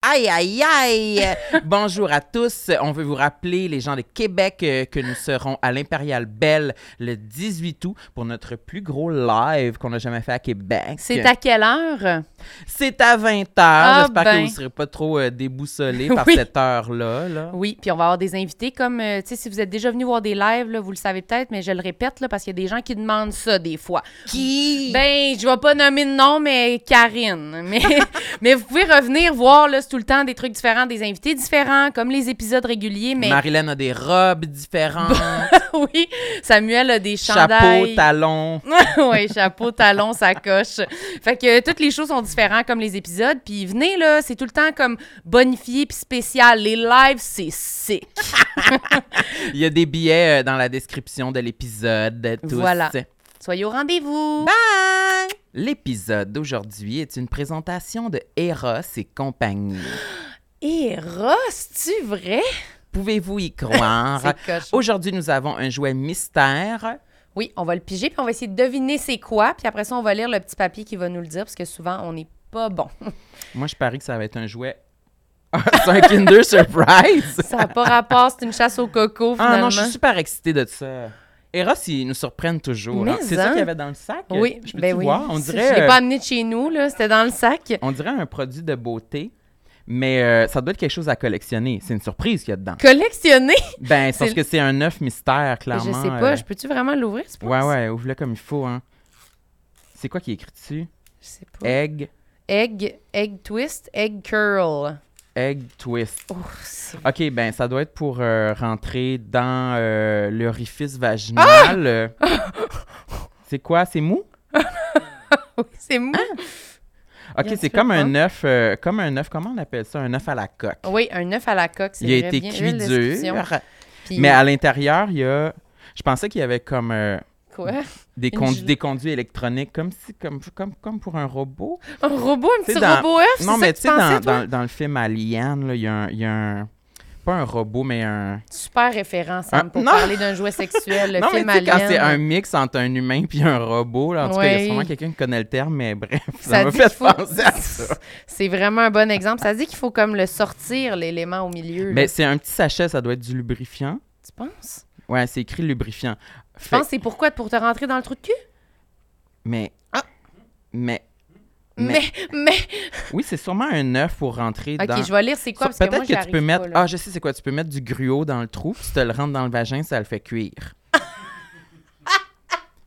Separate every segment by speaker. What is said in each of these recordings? Speaker 1: Aïe, aïe, aïe! Bonjour à tous. On veut vous rappeler, les gens de Québec, euh, que nous serons à l'Impérial Belle le 18 août pour notre plus gros live qu'on a jamais fait à Québec.
Speaker 2: C'est à quelle heure?
Speaker 1: C'est à 20h.
Speaker 2: Ah,
Speaker 1: J'espère que
Speaker 2: ben.
Speaker 1: vous ne serez pas trop euh, déboussolés par
Speaker 2: Oui.
Speaker 1: cette heure-là. là.
Speaker 2: Oui, puis on va avoir des invités. Comme, euh, tu sais, si vous êtes déjà venu voir des lives, là, vous le savez peut-être, mais je le répète, là, parce qu'il y a des gens qui demandent ça des fois.
Speaker 1: Qui?
Speaker 2: Ben, je vais pas nommer de nom, mais Karine. Mais, mais vous pouvez revenir voir, là, c'est tout le temps des trucs différents, des invités différents, comme les épisodes réguliers, mais
Speaker 1: Marilyn a des robes différentes,
Speaker 2: oui, Samuel a des
Speaker 1: chapeau,
Speaker 2: chandails.
Speaker 1: talons.
Speaker 2: oui, chapeau, talon, sacoche. Fait que euh, toutes les choses sont différentes comme les épisodes. Puis venez, là, c'est tout le temps comme bonifié puis spécial. Les lives, c'est sick.
Speaker 1: Il y a des billets euh, dans la description de l'épisode. euh, tous.
Speaker 2: Voilà. Soyez au rendez-vous.
Speaker 1: Bye! L'épisode d'aujourd'hui est une présentation de Eros et compagnie.
Speaker 2: Eros, tu vrai?
Speaker 1: Pouvez-vous y croire?
Speaker 2: C'est coche.
Speaker 1: Aujourd'hui, nous avons un jouet mystère.
Speaker 2: Oui, on va le piger, puis on va essayer de deviner c'est quoi. Puis après ça, on va lire le petit papier qui va nous le dire, parce que souvent, on n'est pas bon.
Speaker 1: Moi, je parie que ça va être un jouet. c'est un Kinder Surprise!
Speaker 2: Ça n'a pas rapport, c'est une chasse au coco, finalement.
Speaker 1: Ah non, je suis super excitée de ça. Eros, ils nous surprennent toujours. hein.
Speaker 2: Mais
Speaker 1: C'est ça
Speaker 2: hein.
Speaker 1: qu'il y avait dans le sac?
Speaker 2: Oui,
Speaker 1: je peux
Speaker 2: ben oui.
Speaker 1: voir? On
Speaker 2: C'est-
Speaker 1: dirait,
Speaker 2: Je l'ai
Speaker 1: euh,
Speaker 2: pas amené de chez nous, là. C'était dans le sac.
Speaker 1: on dirait un produit de beauté, mais euh, ça doit être quelque chose à collectionner. C'est une surprise qu'il y a dedans.
Speaker 2: Collectionné?
Speaker 1: Ben, c'est parce
Speaker 2: C'est-
Speaker 1: que c'est un œuf mystère, clairement.
Speaker 2: je sais pas,
Speaker 1: euh,
Speaker 2: je peux-tu vraiment l'ouvrir, tu
Speaker 1: Ouais,
Speaker 2: penses?
Speaker 1: ouais, ouvre-le comme il faut, hein. C'est quoi qui est écrit dessus?
Speaker 2: Je sais pas.
Speaker 1: Egg,
Speaker 2: Egg, egg twist, egg curl.
Speaker 1: egg twist.
Speaker 2: Oh, c'est-
Speaker 1: OK, ben, ça doit être pour euh, rentrer dans euh, l'orifice vaginal. Euh,
Speaker 2: Ah!
Speaker 1: C'est quoi? C'est mou?
Speaker 2: oui, c'est mou.
Speaker 1: OK,
Speaker 2: Bien
Speaker 1: c'est
Speaker 2: sûr,
Speaker 1: comme un
Speaker 2: hein.
Speaker 1: œuf, euh, comme un œuf, comment on appelle ça? Un œuf à la coque.
Speaker 2: Ah, Oui, un œuf à la coque, c'est
Speaker 1: Il a
Speaker 2: vrai,
Speaker 1: été
Speaker 2: bien-
Speaker 1: cuit
Speaker 2: belle description.
Speaker 1: dur,
Speaker 2: Puis-
Speaker 1: mais à l'intérieur, il y a... Je pensais qu'il y avait comme euh,
Speaker 2: Quoi?
Speaker 1: des,
Speaker 2: Une
Speaker 1: condu-
Speaker 2: gelée.
Speaker 1: des conduits électroniques, comme, si, comme, comme, comme pour un robot.
Speaker 2: Un robot, un
Speaker 1: Tu sais,
Speaker 2: petit
Speaker 1: dans-
Speaker 2: robot œuf, c'est
Speaker 1: Non,
Speaker 2: ça
Speaker 1: mais
Speaker 2: que
Speaker 1: tu
Speaker 2: tu
Speaker 1: sais, dans,
Speaker 2: pensais, toi?
Speaker 1: dans- dans le film Alien, là, il y, a un- il y a un. Pas un robot, mais un.
Speaker 2: Super référence,
Speaker 1: Hein?
Speaker 2: pour
Speaker 1: Non.
Speaker 2: parler d'un jouet sexuel, le
Speaker 1: non,
Speaker 2: film
Speaker 1: mais tu sais, quand
Speaker 2: Alien.
Speaker 1: c'est un mix entre un humain puis un robot, là, en tout cas, il y
Speaker 2: Oui.
Speaker 1: a sûrement quelqu'un qui connaît le terme, mais bref,
Speaker 2: Ça
Speaker 1: ça m'a
Speaker 2: dit qu'il
Speaker 1: fait
Speaker 2: faut-
Speaker 1: penser à ça.
Speaker 2: C'est vraiment un bon exemple. Ça dit qu'il faut comme le sortir, l'élément au milieu.
Speaker 1: Mais
Speaker 2: là.
Speaker 1: c'est un petit sachet, ça doit être du lubrifiant.
Speaker 2: Tu penses?
Speaker 1: Ouais, c'est écrit lubrifiant.
Speaker 2: Tu
Speaker 1: Fait-
Speaker 2: penses que c'est pourquoi? Pour te rentrer dans le trou de cul?
Speaker 1: Mais.
Speaker 2: Ah.
Speaker 1: Mais.
Speaker 2: Mais, mais...
Speaker 1: Oui, c'est sûrement un œuf pour rentrer
Speaker 2: OK,
Speaker 1: dans.
Speaker 2: je vais lire c'est quoi,
Speaker 1: Sur-
Speaker 2: parce que moi,
Speaker 1: Peut-être que, tu
Speaker 2: j'arrive
Speaker 1: peux
Speaker 2: pas,
Speaker 1: mettre.
Speaker 2: là.
Speaker 1: ah, je sais, c'est quoi. Tu peux mettre du gruau dans le trou, puis tu te le rentres dans le vagin, ça le fait cuire.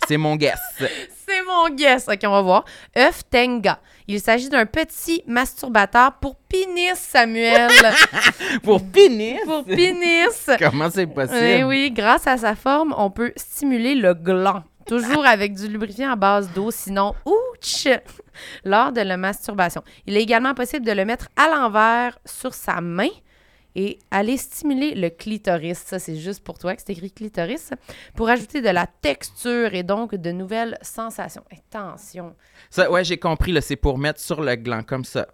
Speaker 1: c'est mon guess.
Speaker 2: C'est mon guess. OK, on va voir. œuf Tenga. Il s'agit d'un petit masturbateur pour pénis, Samuel.
Speaker 1: Pour finir,
Speaker 2: pour pénis.
Speaker 1: comment c'est possible?
Speaker 2: Eh oui, grâce à sa forme, on peut stimuler le gland. Toujours
Speaker 1: Ah!
Speaker 2: avec du lubrifiant à base d'eau, sinon, ouch! Lors de la masturbation. Il est également possible de le mettre à l'envers sur sa main et aller stimuler le clitoris. Ça, c'est juste pour toi que c'est écrit clitoris. Pour ajouter de la texture et donc de nouvelles sensations. Attention!
Speaker 1: Ça, ouais, j'ai compris, là, c'est pour mettre sur le gland, comme ça.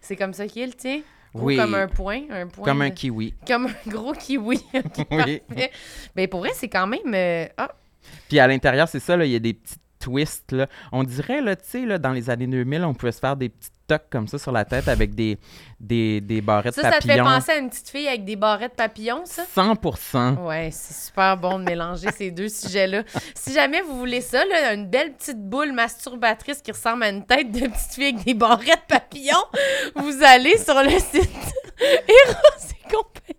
Speaker 2: C'est comme ça qu'il est, le tien? Ou
Speaker 1: Oui.
Speaker 2: comme un point? Un point
Speaker 1: Comme un
Speaker 2: de-
Speaker 1: kiwi.
Speaker 2: comme un gros kiwi. OK,
Speaker 1: Oui.
Speaker 2: parfait. Ben, pour vrai, c'est quand même... euh, ah,
Speaker 1: Puis à l'intérieur, c'est ça, là, il y a des petits twists, là. On dirait, là, tu sais, là, dans les années 2000, on pouvait se faire des petits tocs comme ça sur la tête avec des, des, des barrettes
Speaker 2: Ça, ça te fait
Speaker 1: papillons.
Speaker 2: penser à une petite fille avec des barrettes papillons, ça?
Speaker 1: 100
Speaker 2: Ouais, c'est super bon de mélanger ces deux sujets-là. Si jamais vous voulez ça, là, une belle petite boule masturbatrice qui ressemble à une tête de petite fille avec des barrettes papillons, vous allez sur le site Eros et compagnie.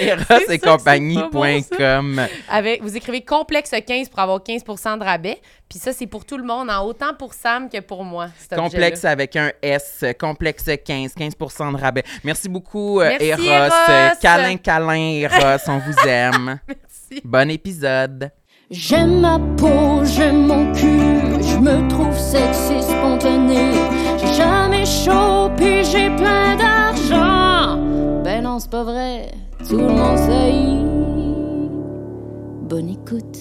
Speaker 1: Eros
Speaker 2: c'est
Speaker 1: et
Speaker 2: pas bon,
Speaker 1: compagnie.com.
Speaker 2: Avec, vous écrivez complexe 15 pour avoir 15 de rabais. Puis ça, c'est pour tout le monde, en autant pour Sam que pour moi. cet objet-là.
Speaker 1: Complexe avec un S, complexe 15, 15 de rabais. Merci beaucoup, euh,
Speaker 2: Merci,
Speaker 1: Eros.
Speaker 2: Eros.
Speaker 1: Câlin, câlin, Eros, on vous aime.
Speaker 2: Merci.
Speaker 1: Bon épisode.
Speaker 3: J'aime ma peau, j'aime mon cul, je me trouve sexy spontané. J'ai jamais chaud, puis j'ai plein d'argent. Ben non, c'est pas vrai, tout le monde sait. Bonne écoute.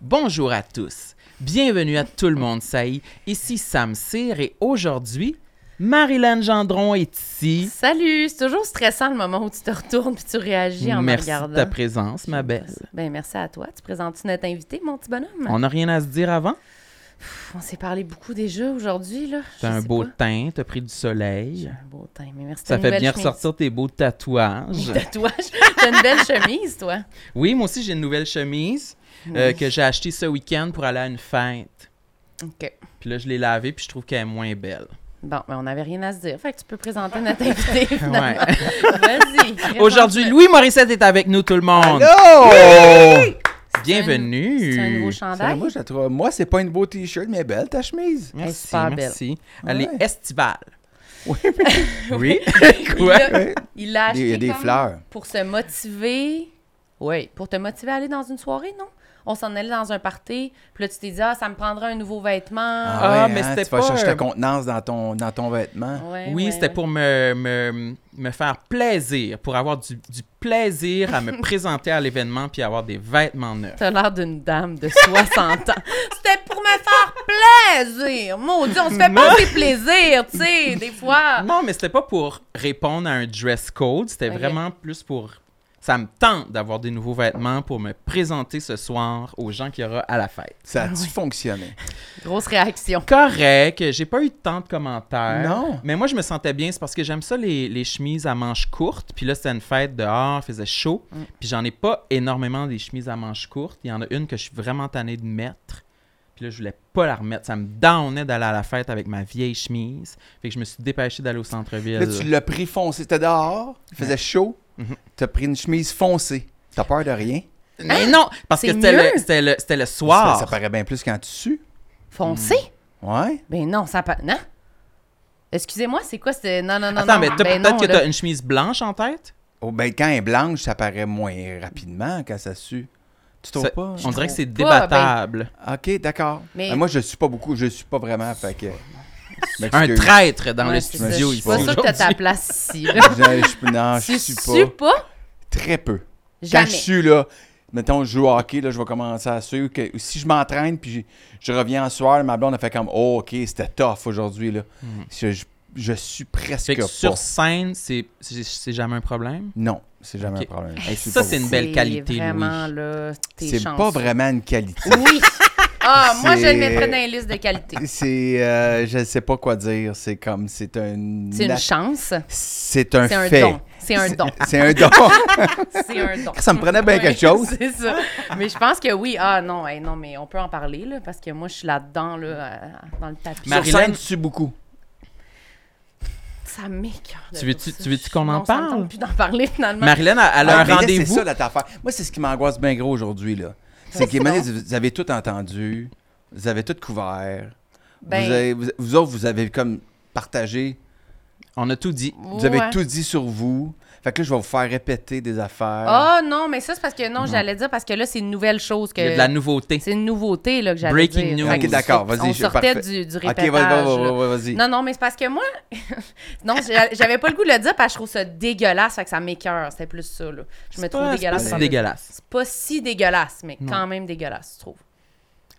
Speaker 1: Bonjour à tous. Bienvenue à Tout le monde saillie. Ici Sam Cyr et aujourd'hui, Marilyn Gendron est ici.
Speaker 2: Salut! C'est toujours stressant le moment où tu te retournes puis tu réagis en
Speaker 1: Merci
Speaker 2: me
Speaker 1: de
Speaker 2: regardant.
Speaker 1: ta présence, ma belle.
Speaker 2: Euh, Ben merci à toi. Tu présentes notre invité, mon petit bonhomme?
Speaker 1: On n'a rien à se dire avant?
Speaker 2: Pff, on s'est parlé beaucoup déjà aujourd'hui, là. Je
Speaker 1: T'as un
Speaker 2: sais
Speaker 1: beau
Speaker 2: pas.
Speaker 1: teint, t'as pris du
Speaker 2: J'ai
Speaker 1: soleil.
Speaker 2: un beau teint, mais merci.
Speaker 1: Ça
Speaker 2: t'as une
Speaker 1: fait bien
Speaker 2: belle chemise.
Speaker 1: ressortir tes beaux tatouages.
Speaker 2: Tatouage. T'as une belle chemise, toi.
Speaker 1: oui, moi aussi, j'ai une nouvelle chemise euh, que j'ai achetée ce week-end pour aller à une fête.
Speaker 2: OK.
Speaker 1: Puis là, je l'ai lavée, puis je trouve qu'elle est moins belle.
Speaker 2: Bon, mais on n'avait rien à se dire. Fait que tu peux présenter notre invité. finalement.
Speaker 1: Ouais.
Speaker 2: Vas-y. présente-le.
Speaker 1: Aujourd'hui, Louis Morissette est avec nous, tout le monde. Oh!
Speaker 2: C'est un-
Speaker 1: Bienvenue.
Speaker 2: C'est un nouveau
Speaker 4: Ça,
Speaker 2: chandail.
Speaker 4: moi, je la trouve- moi, c'est pas une beau t-shirt, mais belle ta chemise.
Speaker 2: Elle est
Speaker 1: Merci,
Speaker 2: super belle.
Speaker 1: merci. Elle est
Speaker 4: Ouais.
Speaker 1: estivale.
Speaker 4: Oui,
Speaker 1: Oui.
Speaker 2: Il
Speaker 1: Quoi?
Speaker 2: l'a-
Speaker 4: oui.
Speaker 2: Il l'a
Speaker 4: Il
Speaker 2: acheté.
Speaker 4: y a des
Speaker 2: comme
Speaker 4: fleurs.
Speaker 2: Pour se motiver. Oui. Pour te motiver à aller dans une soirée, non? On s'en allait dans un party. Puis là, tu t'es dit, ah, ça me prendra un nouveau vêtement.
Speaker 1: Ah, mais c'était
Speaker 4: hein, Tu
Speaker 1: pas
Speaker 4: vas chercher
Speaker 1: un- Ah,
Speaker 4: ta contenance dans ton, dans ton vêtement.
Speaker 2: Ouais,
Speaker 1: Oui,
Speaker 2: ouais,
Speaker 1: c'était
Speaker 2: ouais.
Speaker 1: pour me, me, me faire plaisir, pour avoir du, du plaisir à me présenter à l'événement puis avoir des vêtements neufs.
Speaker 2: T'as l'air d'une dame de 60 ans. C'était pour me faire plaisir. Maudit, on se fait pas des plaisirs, tu sais, des fois.
Speaker 1: Non, mais c'était pas pour répondre à un dress code, c'était
Speaker 2: Ok.
Speaker 1: vraiment plus pour. Ça me tente d'avoir des nouveaux vêtements pour me présenter ce soir aux gens qu'il y aura à la fête.
Speaker 4: Ça a-tu fonctionné?
Speaker 2: Grosse réaction.
Speaker 1: Correct, j'ai pas eu tant de commentaires.
Speaker 4: Non.
Speaker 1: Mais moi, je me sentais bien, c'est parce que j'aime ça les, les chemises à manches courtes. Puis là, c'était une fête dehors, il faisait chaud.
Speaker 2: Mm.
Speaker 1: Puis j'en ai pas énormément des chemises à manches courtes. Il y en a une que je suis vraiment tannée de mettre. Puis là, je voulais pas la remettre. Ça me donnait d'aller à la fête avec ma vieille chemise. Fait que je me suis dépêché d'aller au centre-ville.
Speaker 4: Là, tu l'as pris foncé. C'était dehors, il faisait chaud.
Speaker 1: Mhm.
Speaker 4: T'as pris une chemise foncée. T'as peur de rien?
Speaker 1: Mais non, parce que
Speaker 2: C'est
Speaker 1: c'était
Speaker 2: mieux.
Speaker 1: le, c'était le, c'était le
Speaker 4: Ça,
Speaker 1: soir.
Speaker 4: ça paraît bien plus quand tu sues.
Speaker 2: Foncé?
Speaker 4: Ouais.
Speaker 2: Ben non, ça pas. Non? Excusez-moi, c'est quoi? C'est... Non, non, non.
Speaker 1: Attends,
Speaker 2: non,
Speaker 1: mais t'as-
Speaker 2: ben
Speaker 1: peut-être
Speaker 2: non,
Speaker 1: que
Speaker 2: là.
Speaker 1: t'as une chemise blanche en tête?
Speaker 4: Oh, ben, quand elle est blanche, ça paraît moins rapidement quand ça sue. Tu trouves
Speaker 1: Ça-
Speaker 4: pas?
Speaker 1: on dirait que c'est
Speaker 2: trouve pas, ben-
Speaker 1: débattable.
Speaker 4: Ok, d'accord.
Speaker 2: Mais-
Speaker 4: Ben, moi, je suis pas beaucoup. Je suis pas vraiment. Fait que...
Speaker 1: Un
Speaker 4: M'excuse.
Speaker 1: traître dans
Speaker 2: Ouais,
Speaker 1: le
Speaker 2: c'est
Speaker 1: studio
Speaker 2: ça,
Speaker 1: ici
Speaker 2: Je suis pas sûre que t'as ta
Speaker 1: aujourd'hui. Ah,
Speaker 2: place ici. là.
Speaker 4: Je- je- non, je
Speaker 2: Tu
Speaker 4: suis
Speaker 2: sues
Speaker 4: pas.
Speaker 2: pas?
Speaker 4: Très peu.
Speaker 2: Jamais.
Speaker 4: Quand je suis là, mettons, je joue au hockey, là, je vais commencer à suivre. Que, ou si je m'entraîne, puis je, je reviens en soir, ma blonde a fait comme, oh, OK, c'était tough aujourd'hui. là.
Speaker 2: Hmm.
Speaker 4: Je, je- je suis presque
Speaker 1: Fait que
Speaker 4: pas.
Speaker 1: sur scène, c'est- c'est c'est jamais un problème?
Speaker 4: Non, c'est jamais
Speaker 1: Ok.
Speaker 4: un problème.
Speaker 1: Hey,
Speaker 4: Je suis
Speaker 1: ça,
Speaker 4: pas
Speaker 1: c'est une
Speaker 4: beaucoup.
Speaker 1: belle qualité,
Speaker 2: C'est vraiment,
Speaker 1: Louis.
Speaker 2: là, t'es
Speaker 4: C'est
Speaker 2: chanceux.
Speaker 4: pas vraiment une qualité.
Speaker 2: Oui. Ah, moi, je le
Speaker 4: C'est-
Speaker 2: mettrais dans les listes de qualité.
Speaker 4: c'est, euh, je sais pas quoi dire. C'est comme, c'est un.
Speaker 2: C'est une chance.
Speaker 4: C'est un
Speaker 2: C'est un
Speaker 4: fait.
Speaker 2: don. C'est un don.
Speaker 4: C'est un don.
Speaker 2: C'est un don.
Speaker 4: Ça me prenait bien
Speaker 2: Ouais,
Speaker 4: Ben, quelque chose.
Speaker 2: C'est ça. Mais je pense que oui. Ah non, hey, non, mais on peut en parler, là, parce que moi, je suis là-dedans, là, euh, dans le tapis.
Speaker 1: Ma-
Speaker 4: Sur
Speaker 1: Marilyn-
Speaker 4: scène, tu sues beaucoup.
Speaker 2: Ça m'écœure. de
Speaker 1: Tu veux-tu-
Speaker 2: dire ça.
Speaker 1: tu veux-tu qu'on en
Speaker 2: Non, ça me
Speaker 1: parle?
Speaker 2: tente plus d'en parler, finalement.
Speaker 1: Marilyn, elle- elle a
Speaker 4: Ah,
Speaker 1: un
Speaker 4: mais là,
Speaker 1: rendez-vous.
Speaker 4: C'est ça, là, ta affaire. Moi, c'est ce qui m'angoisse bien gros aujourd'hui, là. C'est que, Emmanuel, vous avez tout entendu, vous avez tout couvert.
Speaker 2: Ben-
Speaker 4: Vous, avez- vous- vous autres, vous avez comme partagé,
Speaker 1: On a tout dit.
Speaker 4: vous avez
Speaker 2: Ouais.
Speaker 4: tout dit sur vous. Fait que là, je vais vous faire répéter des affaires.
Speaker 2: Ah non, mais ça, c'est parce que non, j'allais dire, parce que là, c'est une nouvelle chose que.
Speaker 1: Il y a de la nouveauté.
Speaker 2: C'est une nouveauté, là, que j'allais
Speaker 1: Breaking
Speaker 2: dire.
Speaker 1: news.
Speaker 2: Fait
Speaker 4: ok,
Speaker 2: que
Speaker 4: d'accord,
Speaker 2: on-
Speaker 4: vas-y.
Speaker 2: On
Speaker 4: je-
Speaker 2: sortait
Speaker 4: parfait.
Speaker 2: du, du
Speaker 4: Ok, vas-y, vas-y,
Speaker 2: répétage, là.
Speaker 4: vas-y, vas-y.
Speaker 2: Non, non, mais c'est parce que moi, non, j'ai- j'avais pas le goût de le dire parce que je trouve ça dégueulasse, fait que ça m'écœure. C'était plus ça, là. Je me
Speaker 1: C'est
Speaker 2: trouve
Speaker 1: pas-
Speaker 2: dégueulasse.
Speaker 1: C'est pas
Speaker 2: sans
Speaker 1: si
Speaker 2: le-
Speaker 1: dégueulasse.
Speaker 2: C'est pas si dégueulasse, mais
Speaker 1: Non.
Speaker 2: quand même dégueulasse, je trouve.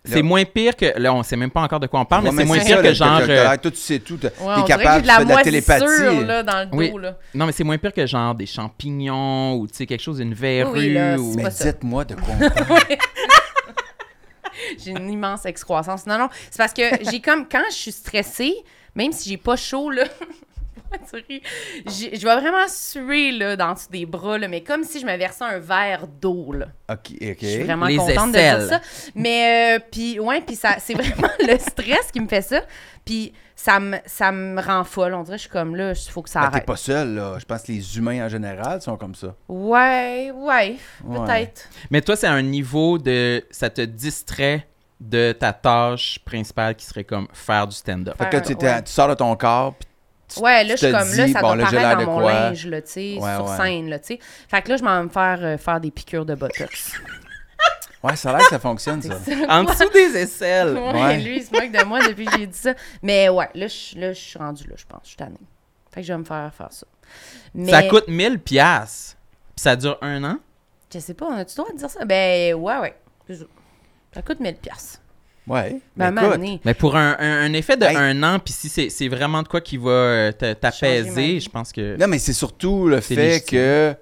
Speaker 1: C'est moins pire que. Là, on sait même pas encore de quoi on parle,
Speaker 4: Ouais,
Speaker 1: mais c'est moins
Speaker 4: ça,
Speaker 1: pire
Speaker 4: là,
Speaker 1: que genre.
Speaker 4: t'as-
Speaker 1: euh,
Speaker 4: t'as l'air, Toi, tu sais tout. T'es
Speaker 2: Ouais, on dirait que j'ai de
Speaker 4: capable, tu fais de la
Speaker 2: moisissure,
Speaker 4: télépathie.
Speaker 2: là, dans le dos,
Speaker 1: Oui.
Speaker 2: là.
Speaker 1: Non, mais c'est moins pire que genre des champignons ou tu sais quelque chose, une verrue.
Speaker 2: Oui, oui, là,
Speaker 1: ou...
Speaker 2: c'est
Speaker 4: Mais
Speaker 2: pas ça.
Speaker 4: dites-moi de quoi on parle.
Speaker 2: J'ai une immense excroissance. Non, non, c'est parce que j'ai comme, quand je suis stressée, même si j'ai pas chaud, là, tu ris, j'ai- je vais vraiment suer, là, dans dessous des bras, là, mais comme si je me versais un verre d'eau, là.
Speaker 4: Ok, ok.
Speaker 2: Je suis vraiment
Speaker 1: Les
Speaker 2: contente de
Speaker 1: aisselles.
Speaker 2: dire ça. Mais euh, puis ouais, puis ça c'est vraiment le stress qui me fait ça. Puis ça me ça me rend folle, on dirait que je suis comme là, il faut que ça
Speaker 4: Ah, T'es
Speaker 2: arrête.
Speaker 4: pas seul, là. Je pense que les humains en général sont comme ça.
Speaker 2: Ouais, ouais,
Speaker 4: Ouais.
Speaker 2: peut-être.
Speaker 1: Mais toi, c'est un niveau de. Ça te distrait de ta tâche principale qui serait comme faire du stand-up.
Speaker 4: Fait que là, tu t'es-
Speaker 2: Ouais.
Speaker 4: tu sors de ton corps, puis
Speaker 2: Ouais,
Speaker 4: Tu-
Speaker 2: là je
Speaker 4: tu
Speaker 2: suis
Speaker 4: te
Speaker 2: comme là
Speaker 4: dis,
Speaker 2: ça
Speaker 4: bon,
Speaker 2: doit
Speaker 4: là, j'ai
Speaker 2: paraître
Speaker 4: l'air
Speaker 2: dans
Speaker 4: de
Speaker 2: mon
Speaker 4: quoi?
Speaker 2: linge là, tu sais,
Speaker 4: Ouais,
Speaker 2: sur
Speaker 4: ouais.
Speaker 2: scène là, tu sais. Fait que là je m'en vais me faire euh, faire des piqûres de botox.
Speaker 4: Ouais, ça a l'air que ça fonctionne,
Speaker 2: Ah,
Speaker 4: ça.
Speaker 1: En dessous des aisselles.
Speaker 2: Ouais,
Speaker 4: Ouais.
Speaker 2: lui il se moque de moi depuis que j'ai dit ça. Mais ouais, là je suis- là je suis rendue là, je pense, je suis tannée. Fait que je vais me faire faire ça. Mais
Speaker 1: Ça coûte 1000 piastres. Puis ça dure un an.
Speaker 2: je sais pas, on a-tu le droit de dire ça Ben ouais ouais. C'est ça. Ça coûte 1000 pièces.
Speaker 4: Ouais.
Speaker 2: Ben,
Speaker 4: mais
Speaker 2: à un moment
Speaker 4: écoute,
Speaker 2: donné,
Speaker 1: Mais pour un, un- un effet de
Speaker 4: Hey.
Speaker 1: un an, puis si c'est c'est vraiment de quoi qui va euh, te-
Speaker 2: Changer ma vie.
Speaker 1: t'apaiser, je pense que.
Speaker 4: Non, mais c'est surtout le
Speaker 1: C'est
Speaker 4: fait
Speaker 1: légitime.
Speaker 4: que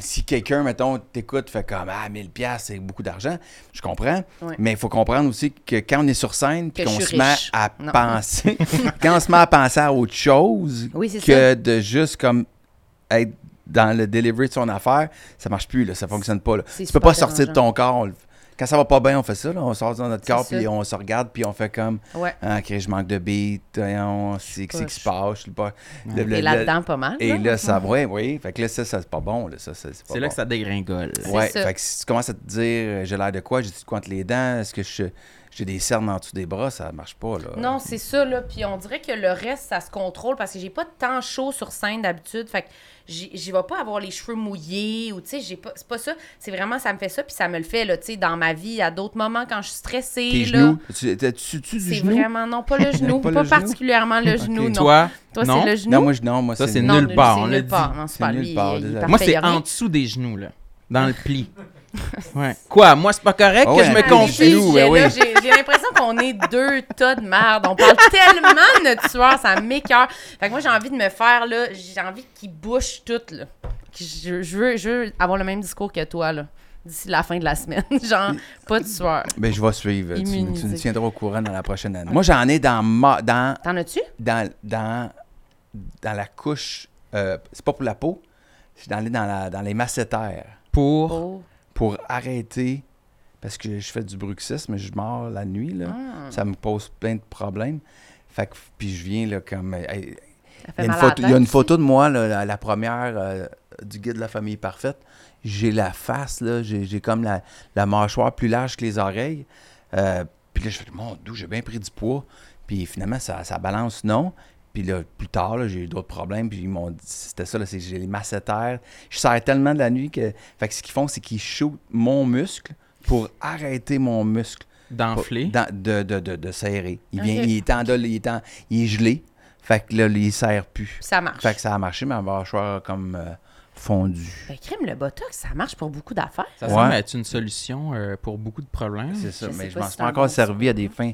Speaker 4: si quelqu'un, mettons, t'écoute, fait comme Ah, 1000$, piastres, c'est beaucoup d'argent, je comprends.
Speaker 2: Ouais.
Speaker 4: Mais il faut comprendre aussi que quand on est sur scène, puis
Speaker 2: Que
Speaker 4: qu'on
Speaker 2: je suis
Speaker 4: se met
Speaker 2: riche.
Speaker 4: à
Speaker 2: Non.
Speaker 4: penser, quand on se met à penser à autre chose
Speaker 2: Oui, c'est
Speaker 4: que de juste comme être dans le delivery de son affaire, ça marche plus, là, ça fonctionne pas. Là.
Speaker 2: C'est
Speaker 4: Tu peux pas
Speaker 2: super
Speaker 4: sortir de ton corps. on le- Quand ça va pas bien, on fait ça, là, on sort dans notre
Speaker 2: C'est
Speaker 4: corps,
Speaker 2: ça.
Speaker 4: puis on se regarde, puis on fait comme
Speaker 2: Ouais.
Speaker 4: Ah, Ok, je manque de beat, voyons, c'est c'est
Speaker 2: pas,
Speaker 4: que qui se passe, je suis pas. Le- le-
Speaker 2: Et
Speaker 4: le-
Speaker 2: là-dedans, pas mal.
Speaker 4: et là, ça, ouais, oui. Fait que là, ça, ça, c'est pas bon. Là, ça, ça, c'est pas
Speaker 1: C'est là
Speaker 4: bon.
Speaker 1: que ça dégringole.
Speaker 4: Ouais,
Speaker 2: C'est ça.
Speaker 4: fait que si tu commences à te dire, euh, j'ai l'air de quoi, j'ai de quoi entre les dents, est-ce que je- j'ai des cernes en dessous des bras, ça marche pas, là.
Speaker 2: Non, c'est ça, là. Puis on dirait que le reste, ça se contrôle parce que j'ai pas de temps chaud sur scène d'habitude. Fait que j'y j'y vais pas avoir les cheveux mouillés ou, tu sais, j'ai pas. C'est pas ça. C'est vraiment, ça me fait ça. Puis ça me le fait, là, tu sais, dans ma vie, à d'autres moments quand je suis stressée.
Speaker 4: Tes
Speaker 2: là.
Speaker 4: genoux, tu tu du
Speaker 2: C'est
Speaker 4: genou?
Speaker 2: vraiment, non, pas le genou.
Speaker 4: Pas
Speaker 2: pas
Speaker 4: le genou?
Speaker 2: particulièrement le
Speaker 4: Ok.
Speaker 2: genou, non.
Speaker 1: Toi,
Speaker 2: Toi,
Speaker 1: non.
Speaker 2: c'est le genou.
Speaker 4: Non, moi, je, non, moi,
Speaker 1: Ça, c'est
Speaker 2: Non,
Speaker 1: nul
Speaker 2: le-
Speaker 1: part,
Speaker 2: c'est
Speaker 1: on
Speaker 2: nulle
Speaker 1: l'a
Speaker 2: part.
Speaker 1: dit.
Speaker 2: Non, c'est
Speaker 4: C'est
Speaker 2: pas
Speaker 4: nulle
Speaker 2: lui, il-
Speaker 4: part,
Speaker 2: il
Speaker 4: désolé.
Speaker 2: parfait,
Speaker 1: Moi,
Speaker 2: il y
Speaker 1: c'est
Speaker 2: a rien.
Speaker 1: en dessous des genoux, là. Dans le pli. Ouais. Quoi? Moi, c'est pas correct
Speaker 4: Ah ben
Speaker 1: que
Speaker 4: ouais,
Speaker 1: je
Speaker 4: un
Speaker 1: me
Speaker 4: pli
Speaker 1: confie.
Speaker 4: genou, ouais,
Speaker 2: Là,
Speaker 4: ouais.
Speaker 2: J'ai j'ai l'impression qu'on est deux tas de merde. On parle tellement de notre tueur, ça m'écœure. Fait que moi, j'ai envie de me faire, là, j'ai envie qu'il bouche tout, là. Que Je, je veux, je veux avoir le même discours que toi, là, d'ici la fin de la semaine. Genre, pas de tueur.
Speaker 4: Ben, je vais suivre. Tu, me- tu me
Speaker 2: Immunisé.
Speaker 4: tiendras au courant dans la prochaine année. Moi, j'en ai dans, ma, dans,
Speaker 2: T'en as-tu?
Speaker 4: dans, dans, dans la couche, euh, c'est pas pour la peau, c'est dans, les- dans, la- dans les massétaires
Speaker 1: Pour.
Speaker 2: Oh.
Speaker 4: pour arrêter, parce que je fais du bruxisme, je mords la nuit, là.
Speaker 2: Ah,
Speaker 4: Ça me pose plein de problèmes. Fait que, puis je viens, là, comme... euh, hey,
Speaker 2: ça fait
Speaker 4: il y a une
Speaker 2: mal à la
Speaker 4: photo, il y a
Speaker 2: tête,
Speaker 4: une
Speaker 2: ça.
Speaker 4: photo de moi, là, la, la première euh, du guide de la famille parfaite. J'ai la face, là, j'ai j'ai comme la, la mâchoire plus large que les oreilles. Euh, puis là, je fais, mon Dieu, j'ai bien pris du poids. Puis finalement, ça, ça balance non. Puis là, plus tard, là, j'ai eu d'autres problèmes. Puis ils m'ont dit, c'était ça, là, c'est- j'ai les massétaires. Je serre tellement de la nuit que. Fait que ce qu'ils font, c'est qu'ils shootent mon muscle pour arrêter mon muscle.
Speaker 1: D'enfler.
Speaker 4: Dans- de, de, de, de serrer. Il, vient,
Speaker 2: Ok.
Speaker 4: il, est en, dol- il, est en- il est gelé. Fait que là, il serre plus.
Speaker 2: Puis ça marche.
Speaker 4: Fait que ça a marché, ma mâchoire a comme euh, fondu.
Speaker 2: Ben, crime, le botox, ça marche pour beaucoup d'affaires.
Speaker 1: Ça
Speaker 4: Ouais.
Speaker 1: semble être une solution euh, pour beaucoup de problèmes.
Speaker 4: C'est ça,
Speaker 2: Je
Speaker 4: mais
Speaker 2: sais
Speaker 4: je
Speaker 2: pas
Speaker 4: m'en
Speaker 2: si
Speaker 4: suis pas
Speaker 2: t'en
Speaker 4: encore
Speaker 2: as.
Speaker 4: servi à des fins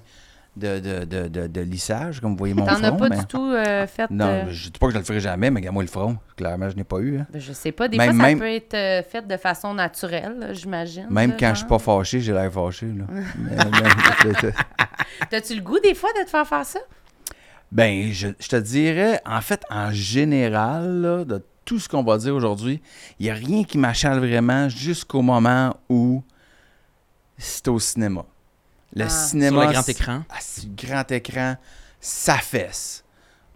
Speaker 4: de, de, de, de, de lissage, comme vous voyez mon
Speaker 2: T'en as
Speaker 4: front.
Speaker 2: pas
Speaker 4: mais-
Speaker 2: du tout euh, fait. euh,
Speaker 4: Non, je dis pas que je le ferai jamais, mais regarde-moi le front. Clairement, je n'ai pas eu. hein.
Speaker 2: Ben, je sais pas. Des
Speaker 4: Même-
Speaker 2: fois, ça
Speaker 4: même-
Speaker 2: peut être euh, fait de façon naturelle, là, j'imagine.
Speaker 4: Même
Speaker 2: là,
Speaker 4: quand je suis
Speaker 2: genre.
Speaker 4: pas fâché, j'ai l'air fâché. là. Mais- mais- mais-
Speaker 2: T'as-tu le goût des fois de te faire faire ça?
Speaker 4: Ben, je, je te dirais, en fait, en général, là, de tout ce qu'on va dire aujourd'hui, il n'y a rien qui m'achale vraiment jusqu'au moment où c'est au cinéma. Le
Speaker 2: Ah.
Speaker 4: cinéma.
Speaker 1: Sur le grand
Speaker 4: c'est-
Speaker 2: Hein?
Speaker 1: écran.
Speaker 4: Ah, c'est le grand écran, ça fesse.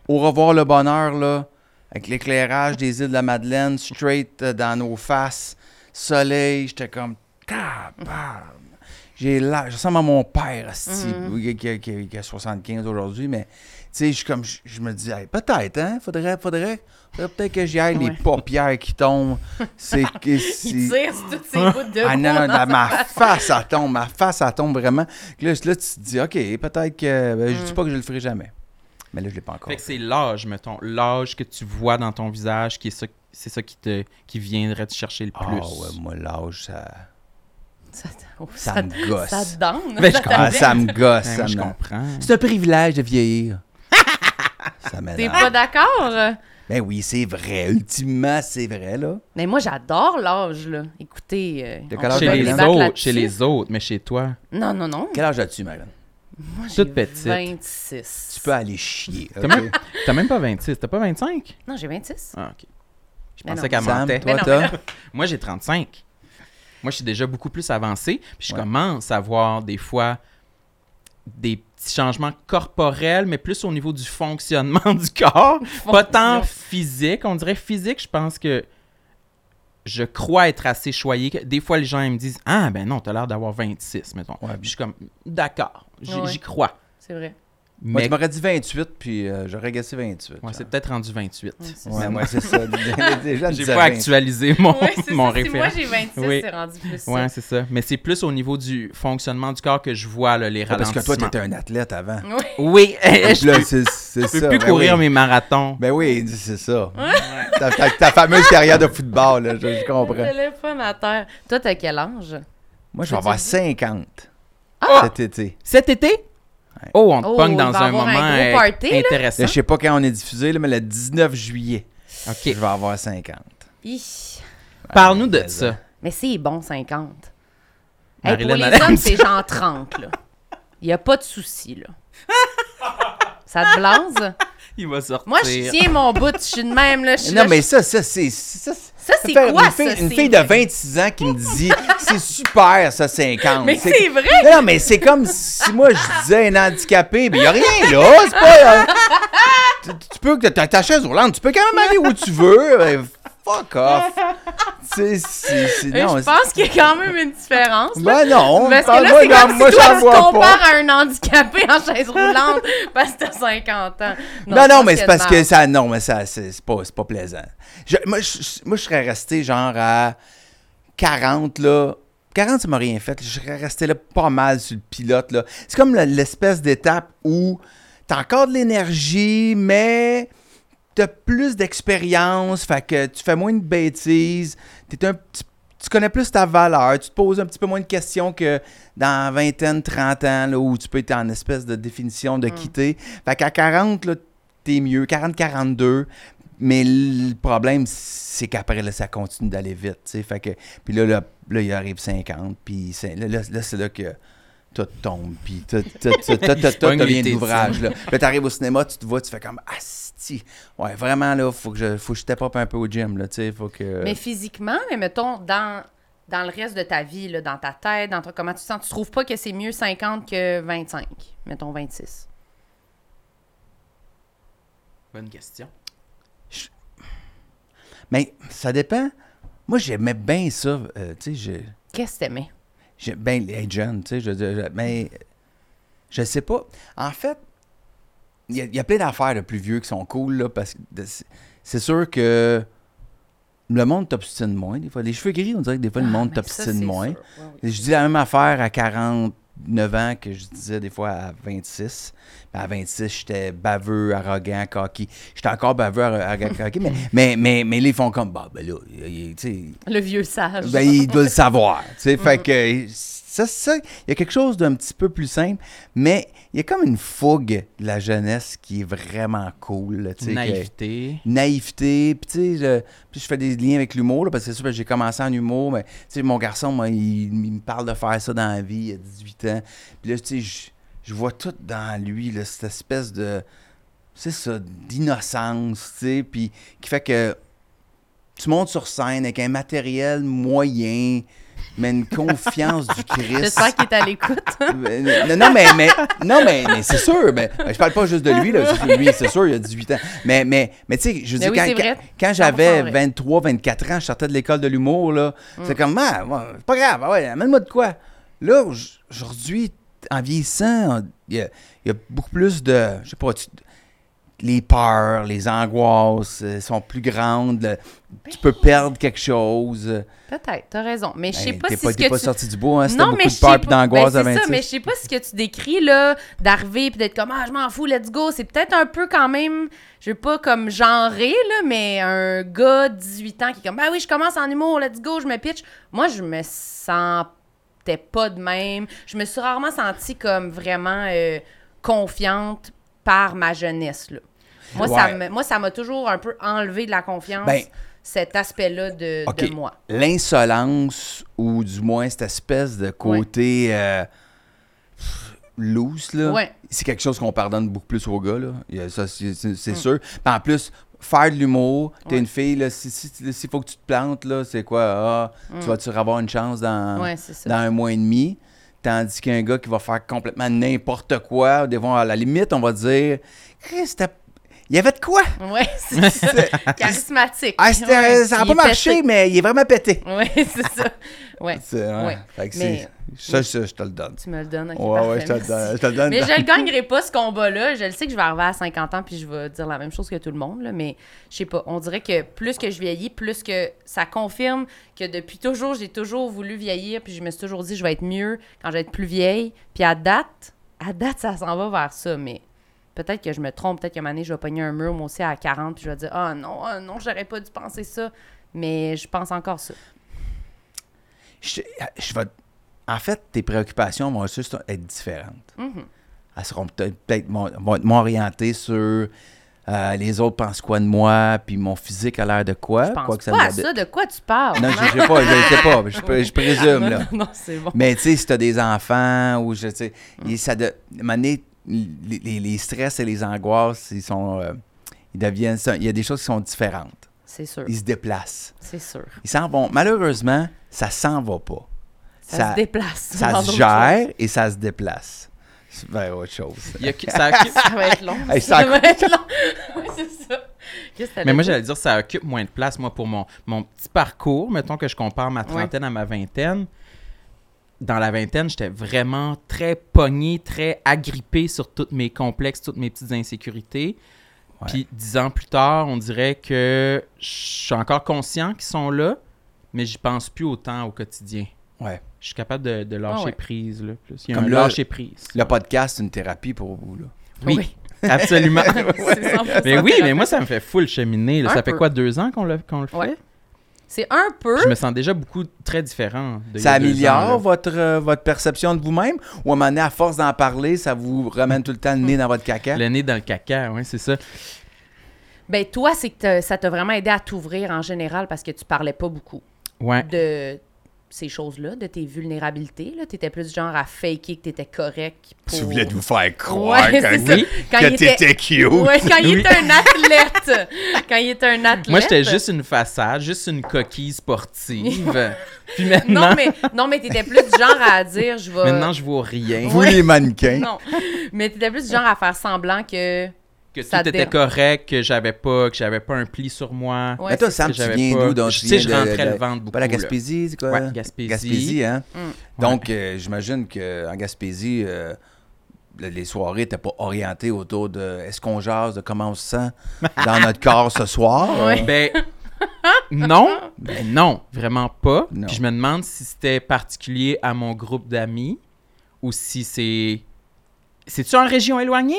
Speaker 4: Au revoir le bonheur, là, avec l'éclairage des îles de la Madeleine, straight euh, dans nos faces, soleil, j'étais comme. Tabarn. J'ai là, je ressemble à mon père, asti,
Speaker 2: Mhm.
Speaker 4: oui, qui, a- qui a- qui a 75 aujourd'hui, mais tu sais, je suis comme, je, je me dis, Hey, peut-être, hein, faudrait, faudrait, faudrait peut-être que j'y aille, les
Speaker 2: Ouais.
Speaker 4: paupières qui tombent, c'est que c'est...
Speaker 2: Il tire sur toutes ses bouts de
Speaker 4: Ah
Speaker 2: peau
Speaker 4: non, non,
Speaker 2: dans
Speaker 4: non,
Speaker 2: sa
Speaker 4: ma
Speaker 2: face.
Speaker 4: face, elle tombe, ma face, elle tombe vraiment. Là, je- là, tu te dis, OK, peut-être que. ben,
Speaker 2: Mm.
Speaker 4: Je dis pas que je le ferai jamais. Mais là, je l'ai pas encore.
Speaker 1: Fait que c'est l'âge, mettons. L'âge que tu vois dans ton visage, qui est ça, c'est ça qui te qui viendrait te chercher le
Speaker 4: Ah
Speaker 1: plus.
Speaker 4: ouais, moi, l'âge, ça,
Speaker 2: Ça, oh,
Speaker 4: ça
Speaker 2: ça-
Speaker 4: me gosse.
Speaker 2: ça te donne.
Speaker 1: Ben, je
Speaker 2: ça
Speaker 1: comprends.
Speaker 4: Ah,
Speaker 2: t'affecte.
Speaker 4: ça me gosse.
Speaker 1: Ben,
Speaker 4: ça
Speaker 1: moi, je
Speaker 4: me-
Speaker 1: comprends.
Speaker 4: C'est un privilège de vieillir. ça
Speaker 2: T'es
Speaker 4: m'énerve.
Speaker 2: pas d'accord?
Speaker 4: Ben oui, c'est vrai. Ultimement, c'est vrai, là.
Speaker 2: Mais moi, j'adore l'âge, là. Écoutez. euh,
Speaker 4: De
Speaker 2: on
Speaker 4: quel âge
Speaker 2: peut
Speaker 1: Chez
Speaker 4: t'as
Speaker 2: pas
Speaker 1: les
Speaker 4: débattre
Speaker 2: débattre
Speaker 1: autres,
Speaker 2: là-dessus.
Speaker 1: chez les autres, mais chez toi.
Speaker 2: Non, non, non.
Speaker 4: Quel âge as-tu, Marianne?
Speaker 2: Moi, j'ai
Speaker 1: Toute petite.
Speaker 2: 26.
Speaker 4: Tu peux aller chier.
Speaker 1: T'as même, t'as même pas 26, t'as pas 25?
Speaker 2: Non, j'ai 26.
Speaker 1: Ah, ok. Je
Speaker 2: Mais
Speaker 1: pensais
Speaker 2: non.
Speaker 1: qu'elle
Speaker 4: Sam,
Speaker 1: mentait.
Speaker 4: toi,
Speaker 2: Mais Ben non,
Speaker 4: t'as.
Speaker 1: Moi, j'ai 35. Moi, je suis déjà beaucoup plus avancé. Puis je
Speaker 4: Ouais.
Speaker 1: commence à voir des fois des petits changements corporels, mais plus au niveau du fonctionnement du corps. Pas tant physique. On dirait physique, je pense que je crois être assez choyé. que- Des fois, les gens ils me disent Ah, ben non, t'as l'air d'avoir 26, mettons.
Speaker 4: Ouais.
Speaker 1: Puis je suis comme D'accord, j'y
Speaker 2: Ouais.
Speaker 1: j'y crois.
Speaker 2: C'est vrai.
Speaker 4: Moi,
Speaker 1: Mais
Speaker 4: tu m'aurais dit 28, puis euh, j'aurais guessé 28.
Speaker 1: ouais,
Speaker 4: genre.
Speaker 1: c'est peut-être rendu 28.
Speaker 2: Ouais, c'est
Speaker 4: Ouais,
Speaker 2: ça.
Speaker 4: moi, c'est ça. Déjà,
Speaker 1: J'ai pas actualisé mon,
Speaker 2: Ouais, c'est
Speaker 1: mon
Speaker 2: ça, c'est Moi,
Speaker 1: référent.
Speaker 2: j'ai 26,
Speaker 1: Oui.
Speaker 2: c'est rendu plus ça.
Speaker 1: Ouais, c'est ça. Mais c'est plus au niveau du fonctionnement du corps que je vois là, les
Speaker 4: Ah, Parce
Speaker 1: ralentissements.
Speaker 4: que toi, t'étais un athlète avant.
Speaker 2: Oui.
Speaker 1: Oui, je
Speaker 4: Là, c'est c'est ça.
Speaker 1: peux plus
Speaker 4: ben
Speaker 1: courir
Speaker 4: oui.
Speaker 1: mes marathons.
Speaker 4: Ben oui, c'est ça. Ta, ta- ta fameuse carrière de football, là, je, je
Speaker 2: Le
Speaker 4: comprends.
Speaker 2: téléphone à terre. Toi, t'as quel âge?
Speaker 4: Moi, je vais avoir 50
Speaker 1: Ah!
Speaker 4: cet été.
Speaker 1: Cet été? Oh, on te
Speaker 2: Oh,
Speaker 1: pogne
Speaker 2: il
Speaker 1: dans
Speaker 2: va
Speaker 1: un
Speaker 2: avoir
Speaker 1: moment
Speaker 2: un gros
Speaker 1: euh,
Speaker 2: party, là.
Speaker 1: intéressant.
Speaker 4: Là, je sais pas quand on est diffusé, là, mais le 19 juillet,
Speaker 1: OK.
Speaker 4: je vais avoir 50.
Speaker 2: Hi.
Speaker 1: Parle-nous de
Speaker 4: mais,
Speaker 1: ça.
Speaker 2: Mais c'est bon, 50. Hey, pour
Speaker 1: Marilyn
Speaker 2: les
Speaker 1: Allen.
Speaker 2: hommes, c'est genre 30, là. Il n'y a pas de souci, là. Ça te blase?
Speaker 1: Il va sortir.
Speaker 2: Moi, je tiens mon bout. Je suis de même, là. Je suis
Speaker 4: Non,
Speaker 2: là,
Speaker 4: mais ça, ça, c'est. Ça,
Speaker 2: Ça, c'est
Speaker 4: fait
Speaker 2: quoi,
Speaker 4: une fille,
Speaker 2: ça,
Speaker 4: Une
Speaker 2: c'est
Speaker 4: fille de 26 ans qui me dit c'est super, ça, 50.
Speaker 2: Mais c'est vrai!
Speaker 4: Non, non, mais c'est comme si moi, je disais un handicapé, mais il n'y a rien là. C'est pas. euh, tu, tu peux. Ta, ta chaise roulante, tu peux quand même aller où tu veux. euh, fuck off. C'est. c'est- c'est-
Speaker 2: Euh,
Speaker 4: Non,
Speaker 2: je pense qu'il y a quand même une différence. là.
Speaker 4: Ben non.
Speaker 2: Parce que
Speaker 4: parle-
Speaker 2: là,
Speaker 4: moi,
Speaker 2: c'est
Speaker 4: j'en-
Speaker 2: comme
Speaker 4: moi,
Speaker 2: si toi,
Speaker 4: j'en
Speaker 2: tu
Speaker 4: vois
Speaker 2: compares à un handicapé en chaise roulante parce que t'as 50 ans.
Speaker 4: Ben Non,
Speaker 2: je
Speaker 4: non,
Speaker 2: pense
Speaker 4: mais
Speaker 2: qu'il y
Speaker 4: c'est
Speaker 2: a
Speaker 4: parce
Speaker 2: de
Speaker 4: que
Speaker 2: merde.
Speaker 4: ça. Non, mais ça, c'est c'est pas, c'est pas plaisant. Je- moi, je, moi, je serais resté genre à 40, là. 40, ça m'a rien fait. Je serais resté là pas mal sur le pilote, là. C'est comme la- l'espèce d'étape où t'as encore de l'énergie, mais t'as plus d'expérience, fait que tu fais moins de bêtises, t'es un petit tu connais plus ta valeur, tu te poses un petit peu moins de questions que dans vingtaine, 30 ans, là, où tu peux être en espèce de définition de quitter. Fait qu'à 40, là, t'es mieux, 40-42, mais le problème, c'est qu'après, là, ça continue d'aller vite, tu sais. Fait que, puis là, là, là, il arrive 50, puis c'est- là, là, là, c'est là que tout tombe, puis tout, tout, tout, tout, tout, tout,
Speaker 1: pogne les
Speaker 4: devient de
Speaker 1: tétines.
Speaker 4: l'ouvrage, là. Là, t'arrives au cinéma, tu te vois, tu fais comme « Asti! » Ouais, vraiment, là, faut que je, faut que je step up un peu au gym, là, tu sais, faut que...
Speaker 2: Mais physiquement, mais mettons, dans, dans le reste de ta vie, là, dans ta tête, dans ton- comment tu te sens, tu trouves pas que c'est mieux 50 que 25, mettons 26.
Speaker 1: Bonne question.
Speaker 4: Mais ça dépend. Moi, j'aimais bien ça. euh, tu sais, j'ai-
Speaker 2: Qu'est-ce que t'aimais?
Speaker 4: j'aime bien les jeunes. Tu sais, je veux dire, je- mais je sais pas. En fait, il y, a- il y a plein d'affaires de plus vieux qui sont cool, là, parce que de- c'est- c'est sûr que le monde t'obstine moins. Des fois, les cheveux gris, on dirait que des fois, le monde
Speaker 2: Ah, mais ça,
Speaker 4: t'obstine
Speaker 2: c'est
Speaker 4: moins.
Speaker 2: sûr. Ouais, oui.
Speaker 4: Je dis la même affaire à 49 ans que je disais des fois à 26. Mais à 26, j'étais baveux, arrogant, cocky. J'étais encore baveux, arrogant, cocky, mais, mais, mais, mais là, ils font comme, bah, ben là, il- il- tu sais,
Speaker 2: Le vieux sage.
Speaker 4: ben, il doit le savoir. tu sais. Fait que ça, ça, il y a quelque chose d'un petit peu plus simple, mais il y a comme une fougue de la jeunesse qui est vraiment cool. là, tu sais, que-
Speaker 1: Naïveté.
Speaker 4: naïveté. Puis, tu sais, je, puis je fais des liens avec l'humour, là, parce que c'est sûr que j'ai commencé en humour, mais tu sais, mon garçon, moi, il, il me parle de faire ça dans la vie, il a 18 ans. Puis là, tu sais, je, je vois tout dans lui, là, cette espèce de. C'est ça, d'innocence, tu sais, puis qui fait que tu montes sur scène avec un matériel moyen, mais une confiance du Christ.
Speaker 2: J'espère qu'il est à l'écoute.
Speaker 4: Euh, non, non, mais, mais, non, mais, mais c'est sûr. Mais, mais je parle pas juste de lui. Là, C'est sûr, lui, c'est sûr, il a 18 ans. Mais, mais, mais tu sais, je veux
Speaker 2: Mais
Speaker 4: dire,
Speaker 2: oui,
Speaker 4: quand,
Speaker 2: c'est
Speaker 4: quand,
Speaker 2: vrai.
Speaker 4: quand
Speaker 2: 100%
Speaker 4: j'avais
Speaker 2: vrai. Mm.
Speaker 4: 23, 24 ans, je sortais de l'école de l'humour. là C'est comme, ah, ouais, c'est pas grave, ah ouais, amène-moi de quoi. Là, j- aujourd'hui, en vieillissant, on- il y, a- il y a beaucoup plus de. Je sais pas, tu- les peurs, les angoisses euh, sont plus grandes. le- tu peux perdre quelque chose.
Speaker 2: Peut-être, t'as raison. Mais Ben je sais
Speaker 4: Ben,
Speaker 2: pas
Speaker 4: t'es
Speaker 2: si
Speaker 4: pas,
Speaker 2: ce
Speaker 4: t'es
Speaker 2: que
Speaker 4: pas
Speaker 2: tu...
Speaker 4: sorti du bois, hein, si t'as
Speaker 2: Non,
Speaker 4: beaucoup
Speaker 2: mais je
Speaker 4: de
Speaker 2: sais
Speaker 4: peur et
Speaker 2: pas-
Speaker 4: d'angoisse
Speaker 2: ben,
Speaker 4: à
Speaker 2: c'est
Speaker 4: 26.
Speaker 2: ça, mais je sais pas ce que tu décris, là, d'arriver puis d'être comme « Ah, je m'en fous, let's go! » C'est peut-être un peu quand même, je veux pas comme genrer, là, mais un gars de 18 ans qui est comme « Ben oui, je commence en humour, let's go, je me pitch. » Moi, je me sentais pas de même. Je me suis rarement sentie comme vraiment euh, confiante par ma jeunesse, là. Moi, ça
Speaker 4: Ouais.
Speaker 2: me- moi, ça m'a toujours un peu enlevé de la confiance,
Speaker 4: Ben,
Speaker 2: cet aspect-là de,
Speaker 4: OK.
Speaker 2: de moi.
Speaker 4: L'insolence, ou du moins cette espèce de côté euh, pff, loose, là,
Speaker 2: Ouais.
Speaker 4: c'est quelque chose qu'on pardonne beaucoup plus aux gars. Là. Il y a ça, c'est c'est-
Speaker 2: Mm.
Speaker 4: c'est sûr. Puis en plus, faire de l'humour, t'es une fille, là, si- si- s'il faut que tu te plantes, là, c'est quoi? Ah, Tu vas-tu avoir une chance dans,
Speaker 2: Mm. Ouais, c'est ça.
Speaker 4: dans un mois et demi? Tandis qu'un gars qui va faire complètement n'importe quoi, des fois, à la limite, on va dire, Chris, t'as- il y avait de quoi?
Speaker 2: Ouais, c'est ça. Charismatique.
Speaker 4: Ah, c'était-
Speaker 2: Ouais.
Speaker 4: ça n'a
Speaker 2: Il
Speaker 4: pas
Speaker 2: est
Speaker 4: marché,
Speaker 2: pété.
Speaker 4: mais il est vraiment pété.
Speaker 2: Ouais, c'est ça. Ouais.
Speaker 4: C'est- ouais.
Speaker 2: Ouais.
Speaker 4: Fait que
Speaker 2: Mais-
Speaker 4: c'est- ça, ça, je te le donne.
Speaker 2: Tu me le donnes. ok,
Speaker 4: Ouais, ouais,
Speaker 2: parfait,
Speaker 4: je te le
Speaker 2: merci.
Speaker 4: donne- je te le donne
Speaker 2: Mais
Speaker 4: dans-
Speaker 2: je le gagnerai pas, ce combat-là. Je le sais que je vais arriver à 50 ans puis je vais dire la même chose que tout le monde, là, mais je sais pas. On dirait que plus que je vieillis, plus que ça confirme que depuis toujours, j'ai toujours voulu vieillir puis je me suis toujours dit je vais être mieux quand je vais être plus vieille. Puis à date, à date, ça s'en va vers ça, mais peut-être que je me trompe. Peut-être qu'à un moment donné, je vais pogner un mur, moi aussi, à 40 puis je vais dire ah non, ah non, j'aurais pas dû penser ça. Mais je pense encore ça.
Speaker 4: Je, je vais- En fait, tes préoccupations vont
Speaker 2: Mm-hmm.
Speaker 4: juste être différentes. Elles seront peut-être peut-être m'on- vont être m'orienter sur euh, les autres pensent quoi de moi, puis mon physique a l'air de quoi.
Speaker 2: Je pense
Speaker 4: Ah, quoi que ça
Speaker 2: pas à
Speaker 4: me-
Speaker 2: ça. De quoi tu parles? Ah,
Speaker 4: Non, je je sais pas, je sais pas, je, pr- je présume,
Speaker 2: non,
Speaker 4: là.
Speaker 2: non, non, c'est bon.
Speaker 4: Mais tu sais, si t'as des enfants ou je tu sais,
Speaker 2: Mm.
Speaker 4: et ça de, à un moment donné, les, les- les stress et les angoisses, ils sont, euh, ils deviennent, ça- il y a des choses qui sont différentes.
Speaker 2: C'est sûr.
Speaker 4: Ils se déplacent.
Speaker 2: C'est sûr.
Speaker 4: Ils s'en vont. Malheureusement, ça s'en va pas.
Speaker 2: Ça, se déplace.
Speaker 4: ça
Speaker 2: dans
Speaker 4: se
Speaker 2: d'autres
Speaker 4: gère et ça se déplace C'est vers autre chose.
Speaker 1: Il y a que- ça occupe-
Speaker 2: choses. Ça va être long.
Speaker 4: Hey, ça-
Speaker 2: ça, va être long. Oui, c'est ça. Qu'est-ce que t'allais
Speaker 1: Mais moi,
Speaker 2: dire?
Speaker 1: j'allais dire, ça occupe moins de place, moi, pour mon, mon petit parcours. Mettons que je compare ma trentaine à ma vingtaine. Dans la vingtaine, j'étais vraiment très pogné, très agrippé sur tous mes complexes, toutes mes petites insécurités.
Speaker 4: Ouais.
Speaker 1: Puis dix ans plus tard, on dirait que je suis encore conscient qu'ils sont là, mais j'y pense plus autant au quotidien.
Speaker 4: Ouais.
Speaker 1: Je suis capable de, de lâcher
Speaker 2: Ah ouais.
Speaker 1: prise. Là, plus. Il y a
Speaker 4: Comme
Speaker 1: un
Speaker 4: là-
Speaker 1: lâcher prise.
Speaker 4: Le podcast, c'est une thérapie pour vous. Là.
Speaker 1: Oui, absolument.
Speaker 2: C'est 100%
Speaker 1: mais oui, mais
Speaker 2: thérapeutique.
Speaker 1: moi, ça me fait full cheminer. là.
Speaker 2: Un
Speaker 1: Ça fait
Speaker 2: peu.
Speaker 1: quoi, deux ans qu'on le, qu'on le fait?
Speaker 2: Ouais. C'est un peu.
Speaker 1: Je me sens déjà beaucoup très différent. De il y
Speaker 4: Ça
Speaker 1: a deux
Speaker 4: améliore
Speaker 1: ans, là.
Speaker 4: votre, euh, votre perception de vous-même ou à un moment donné, à force d'en parler, ça vous ramène tout le temps le nez dans votre caca?
Speaker 1: Le nez dans le caca, oui, c'est ça.
Speaker 2: Ben toi, c'est que t'as- ça t'a vraiment aidé à t'ouvrir en général parce que tu parlais pas beaucoup
Speaker 1: Ouais.
Speaker 2: de ces choses-là, de tes vulnérabilités. Là, t'étais plus du genre à faker que t'étais correct. Pour...
Speaker 4: faire
Speaker 1: hein.
Speaker 2: Ouais, c'est ça.
Speaker 1: Oui,
Speaker 2: Quand il était...
Speaker 4: cute.
Speaker 2: Ouais, quand il
Speaker 1: Oui.
Speaker 2: était un athlète. quand il était un athlète.
Speaker 1: Moi, j'étais juste une façade, juste une coquille sportive. Puis maintenant,
Speaker 2: Non, mais, euh, non, mais t'étais plus du genre à dire je vais.
Speaker 1: maintenant je vois rien.
Speaker 4: Vous,
Speaker 2: Ouais.
Speaker 4: les mannequins.
Speaker 2: Non. Mais t'étais plus du genre à faire semblant que.
Speaker 1: Que tout
Speaker 2: Ça te
Speaker 1: était
Speaker 2: dérange.
Speaker 1: correct, que j'avais pas, que j'avais pas un pli sur moi.
Speaker 2: Ouais,
Speaker 4: Mais toi,
Speaker 2: c'est-
Speaker 4: Sam,
Speaker 1: que
Speaker 4: tu
Speaker 1: j'avais
Speaker 4: viens
Speaker 1: pas-
Speaker 4: d'où? donc
Speaker 1: je-
Speaker 4: tu
Speaker 1: tu sais,
Speaker 4: viens
Speaker 1: je
Speaker 4: de-
Speaker 1: rentrais
Speaker 4: de-
Speaker 1: le ventre beaucoup,
Speaker 4: Pas la
Speaker 1: là.
Speaker 4: Gaspésie, c'est quoi?
Speaker 1: Ouais, Gaspésie. Mm.
Speaker 4: hein? Donc, euh, j'imagine qu'en Gaspésie, euh, le- les soirées n'étaient pas orientées autour de est-ce qu'on jase, de comment on se sent dans notre corps ce soir?
Speaker 2: Ouais.
Speaker 1: Ben non, ben non, vraiment pas.
Speaker 4: Non.
Speaker 1: Puis je me demande si c'était particulier à mon groupe d'amis ou si c'est c'est-tu en région éloignée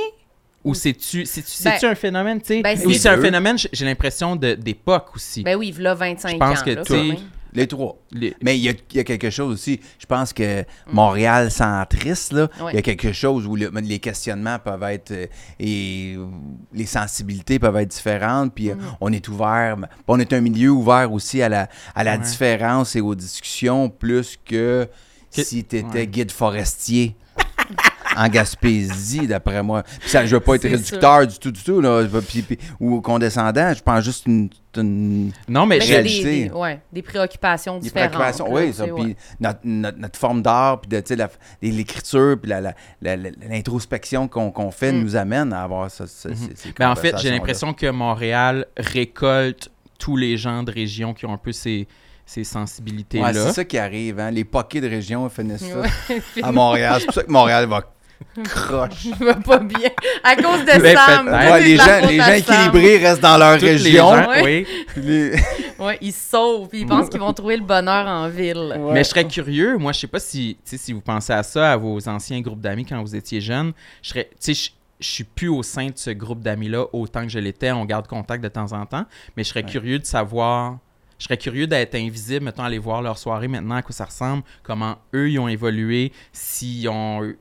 Speaker 1: ou c'est-tu c'est-tu
Speaker 2: Ben,
Speaker 1: c'est-tu un phénomène, tu sais
Speaker 2: ben,
Speaker 1: ou
Speaker 2: c'est-
Speaker 1: c'est un
Speaker 4: Les deux.
Speaker 1: phénomène j'ai- j'ai l'impression de d'époque aussi.
Speaker 2: Ben oui, v'là 25 ans.
Speaker 1: Je pense que
Speaker 2: là,
Speaker 1: tu-
Speaker 2: quand même.
Speaker 4: Les trois.
Speaker 1: Les-
Speaker 4: Mais il y, a- il y a quelque chose aussi. Je pense que Montréal centriste, là, il
Speaker 2: Ouais.
Speaker 4: y a quelque chose où le- les questionnements peuvent être euh, et euh, les sensibilités peuvent être différentes. Puis
Speaker 1: Mm.
Speaker 4: euh, on est ouvert. mais- On est un milieu ouvert aussi à la, à la
Speaker 1: Ouais.
Speaker 4: différence et aux discussions plus que,
Speaker 1: Que-
Speaker 4: si tu étais
Speaker 1: ouais.
Speaker 4: guide forestier. en Gaspésie, d'après moi. Puis ça, je veux pas être
Speaker 2: C'est
Speaker 4: réducteur du tout, du tout, là, puis- puis- ou condescendant. Je pense juste une- une
Speaker 1: Non, mais je-
Speaker 2: Mais ben, c'est des,
Speaker 4: réalité.
Speaker 2: des- ouais, des préoccupations
Speaker 4: Des
Speaker 2: différentes.
Speaker 4: préoccupations,
Speaker 2: là,
Speaker 4: oui,
Speaker 2: tu
Speaker 4: ça.
Speaker 2: sais, ouais.
Speaker 4: Puis notre, notre- notre forme d'art, puis de, tu sais, la- les- l'écriture, puis la- la- la- la- l'introspection qu'on qu'on fait nous amène à avoir ça. ça- ces- ces
Speaker 1: Mm. ben, en fait, j'ai
Speaker 4: conversations-là.
Speaker 1: l'impression que Montréal récolte tous les gens de région qui ont un peu ces ces sensibilités
Speaker 4: Ouais,
Speaker 1: là.
Speaker 4: c'est ça qui arrive, hein. Les poquets de région finissent ça
Speaker 2: Ouais.
Speaker 4: à Montréal. C'est pour ça que Montréal va croche.
Speaker 2: Je vais pas bien. À cause de
Speaker 1: Ben, peut-être.
Speaker 2: Sam. Tout
Speaker 4: Ouais,
Speaker 2: est
Speaker 4: les,
Speaker 2: de la
Speaker 4: gens,
Speaker 2: faute
Speaker 4: les
Speaker 2: à
Speaker 4: gens
Speaker 2: Sam.
Speaker 4: équilibrés restent dans leur
Speaker 1: Toutes les
Speaker 4: région.
Speaker 1: gens,
Speaker 2: Ouais.
Speaker 1: oui.
Speaker 4: Les-
Speaker 2: Ouais, ils se sauvent, puis ils pensent qu'ils vont trouver le bonheur en ville.
Speaker 1: Mais je serais curieux, moi, je sais pas si, tu sais, si vous pensez à ça, à vos anciens groupes d'amis quand vous étiez jeune. Je serais, tu sais, je- je suis plus au sein de ce groupe d'amis-là autant que je l'étais. On garde contact de temps en temps. Mais je serais curieux de savoir, je serais curieux d'être invisible, mettons, aller voir leur soirée maintenant, à quoi ça ressemble, comment eux, ils ont évolué, s'ils ont. eu-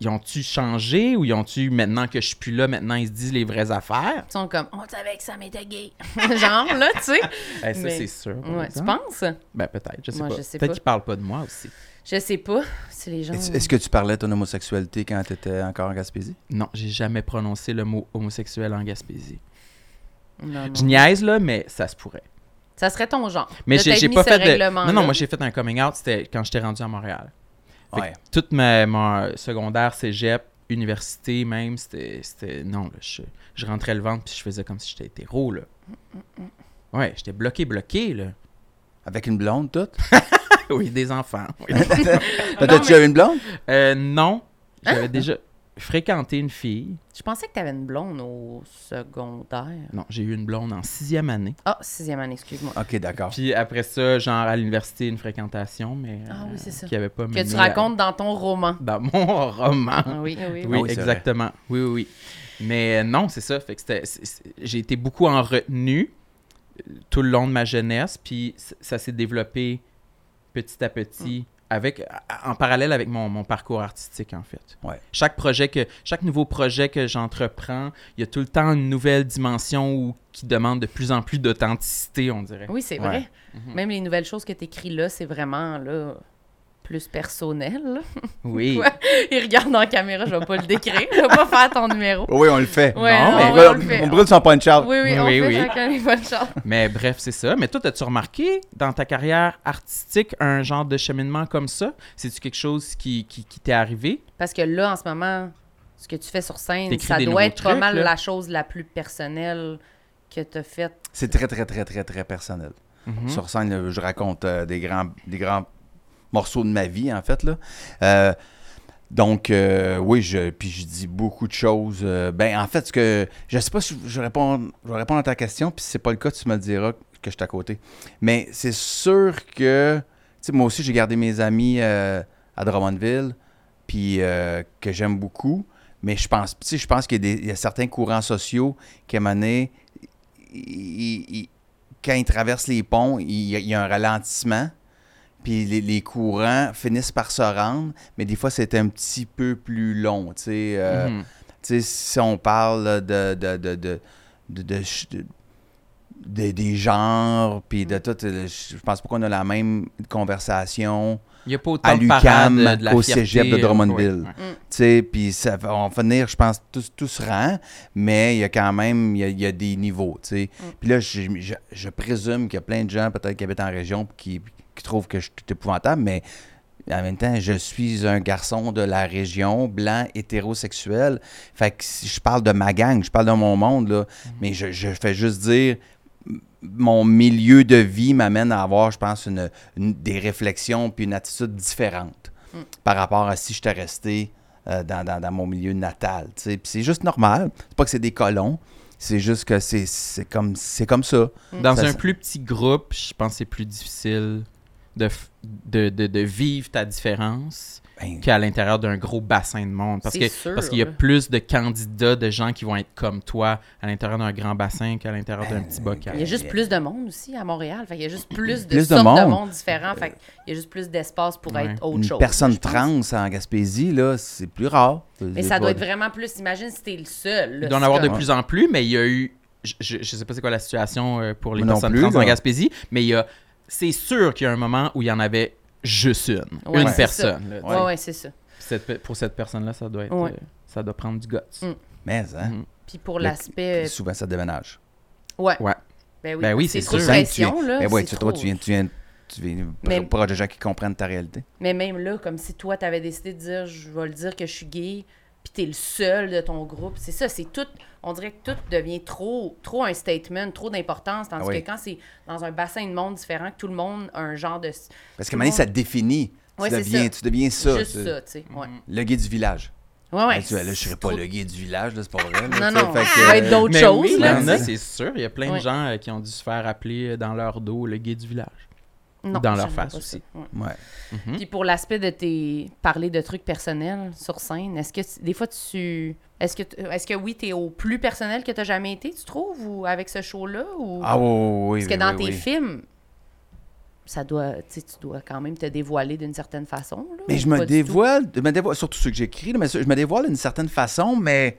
Speaker 1: Ils ont-tu changé ou ils ont-tu, maintenant que je suis plus là, maintenant ils se disent les vraies affaires?
Speaker 2: Ils sont comme, on savait que Sam était gay. Genre, là, tu sais.
Speaker 1: Eh, ça,
Speaker 2: Mais-
Speaker 1: c'est sûr. par
Speaker 2: Ouais, tu
Speaker 1: exemple.
Speaker 2: penses?
Speaker 1: Ben, peut-être, je sais
Speaker 2: Moi,
Speaker 1: pas.
Speaker 2: je sais
Speaker 1: Peut-être
Speaker 2: pas.
Speaker 1: qu'ils parlent pas de moi aussi.
Speaker 2: Je sais pas si les gens.
Speaker 4: Est-ce que tu parlais de ton homosexualité quand tu étais encore en Gaspésie?
Speaker 1: Non, j'ai jamais prononcé le mot homosexuel en Gaspésie.
Speaker 2: Non, non.
Speaker 1: Je niaise, là, mais ça se pourrait.
Speaker 2: Ça serait ton genre.
Speaker 1: Mais
Speaker 2: De
Speaker 1: j'ai
Speaker 2: t'être
Speaker 1: j'ai
Speaker 2: mis
Speaker 1: pas
Speaker 2: ce
Speaker 1: fait de...
Speaker 2: règlement-là.
Speaker 1: Non, non, moi, j'ai fait un coming out, c'était quand j'étais rendu à Montréal. Fait que
Speaker 4: Ouais.
Speaker 1: Toute ma, mon secondaire, cégep, université même, c'était... c'était- Non, là, je, je rentrais le ventre puis je faisais comme si j'étais hétéro, là. Ouais, j'étais bloqué, bloqué, là.
Speaker 4: Avec une blonde, toute?
Speaker 1: oui, des enfants. oui.
Speaker 4: T'as-tu eu une blonde?
Speaker 1: Euh, non,
Speaker 2: Hein?
Speaker 1: j'avais déjà fréquenté une fille.
Speaker 2: Je pensais que t'avais une blonde au secondaire.
Speaker 1: Non, j'ai eu une blonde en sixième année.
Speaker 2: Ah, sixième année, excuse-moi.
Speaker 4: OK, d'accord.
Speaker 1: Puis après ça, genre à l'université, une fréquentation, mais euh,
Speaker 2: Ah oui, c'est ça.
Speaker 1: qui avait pas
Speaker 2: Que tu
Speaker 1: mené à-
Speaker 2: racontes dans ton roman.
Speaker 1: dans mon roman.
Speaker 2: Ah oui, oui.
Speaker 1: Oui,
Speaker 4: oui, c'est
Speaker 1: exactement. Oui, oui, oui. Mais euh, non, c'est ça. Fait que c'était- c'est- c'est- j'ai été beaucoup en retenue euh, tout le long de ma jeunesse, puis c- ça s'est développé petit à petit
Speaker 2: Hmm.
Speaker 1: avec, en parallèle avec mon, mon parcours artistique, en fait.
Speaker 4: Ouais.
Speaker 1: Chaque projet que, chaque nouveau projet que j'entreprends, il y a tout le temps une nouvelle dimension où- qui demande de plus en plus d'authenticité, on dirait.
Speaker 2: Oui, c'est
Speaker 4: Ouais.
Speaker 2: vrai. Même les nouvelles choses que tu écris là, c'est vraiment là, plus personnel. là.
Speaker 1: Oui.
Speaker 2: Ouais. Il regarde en caméra, je vais pas le décrire, je vais pas faire ton numéro.
Speaker 4: Oui, on le fait.
Speaker 2: Ouais,
Speaker 1: Non,
Speaker 2: non,
Speaker 1: mais-
Speaker 4: on,
Speaker 2: oui,
Speaker 4: brûle-
Speaker 2: on le fait.
Speaker 4: on brûle son punch-out.
Speaker 2: Oui, oui, on
Speaker 1: Oui,
Speaker 2: fait
Speaker 1: oui.
Speaker 2: chacun les bonnes choses.
Speaker 1: Mais bref, c'est ça. Mais toi, as-tu remarqué dans ta carrière artistique un genre de cheminement comme ça? C'est-tu quelque chose qui, qui, qui t'est arrivé?
Speaker 2: Parce que là, en ce moment, ce que tu fais sur scène,
Speaker 1: T'écris
Speaker 2: ça
Speaker 1: des
Speaker 2: doit
Speaker 1: nouveaux
Speaker 2: être pas
Speaker 1: trucs,
Speaker 2: mal
Speaker 1: là.
Speaker 2: la chose la plus personnelle que tu as faite.
Speaker 4: C'est très, très, très, très, très personnel.
Speaker 1: Mhm.
Speaker 4: Sur scène, là, je raconte euh, des, grands, des grands morceaux de ma vie, en fait. Là. Euh, donc, euh, oui, je, puis je dis beaucoup de choses. euh, ben, en fait, ce que je sais pas si je réponds, je vais répondre à ta question, puis si c'est pas le cas, tu me le diras que je suis à côté. Mais c'est sûr que, tu sais, moi aussi, j'ai gardé mes amis euh, à Drummondville, puis euh, que j'aime beaucoup. Mais je pense, tu sais, je pense qu'il y, a des- il y a certains courants sociaux qui, à un moment donné, ils- ils- quand ils traversent les ponts, il y, a- il y a un ralentissement. Puis les, les courants finissent par se rendre, mais des fois, c'est un petit peu plus long. Tu sais, euh,
Speaker 1: Mhm.
Speaker 4: tu sais, si on parle là, de, de, de, de, de- de ch- de- de- des genres, puis de tout, euh, je je pense pas qu'on a la même conversation.
Speaker 1: Il n'y a pas
Speaker 4: À
Speaker 1: autant de
Speaker 4: l'UQAM
Speaker 1: parades de, de la
Speaker 4: qu'au
Speaker 1: fierté,
Speaker 4: cégep de
Speaker 1: euh,
Speaker 4: Drummondville.
Speaker 1: ouais, ouais.
Speaker 4: Tu sais, puis ça va- on va venir, je pense, tous, tous rangs, mais il y a quand même, il y a, il y a des niveaux, tu sais. Puis là, je, je- je présume qu'il y a plein de gens, peut-être, qui habitent en région, puis qui, qui trouvent que je suis tout épouvantable, mais en même temps, je suis un garçon de la région, blanc, hétérosexuel. Fait que si je parle de ma gang, je parle de mon monde, là, mais je, je fais juste dire m- mon milieu de vie m'amène à avoir, je pense, une, une- des réflexions puis une attitude différente par rapport à si j'étais resté euh, dans, dans- dans mon milieu natal. tu sais. Puis c'est juste normal. C'est pas que c'est des colons. C'est juste que c'est c'est comme, c'est comme ça.
Speaker 2: Mm-hmm.
Speaker 1: Dans
Speaker 4: Ça,
Speaker 1: un
Speaker 4: ça-
Speaker 1: plus petit groupe, je pense que c'est plus difficile de, f- de, de, de vivre ta différence
Speaker 4: Ben,
Speaker 1: qu'à l'intérieur d'un gros bassin de monde. Parce
Speaker 2: C'est
Speaker 1: que
Speaker 2: sûr,
Speaker 1: parce qu'il y a
Speaker 2: là.
Speaker 1: plus de candidats, de gens qui vont être comme toi à l'intérieur d'un grand bassin qu'à l'intérieur d'un petit bocal.
Speaker 2: Il y a juste plus de monde aussi à Montréal. Fait il y a juste plus de
Speaker 4: Plus de
Speaker 2: sortes de
Speaker 4: monde.
Speaker 2: monde différents. Fait il y a juste plus d'espace pour
Speaker 1: Ouais.
Speaker 2: être autre
Speaker 4: une
Speaker 2: chose.
Speaker 4: personne
Speaker 2: je pense.
Speaker 4: trans en Gaspésie, là, c'est plus rare.
Speaker 2: Mais ça doit être vraiment plus. Imagine si t'es le seul. là,
Speaker 1: Il doit en
Speaker 2: c'est
Speaker 1: avoir de
Speaker 2: comme-
Speaker 1: plus en plus, mais il y a eu. Je, je, je sais pas c'est quoi la situation euh, pour les
Speaker 4: Moi non
Speaker 1: personnes
Speaker 4: plus,
Speaker 1: trans en
Speaker 4: là.
Speaker 1: Gaspésie, mais il y a. C'est sûr qu'il y a un moment où il y en avait juste une.
Speaker 2: Ouais,
Speaker 1: une
Speaker 2: c'est
Speaker 1: personne. là, tu sais.
Speaker 2: Ouais, ouais, c'est ça.
Speaker 1: Cette pe- pour cette personne-là, ça doit être.
Speaker 2: Ouais.
Speaker 1: euh, ça doit prendre du guts.
Speaker 2: Mm.
Speaker 4: Mais, hein,
Speaker 1: Mhm.
Speaker 2: Puis pour
Speaker 4: Le-
Speaker 2: l'aspect. euh,
Speaker 4: souvent, ça déménage.
Speaker 2: Ouais.
Speaker 1: Ouais.
Speaker 2: Ben oui,
Speaker 1: Ben oui,
Speaker 2: c'est
Speaker 1: c'est
Speaker 2: trop de
Speaker 4: hein,
Speaker 1: sûr.
Speaker 2: pression,
Speaker 4: tu,
Speaker 2: là.
Speaker 4: mais ben ouais,
Speaker 2: c'est
Speaker 4: tu,
Speaker 2: trop.
Speaker 4: toi, tu viens, tu viens, tu viens
Speaker 2: Mais-
Speaker 4: pro- proche de gens qui comprennent ta réalité.
Speaker 2: Mais même là, comme si toi, t'avais décidé de dire, je vais le dire que je suis gay, puis t'es le seul de ton groupe. C'est ça, c'est tout. On dirait que tout devient trop, trop un statement, trop d'importance. Tandis
Speaker 4: Ah oui.
Speaker 2: que quand c'est dans un bassin de monde différent, que tout le monde a un genre de.
Speaker 4: Parce
Speaker 2: tout
Speaker 4: qu'à un
Speaker 2: le
Speaker 4: moment donné,
Speaker 2: monde-
Speaker 4: ça te définit.
Speaker 2: Ouais,
Speaker 4: tu,
Speaker 2: c'est
Speaker 4: deviens,
Speaker 2: ça.
Speaker 4: tu deviens ça.
Speaker 2: Juste
Speaker 4: tu-
Speaker 2: ça, tu sais. Ouais.
Speaker 4: Le gay du village.
Speaker 2: Ouais, ouais.
Speaker 4: Hey, Mm-hmm. Ben, tu vois, là, je serais pas
Speaker 2: trop-
Speaker 4: le gay du village, là, c'est pas vrai.
Speaker 2: Non, non,
Speaker 4: Fait euh,
Speaker 2: ça va être d'autres
Speaker 1: Mais
Speaker 2: choses,
Speaker 1: oui, il y
Speaker 2: là.
Speaker 1: en a,
Speaker 4: tu sais.
Speaker 1: c'est sûr. Il y a plein
Speaker 2: Ouais.
Speaker 1: de gens euh, qui ont dû se faire appeler euh, dans leur dos le gay du village.
Speaker 2: Non,
Speaker 1: dans leur
Speaker 2: j'aimerais pas
Speaker 1: face
Speaker 2: ça.
Speaker 1: aussi.
Speaker 2: Ouais.
Speaker 4: Ouais.
Speaker 1: Hmm.
Speaker 2: Puis pour l'aspect de tes parler de trucs personnels sur scène, est-ce que tu- des fois tu est-ce que tu- est-ce que oui, tu es au plus personnel que tu jamais été, tu trouves ou avec ce show là ou
Speaker 4: Ah oui, oui, oui.
Speaker 2: parce que
Speaker 4: oui,
Speaker 2: dans
Speaker 4: oui,
Speaker 2: tes
Speaker 4: oui.
Speaker 2: films ça doit tu sais, tu dois quand même te dévoiler d'une certaine façon là,
Speaker 4: Mais
Speaker 2: ou
Speaker 4: je
Speaker 2: pas
Speaker 4: me
Speaker 2: du tout?
Speaker 4: dévoile, je me dévoile, surtout ceux que j'écris, là, mais je me dévoile d'une certaine façon, mais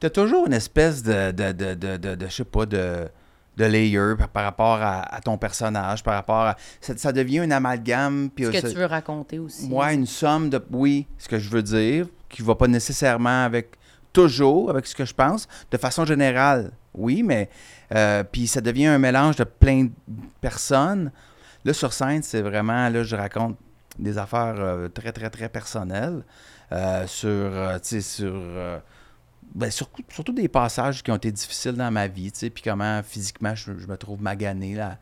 Speaker 4: t'as toujours une espèce de, de, de, de, de- de- je sais pas, de, de layer par, par rapport à, à ton personnage, par rapport à... Ça, ça devient un amalgame, puis...
Speaker 2: ce que
Speaker 4: ça-
Speaker 2: tu veux raconter aussi.
Speaker 4: Ouais, une somme de... Oui, ce que je veux dire, qui va pas nécessairement avec... Toujours avec ce que je pense, de façon générale, oui, mais... euh, puis ça devient un mélange de plein de personnes. Là, sur scène, c'est vraiment... Là, je raconte des affaires euh, très, très, très personnelles euh, sur... euh, tu sais, sur... euh, ben, sur- surtout des passages qui ont été difficiles dans ma vie, tu sais, puis comment physiquement je, je me trouve magané là,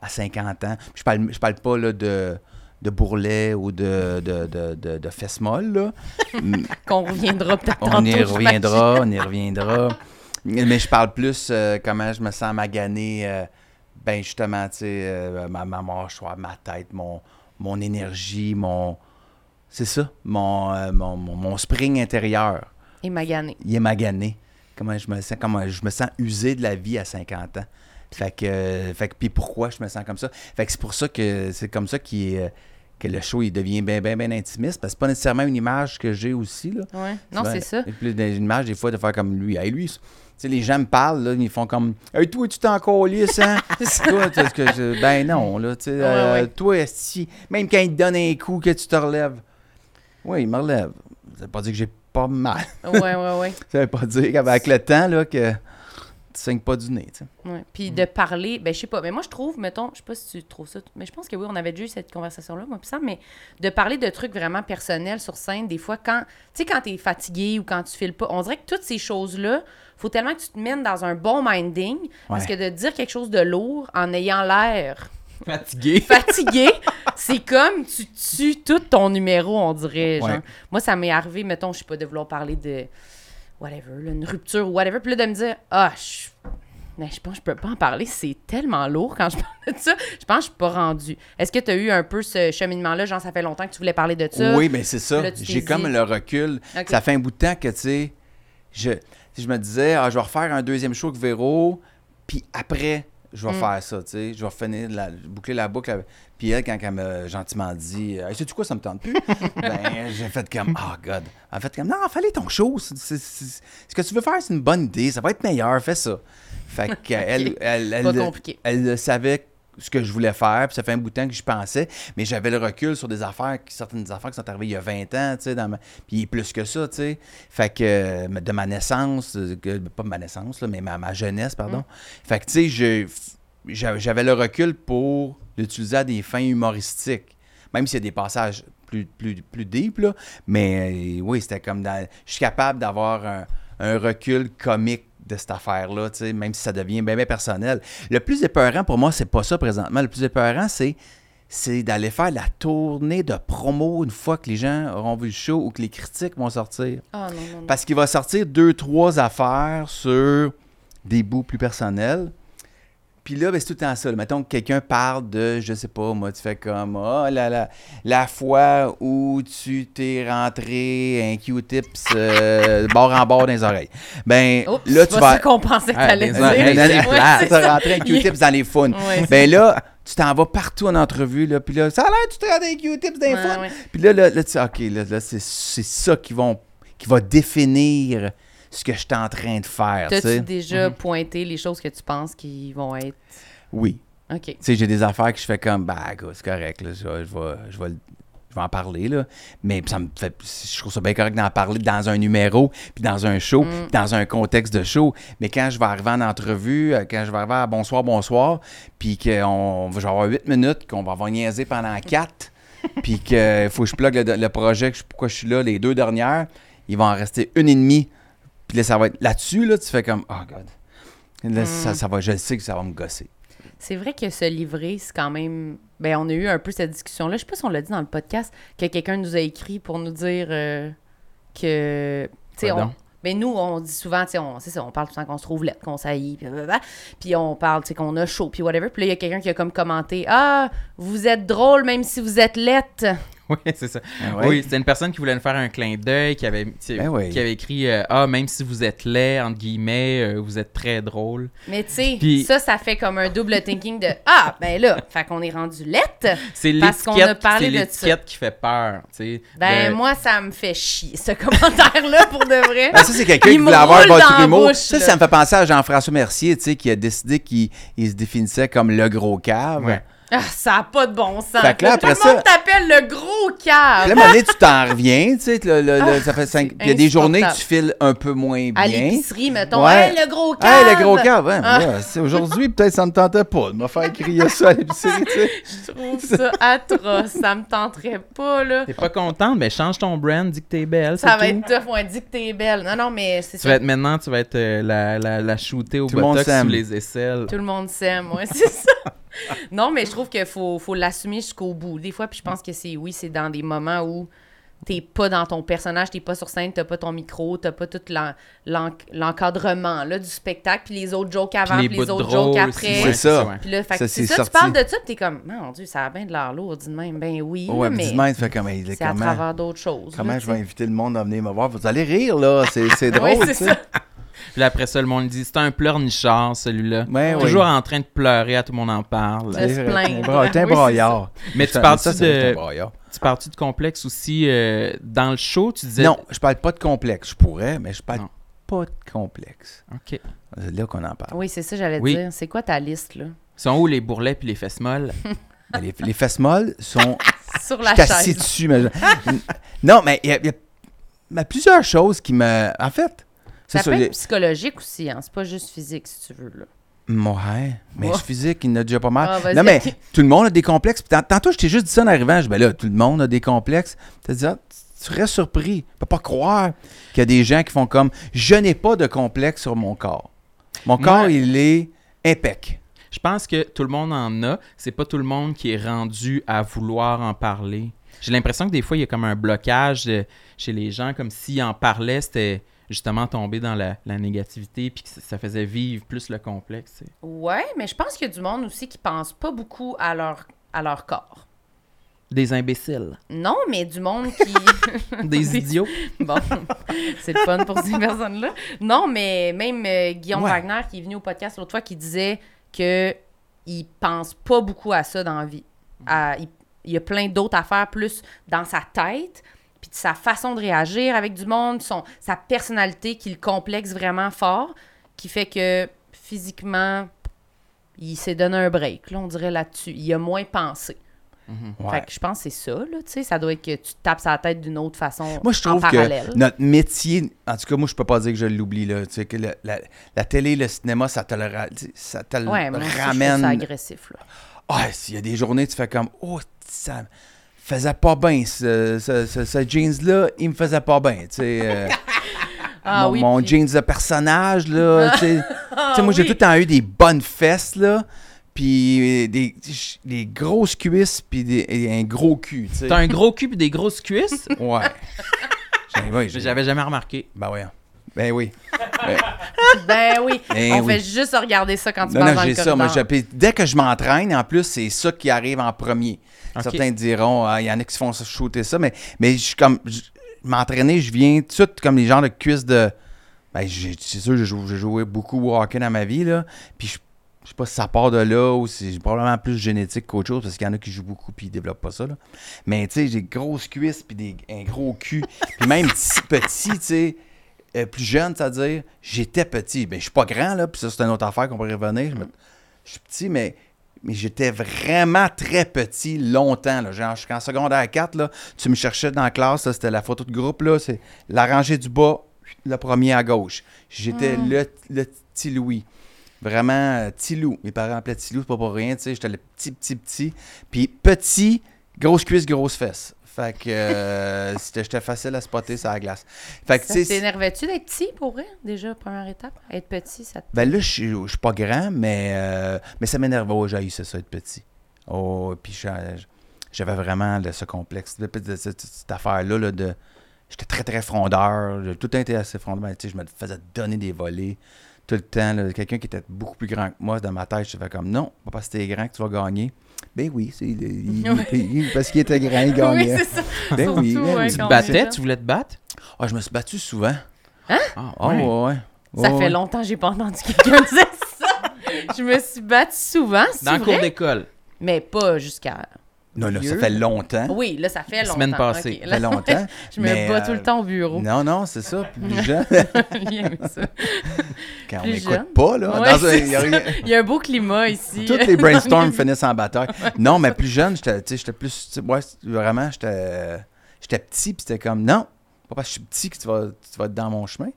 Speaker 4: à 50 ans. Puis je parle, je parle pas là, de, de bourrelet ou de, de, de, de, de fesses molles, là. M-
Speaker 2: Qu'on reviendra peut-être
Speaker 4: on y
Speaker 2: tantôt,
Speaker 4: reviendra, on y reviendra. Mais je parle plus euh, comment je me sens magané, euh, ben justement, tu sais, euh, ma, ma mâchoire, ma tête, mon, mon énergie, mon... C'est ça, mon, euh, mon, mon, mon spring intérieur
Speaker 2: j'imagine. Et magané.
Speaker 4: il est magané. Comment je me sens, comment je me sens usé de la vie à 50 ans. Fait que, euh, fait que puis pourquoi je me sens comme ça? Fait que c'est pour ça que c'est comme ça qu'il est, euh, que le show, il devient bien, bien, bien intimiste, parce que c'est pas nécessairement une image que j'ai aussi, là.
Speaker 2: Ouais. Non,
Speaker 4: Souvent,
Speaker 2: c'est ça.
Speaker 4: et Plus d'une image, des fois, de faire comme lui. Hey, lui, tu sais, les gens me parlent, là, ils font comme Hey, toi, tu t'en colisse, hein? toi, tu sais, ce que je- Ben non, là, tu sais, euh,
Speaker 2: ouais.
Speaker 4: toi, si, même quand ils te donnent un coup, que tu te relèves. Oui, il me relève. Ça veut pas dire que j'ai pas mal.
Speaker 2: Ouais, ouais, ouais.
Speaker 4: Ça veut pas dire qu'avec le temps, là, que tu saignes pas du nez, tu sais.
Speaker 2: Ouais. Puis de parler, ben je sais pas, mais moi je trouve, mettons, je sais pas si tu trouves ça, mais je pense que oui, on avait déjà eu cette conversation-là, moi, pis ça, mais de parler de trucs vraiment personnels sur scène, des fois, quand, tu sais, quand t'es fatigué ou quand tu files pas, on dirait que toutes ces choses-là, faut tellement que tu te mènes dans un bon minding, parce que
Speaker 4: Ouais.
Speaker 2: de dire quelque chose de lourd en ayant l'air
Speaker 1: Fatigué.
Speaker 2: fatigué, c'est comme tu tues tout ton numéro, on dirait. genre.
Speaker 4: Ouais.
Speaker 2: Moi, ça m'est arrivé, mettons, je sais pas, de vouloir parler de whatever, là, une rupture ou whatever, puis là, de me dire, ah, je. Mais je pense que je peux pas en parler, c'est tellement lourd quand je parle de ça. Je pense que je suis pas rendue. Est-ce que tu as eu un peu ce cheminement-là, genre ça fait longtemps que tu voulais parler de ça?
Speaker 4: Oui, mais c'est ça.
Speaker 2: Là, tu t'es
Speaker 4: J'ai
Speaker 2: dit-
Speaker 4: comme le recul.
Speaker 2: Ok.
Speaker 4: Ça fait un bout de temps que, tu sais, je, je me disais, ah, je vais refaire un deuxième show avec Véro, puis après, je
Speaker 2: Mm.
Speaker 4: vais faire ça, tu sais. Je vais finir, la, boucler la boucle. avec- Puis elle, quand elle m'a gentiment dit, euh, sais-tu quoi, ça me tente plus? ben, j'ai fait comme, oh God. Elle a fait comme, non, fallait ton show. C'est- c'est- c'est- ce que tu veux faire, c'est une bonne idée. Ça va être meilleur, fais ça. Fait qu'elle, elle, elle,
Speaker 2: Pas
Speaker 4: elle-
Speaker 2: compliqué.
Speaker 4: elle le savait ce que je voulais faire, puis ça fait un bout de temps que j'y pensais, mais j'avais le recul sur des affaires, qui- certaines affaires qui sont arrivées il y a 20 ans, tu sais, dans ma- puis plus que ça, tu sais. Fait que euh, de ma naissance, euh, que- pas ma naissance, là, mais ma, ma jeunesse, pardon.
Speaker 2: Mm.
Speaker 4: Fait que, tu sais, je- j'a- j'avais le recul pour l'utiliser à des fins humoristiques, même s'il y a des passages plus, plus, plus deep, là, mais euh, oui, c'était comme dans... Je suis capable d'avoir un, un recul comique de cette affaire-là, tu sais, même si ça devient bien, bien personnel. Le plus épeurant pour moi, c'est pas ça présentement. Le plus épeurant, c'est c'est d'aller faire la tournée de promo une fois que les gens auront vu le show ou que les critiques vont sortir.
Speaker 2: Ah non, non, non.
Speaker 4: Parce qu'il va sortir deux, trois affaires sur des bouts plus personnels. Puis là, ben, c'est tout le temps ça. là. Mettons que quelqu'un parle de, je sais pas, moi, tu fais comme, oh là là, la fois où tu t'es rentré un Q-tips euh, bord en bord dans les oreilles. Ben,
Speaker 2: Oh,
Speaker 4: là,
Speaker 2: c'est
Speaker 4: tu
Speaker 2: pas
Speaker 4: vas.
Speaker 2: ça qu'on pensait que
Speaker 1: Ah,
Speaker 2: t'allais
Speaker 1: des
Speaker 2: dire.
Speaker 1: oreilles, c'est
Speaker 4: Ouais, dans les
Speaker 2: Ouais,
Speaker 4: places,
Speaker 2: c'est
Speaker 4: t'as
Speaker 2: ça.
Speaker 4: rentré un Q-tips dans les faunes.
Speaker 2: Ouais,
Speaker 4: Ben là, tu t'en vas partout en entrevue, là, puis là, ça a l'air, tu te rends des Q-tips dans les
Speaker 2: Ouais,
Speaker 4: faunes.
Speaker 2: ouais.
Speaker 4: Puis là, là, là, tu sais, OK, là, là, c'est c'est ça qui, vont, qui va définir ce que je suis en train de faire, tu
Speaker 2: T'as-tu
Speaker 4: sais.
Speaker 2: déjà pointé les choses que tu penses qui vont être.
Speaker 4: Oui.
Speaker 2: OK.
Speaker 4: Tu sais, j'ai des affaires que je fais comme, bah, gars, c'est correct, là, je, vais- je vais, je, vais, le- je vais en parler, là. Mais ça me fait, je trouve ça bien correct d'en parler dans un numéro, puis dans un show, puis dans un contexte de show. Mais quand je vais arriver en entrevue, euh, quand je vais arriver à bonsoir, bonsoir, puis qu'on va avoir 8 minutes, qu'on va avoir niaisé pendant 4, puis qu'il faut que je plug le, le projet, que je- pourquoi je suis là, les deux dernières, il va en rester une et demie. Puis là, ça va être là-dessus, là, tu fais comme, oh, God. Là, ça, ça va, je le sais que ça va me gosser.
Speaker 2: C'est vrai que se livrer, c'est quand même. Ben, on a eu un peu cette discussion-là. Je sais pas si on l'a dit dans le podcast, que quelqu'un nous a écrit pour nous dire euh, que. Tu sais, on-
Speaker 1: Pardon?
Speaker 2: ben, nous, on dit souvent, tu sais, on, c'est ça, on parle tout le temps qu'on se trouve laide, qu'on s'haït, puis blablabla. Puis on parle, tu sais, qu'on a chaud, puis whatever. Puis là, il y a quelqu'un qui a comme commenté Ah, vous êtes drôle même si vous êtes laite.
Speaker 1: Oui, c'est ça.
Speaker 4: Ah ouais?
Speaker 1: Oui, c'était une personne qui voulait nous faire un clin d'œil, qui avait, tu sais,
Speaker 4: Ben oui.
Speaker 1: qui avait écrit euh, Ah, même si vous êtes laid, entre guillemets, euh, vous êtes très drôle.
Speaker 2: Mais tu sais,
Speaker 1: Puis-
Speaker 2: ça, ça fait comme un double thinking de Ah, ben là, fait qu'on est rendu laite.
Speaker 1: C'est
Speaker 2: Parce qu'on a
Speaker 1: l'étiquette
Speaker 2: parlé
Speaker 1: c'est
Speaker 2: de ça.
Speaker 1: l'étiquette qui fait peur. tu sais,
Speaker 2: Ben,
Speaker 1: de-
Speaker 2: moi, ça me fait chier, ce commentaire-là, pour de vrai.
Speaker 4: Ah, ça, c'est quelqu'un
Speaker 2: Il
Speaker 4: qui
Speaker 2: me
Speaker 4: voulait avoir
Speaker 2: roule dans
Speaker 4: votre
Speaker 2: la
Speaker 4: humour.
Speaker 2: bouche,
Speaker 4: ça,
Speaker 2: là.
Speaker 4: ça me fait penser à Jean-François Mercier, tu sais, qui a décidé qu'il il se définissait comme le gros cave.
Speaker 1: Ouais.
Speaker 2: Ah, ça n'a pas de bon sens.
Speaker 4: Fait que là, après
Speaker 2: Tout le monde
Speaker 4: ça-
Speaker 2: t'appelle le gros
Speaker 4: Puis
Speaker 2: cave.
Speaker 4: là, à un moment donné, tu t'en reviens, tu sais, le- le- le- ça fait cinq-
Speaker 2: Ah, c'est
Speaker 4: puis il y a des journées que
Speaker 2: insupportable.
Speaker 4: tu files un peu moins bien.
Speaker 2: à l'épicerie, mettons.
Speaker 4: Ouais.
Speaker 2: Hey, le gros cave! Ah.
Speaker 4: Hey, le gros cave, hein, ouais, mais là, c'est aujourd'hui, peut-être ça me tentait pas de me faire crier ça à l'épicerie, tu sais.
Speaker 2: Je trouve ça atroce. ça me tenterait pas, là.
Speaker 1: T'es pas contente, mais change ton brand, dis que t'es belle.
Speaker 2: Ça
Speaker 1: c'est
Speaker 2: va
Speaker 1: tout.
Speaker 2: être tough. On dit que t'es belle. Non, non, mais c'est
Speaker 1: Tu vas
Speaker 2: ça.
Speaker 1: être maintenant, tu vas être euh, la, la, la shootée au
Speaker 4: Tout le monde
Speaker 1: botox sous
Speaker 4: s'aime.
Speaker 1: les aisselles.
Speaker 2: Tout le monde s'aime, ouais, c'est ça. Non, mais je trouve qu'il faut, faut l'assumer jusqu'au bout. Des fois, puis je pense que c'est, oui, c'est dans des moments où t'es pas dans ton personnage, t'es pas sur scène, t'as pas ton micro, t'as pas tout l'en- l'en- l'encadrement là, du spectacle, puis les autres jokes avant, puis les,
Speaker 1: bouts
Speaker 2: autres
Speaker 1: drôles
Speaker 2: jokes
Speaker 1: aussi,
Speaker 2: après.
Speaker 1: ouais,
Speaker 4: C'est ça.
Speaker 1: ouais.
Speaker 2: Ah. Puis là, fait que
Speaker 4: Ça,
Speaker 2: c'est
Speaker 4: c'est
Speaker 2: ça, tu
Speaker 4: sorti.
Speaker 2: parles de ça, puis t'es comme, mon Dieu, ça a bien de l'air lourd, dit de même. Ben oui, là,
Speaker 4: Ouais, mais
Speaker 2: mais
Speaker 4: dis-moi, tu fais comme, hey,
Speaker 2: c'est à
Speaker 4: comment,
Speaker 2: travers d'autres choses.
Speaker 4: comment
Speaker 2: là,
Speaker 4: je
Speaker 2: tu
Speaker 4: vais inviter le monde à venir me voir? Vous allez rire, là, c'est c'est
Speaker 2: sais.
Speaker 4: drôle,
Speaker 2: Ouais,
Speaker 4: tu
Speaker 2: c'est
Speaker 4: sais.
Speaker 2: ça.
Speaker 1: Puis là, après ça, le monde dit c'est un pleurnichard, celui-là.
Speaker 4: Ouais, Ben oui.
Speaker 1: Toujours en train de pleurer, à tout le monde en parle.
Speaker 2: Ouais. se
Speaker 4: C'est
Speaker 2: plaindre.
Speaker 4: un bra- t'es un
Speaker 2: Oui, c'est
Speaker 4: braillard.
Speaker 1: Mais tu
Speaker 4: Ça-
Speaker 1: parles-tu
Speaker 4: ça, c'est
Speaker 1: de-
Speaker 4: un braillard.
Speaker 1: Tu parles-tu de complexe aussi euh, dans le show? Tu disais.
Speaker 4: Non, je parle pas de complexe. Je pourrais, mais je parle
Speaker 1: Non.
Speaker 4: pas de complexe.
Speaker 1: OK.
Speaker 4: C'est là qu'on en parle.
Speaker 2: Oui, c'est ça, j'allais
Speaker 1: Oui.
Speaker 2: dire. C'est quoi ta liste, là?
Speaker 1: Ils sont où les bourrelets puis les fesses molles?
Speaker 4: Mais Les, les fesses molles sont.
Speaker 2: Sur
Speaker 4: je
Speaker 2: la
Speaker 4: suis assis
Speaker 2: chaise.
Speaker 4: dessus. mais je- non, mais il y, a- il y a- il y a plusieurs choses qui me. En fait, c'est
Speaker 2: Ça
Speaker 4: sûr.
Speaker 2: peut
Speaker 4: il y
Speaker 2: être
Speaker 4: a-
Speaker 2: psychologique aussi, hein. C'est pas juste physique, si tu veux, là.
Speaker 4: Mon ouais, mais
Speaker 2: Oh.
Speaker 4: je suis physique, il en a déjà pas mal.
Speaker 2: Ah, vas-y.
Speaker 4: non, mais tout le monde a des complexes. Puis tant- tantôt, je t'ai juste dit ça en arrivant. Je dis, ben là, tout le monde a des complexes. Tu te dis, ah, tu tu restes surpris. Tu peux pas croire qu'il y a des gens qui font comme, je n'ai pas de complexe sur mon corps. Mon corps, il est impec.
Speaker 1: Je pense que tout le monde en a. C'est pas tout le monde qui est rendu à vouloir en parler. J'ai l'impression que des fois, il y a comme un blocage euh, chez les gens, comme s'ils en parlaient, c'était justement tomber dans la, la négativité, puis que ça- ça faisait vivre plus le complexe. tu sais.
Speaker 2: Ouais, mais je pense qu'il y a du monde aussi qui pense pas beaucoup à leur, à leur corps.
Speaker 1: Des imbéciles,
Speaker 2: Non, mais du monde qui.
Speaker 1: des idiots.
Speaker 2: bon, c'est le fun pour ces personnes-là. Non, mais même euh, Guillaume
Speaker 4: Ouais.
Speaker 2: Wagner qui est venu au podcast l'autre fois qui disait que il pense pas beaucoup à ça dans la vie.
Speaker 4: Mm.
Speaker 2: À- il, il y a plein d'autres affaires plus dans sa tête, puis de sa façon de réagir avec du monde, son, sa personnalité qui le complexe vraiment fort, qui fait que physiquement, il s'est donné un break, là, on dirait là-dessus. Il a moins pensé.
Speaker 4: Ouais.
Speaker 2: Fait que je pense que c'est ça, là, tu sais. Ça doit être que tu te tapes sa tête d'une autre façon
Speaker 4: Moi, je
Speaker 2: en
Speaker 4: trouve
Speaker 2: parallèle.
Speaker 4: que notre métier, en tout cas, moi, je peux pas dire que je l'oublie. Là, tu sais, que le- la, la télé, le cinéma, ça te le, ra- tu sais, ça te le
Speaker 2: Ouais, moi aussi, je trouve ça
Speaker 4: ramène.
Speaker 2: agressif, là.
Speaker 4: Ah, s'il y a des journées, tu fais comme, oh, ça faisait pas bien. Ce, ce- ce- ce jeans-là, il me faisait pas bien. Tu sais, euh,
Speaker 2: Ah
Speaker 4: mon,
Speaker 2: oui,
Speaker 4: mon
Speaker 2: puis- Ah
Speaker 4: jeans de personnage, là. tu sais. Tu sais, moi, j'ai
Speaker 2: oui.
Speaker 4: tout le temps eu des bonnes fesses, là. Puis euh, des, des grosses cuisses, puis des- et un gros cul. Tu sais.
Speaker 1: T'as un gros cul et des grosses cuisses?
Speaker 4: Ouais. J'ai- ouais, j'ai-
Speaker 1: Mais J'avais jamais remarqué.
Speaker 4: Ben oui. Ben oui.
Speaker 2: Ben oui,
Speaker 4: Eh
Speaker 2: on
Speaker 4: oui.
Speaker 2: fait juste regarder ça quand tu
Speaker 4: Non,
Speaker 2: passes
Speaker 4: non,
Speaker 2: dans le
Speaker 4: j'ai ça. Moi,
Speaker 2: corridor.
Speaker 4: j'ai- puis dès que je m'entraîne, en plus, c'est ça qui arrive en premier.
Speaker 1: Ok.
Speaker 4: Certains diront, Ah, il y en a qui se font shooter ça, mais, mais je suis comme. je- M'entraîner, je viens tout de suite comme les genres de cuisses de. Ben, j'ai- c'est sûr, j'ai joué, j'ai joué beaucoup au hockey dans ma vie, là. Puis je, je sais pas si ça part de là ou c'est probablement plus génétique qu'autre chose, parce qu'il y en a qui jouent beaucoup puis ils développent pas ça, là. Mais tu sais, j'ai grosses cuisses puis des, un gros cul. puis même petit, petit, tu sais. euh, plus jeune, c'est-à-dire, j'étais petit. Ben, je suis pas grand, là, puis ça, c'est une autre affaire qu'on pourrait revenir. Je me- je suis petit, mais, mais j'étais vraiment très petit longtemps. Là. Genre, jusqu'en secondaire 4, là, tu me cherchais dans la classe, là, c'était la photo de groupe, là, c'est la rangée du bas, le premier à gauche. J'étais le, le petit Louis. Vraiment, euh, petit loup. Mes parents appelaient petit loup, c'est pas pour rien, tu sais. J'étais le petit, petit, petit. Puis petit, grosse cuisse, grosse fesse. Fait que euh, c'était- j'étais facile à spotter sur la glace. Fait que,
Speaker 2: Ça
Speaker 4: tu sais,
Speaker 2: t'énervait-tu d'être petit, pour vrai, déjà, première étape? Être petit, ça te...
Speaker 4: ben là, je suis- je suis pas grand, mais, euh, mais ça m'énerve. Oh, j'ai eu ça, ça, être petit. Oh, puis j'a- j'avais vraiment là, ce complexe, de- de- de- cette, cette affaire-là là, de... J'étais très, très frondeur. J'ai tout le temps été assez frondeur. mais, tu sais, Je me faisais donner des volets tout le temps. là. Quelqu'un qui était beaucoup plus grand que moi, dans ma tête, je fais comme, non, pas parce que t'es grand que tu vas gagner. Ben oui, c'est il- il-
Speaker 2: Ouais.
Speaker 4: il- parce qu'il était grand, il
Speaker 2: Oui,
Speaker 4: gagnait.
Speaker 2: c'est ça.
Speaker 4: ben oui,
Speaker 2: surtout,
Speaker 4: ben
Speaker 2: ouais,
Speaker 4: oui.
Speaker 1: Tu te
Speaker 2: Quand on est
Speaker 1: battais?
Speaker 2: là.
Speaker 1: Tu voulais te battre?
Speaker 4: Ah, je me suis battu souvent.
Speaker 1: Ah,
Speaker 4: Ah,
Speaker 1: ouais.
Speaker 4: ouais, ouais.
Speaker 2: Ça
Speaker 4: Ouais,
Speaker 2: fait
Speaker 4: ouais.
Speaker 2: longtemps que j'ai pas entendu quelqu'un dire ça. Je me suis battue souvent, c'est
Speaker 1: Dans le cours
Speaker 2: vrai,
Speaker 1: d'école.
Speaker 2: mais pas jusqu'à...
Speaker 4: Non, là, ça
Speaker 1: Vieux.
Speaker 4: fait longtemps.
Speaker 2: Oui, là, ça fait longtemps.
Speaker 1: Semaine passée.
Speaker 2: ok.
Speaker 4: Hein? Ça fait longtemps.
Speaker 2: Je me
Speaker 4: mais,
Speaker 2: bats
Speaker 4: euh,
Speaker 2: tout le temps au bureau.
Speaker 4: Non, non, c'est ça. Plus jeune,
Speaker 2: Il aime ça.
Speaker 4: quand on
Speaker 2: Plus jeune.
Speaker 4: n'écoute pas, là.
Speaker 2: Ouais,
Speaker 4: dans un-
Speaker 2: c'est
Speaker 4: il y a
Speaker 2: ça.
Speaker 4: rien-
Speaker 2: Il y a un beau climat ici.
Speaker 4: Toutes les brainstorms finissent en bataille. Non, mais plus jeune, j'étais tu sais, j'étais plus. tu sais, Ouais, c'est- vraiment, j'étais j'étais petit, puis c'était comme, non, pas parce que je suis petit que tu vas, tu vas être dans mon chemin.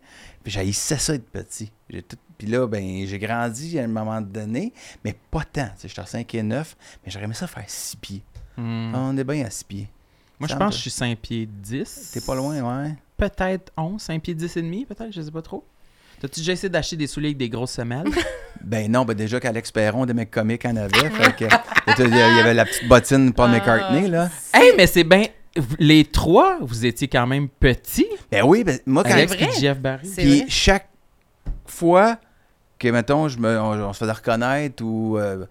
Speaker 4: Puis j'haïssais ça être petit. J'ai tout- Puis là, ben, j'ai grandi à un moment donné, mais pas tant. Tu sais, J'étais à 5 et 9, mais j'aurais aimé ça faire 6 pieds.
Speaker 1: Hmm.
Speaker 2: Mm.
Speaker 4: On est bien à 6 pieds.
Speaker 1: Moi, je
Speaker 4: Sam,
Speaker 1: pense que
Speaker 4: toi?
Speaker 1: je suis 5 pieds 10.
Speaker 4: T'es pas loin, ouais.
Speaker 1: Peut-être 11, 5 pieds 10 et demi, peut-être, je sais pas trop. T'as-tu déjà essayé d'acheter des souliers avec des grosses semelles?
Speaker 4: Ben non, ben déjà qu'Alex Perron, des mecs comiques en avait. fait que, il y avait la petite bottine Paul McCartney, là.
Speaker 1: hey, mais c'est bien... Les trois, vous étiez quand même petits.
Speaker 4: Ben oui, ben, moi, quand
Speaker 1: Alex
Speaker 2: vrai.
Speaker 1: et Jeff Barry.
Speaker 2: C'est
Speaker 4: Puis
Speaker 2: vrai.
Speaker 4: chaque fois que, mettons, je me, on, on se faisait reconnaître ou euh,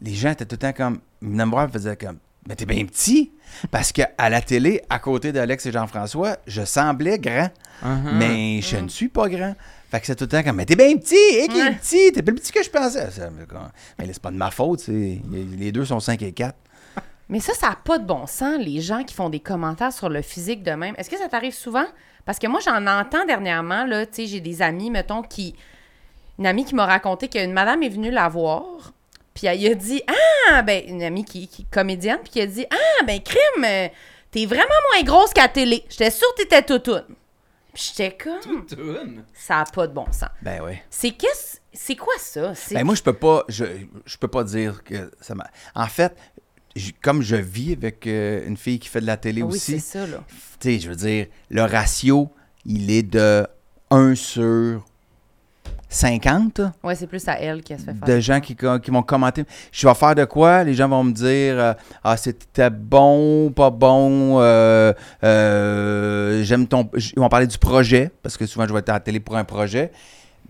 Speaker 4: les gens étaient tout le temps comme. Ils venaient me voir, ils me faisaient comme. Mais t'es bien petit! Parce que à la télé, à côté d'Alex et Jean-François, je semblais grand,
Speaker 1: Uh-huh.
Speaker 4: mais je ne suis pas grand. Fait que c'est tout le temps comme, mais t'es bien petit, hé, qui est petit, t'es plus petit que je pensais. Ça, Mais quand- mais là, c'est pas de ma faute, c'est- les deux sont 5 et 4.
Speaker 2: Mais ça, ça n'a pas de bon sens, les gens qui font des commentaires sur le physique de même. Est-ce que ça t'arrive souvent? Parce que moi, j'en entends dernièrement, là, tu sais, j'ai des amis, mettons, qui. Une amie qui m'a raconté qu'une madame est venue la voir, puis elle, a dit Ah, ben, une amie qui, qui est comédienne, puis qui a dit Ah, ben, crime, euh, t'es vraiment moins grosse qu'à la télé. J'étais sûre que t'étais toutoune. Puis j'étais comme Ça n'a pas de bon sens.
Speaker 4: Ben oui.
Speaker 2: C'est qu'est-ce. C'est quoi ça? C'est-
Speaker 4: Ben moi, je peux pas, je, je peux pas dire que ça m'a. En fait, j- comme je vis avec euh, une fille qui fait de la télé
Speaker 2: Ah oui, c'est
Speaker 4: aussi,
Speaker 2: ça, là.
Speaker 4: tu sais, je veux dire, le ratio, il est de 1 sur 50
Speaker 2: Ouais, c'est plus à elle qu'elle se fait faire.
Speaker 4: de gens qui, co- qui vont commenter. Je vais faire de quoi? Les gens vont me dire euh, Ah, c'était bon, pas bon, euh, euh, j'aime ton. j- Ils vont parler du projet, parce que souvent je vais être à la télé pour un projet.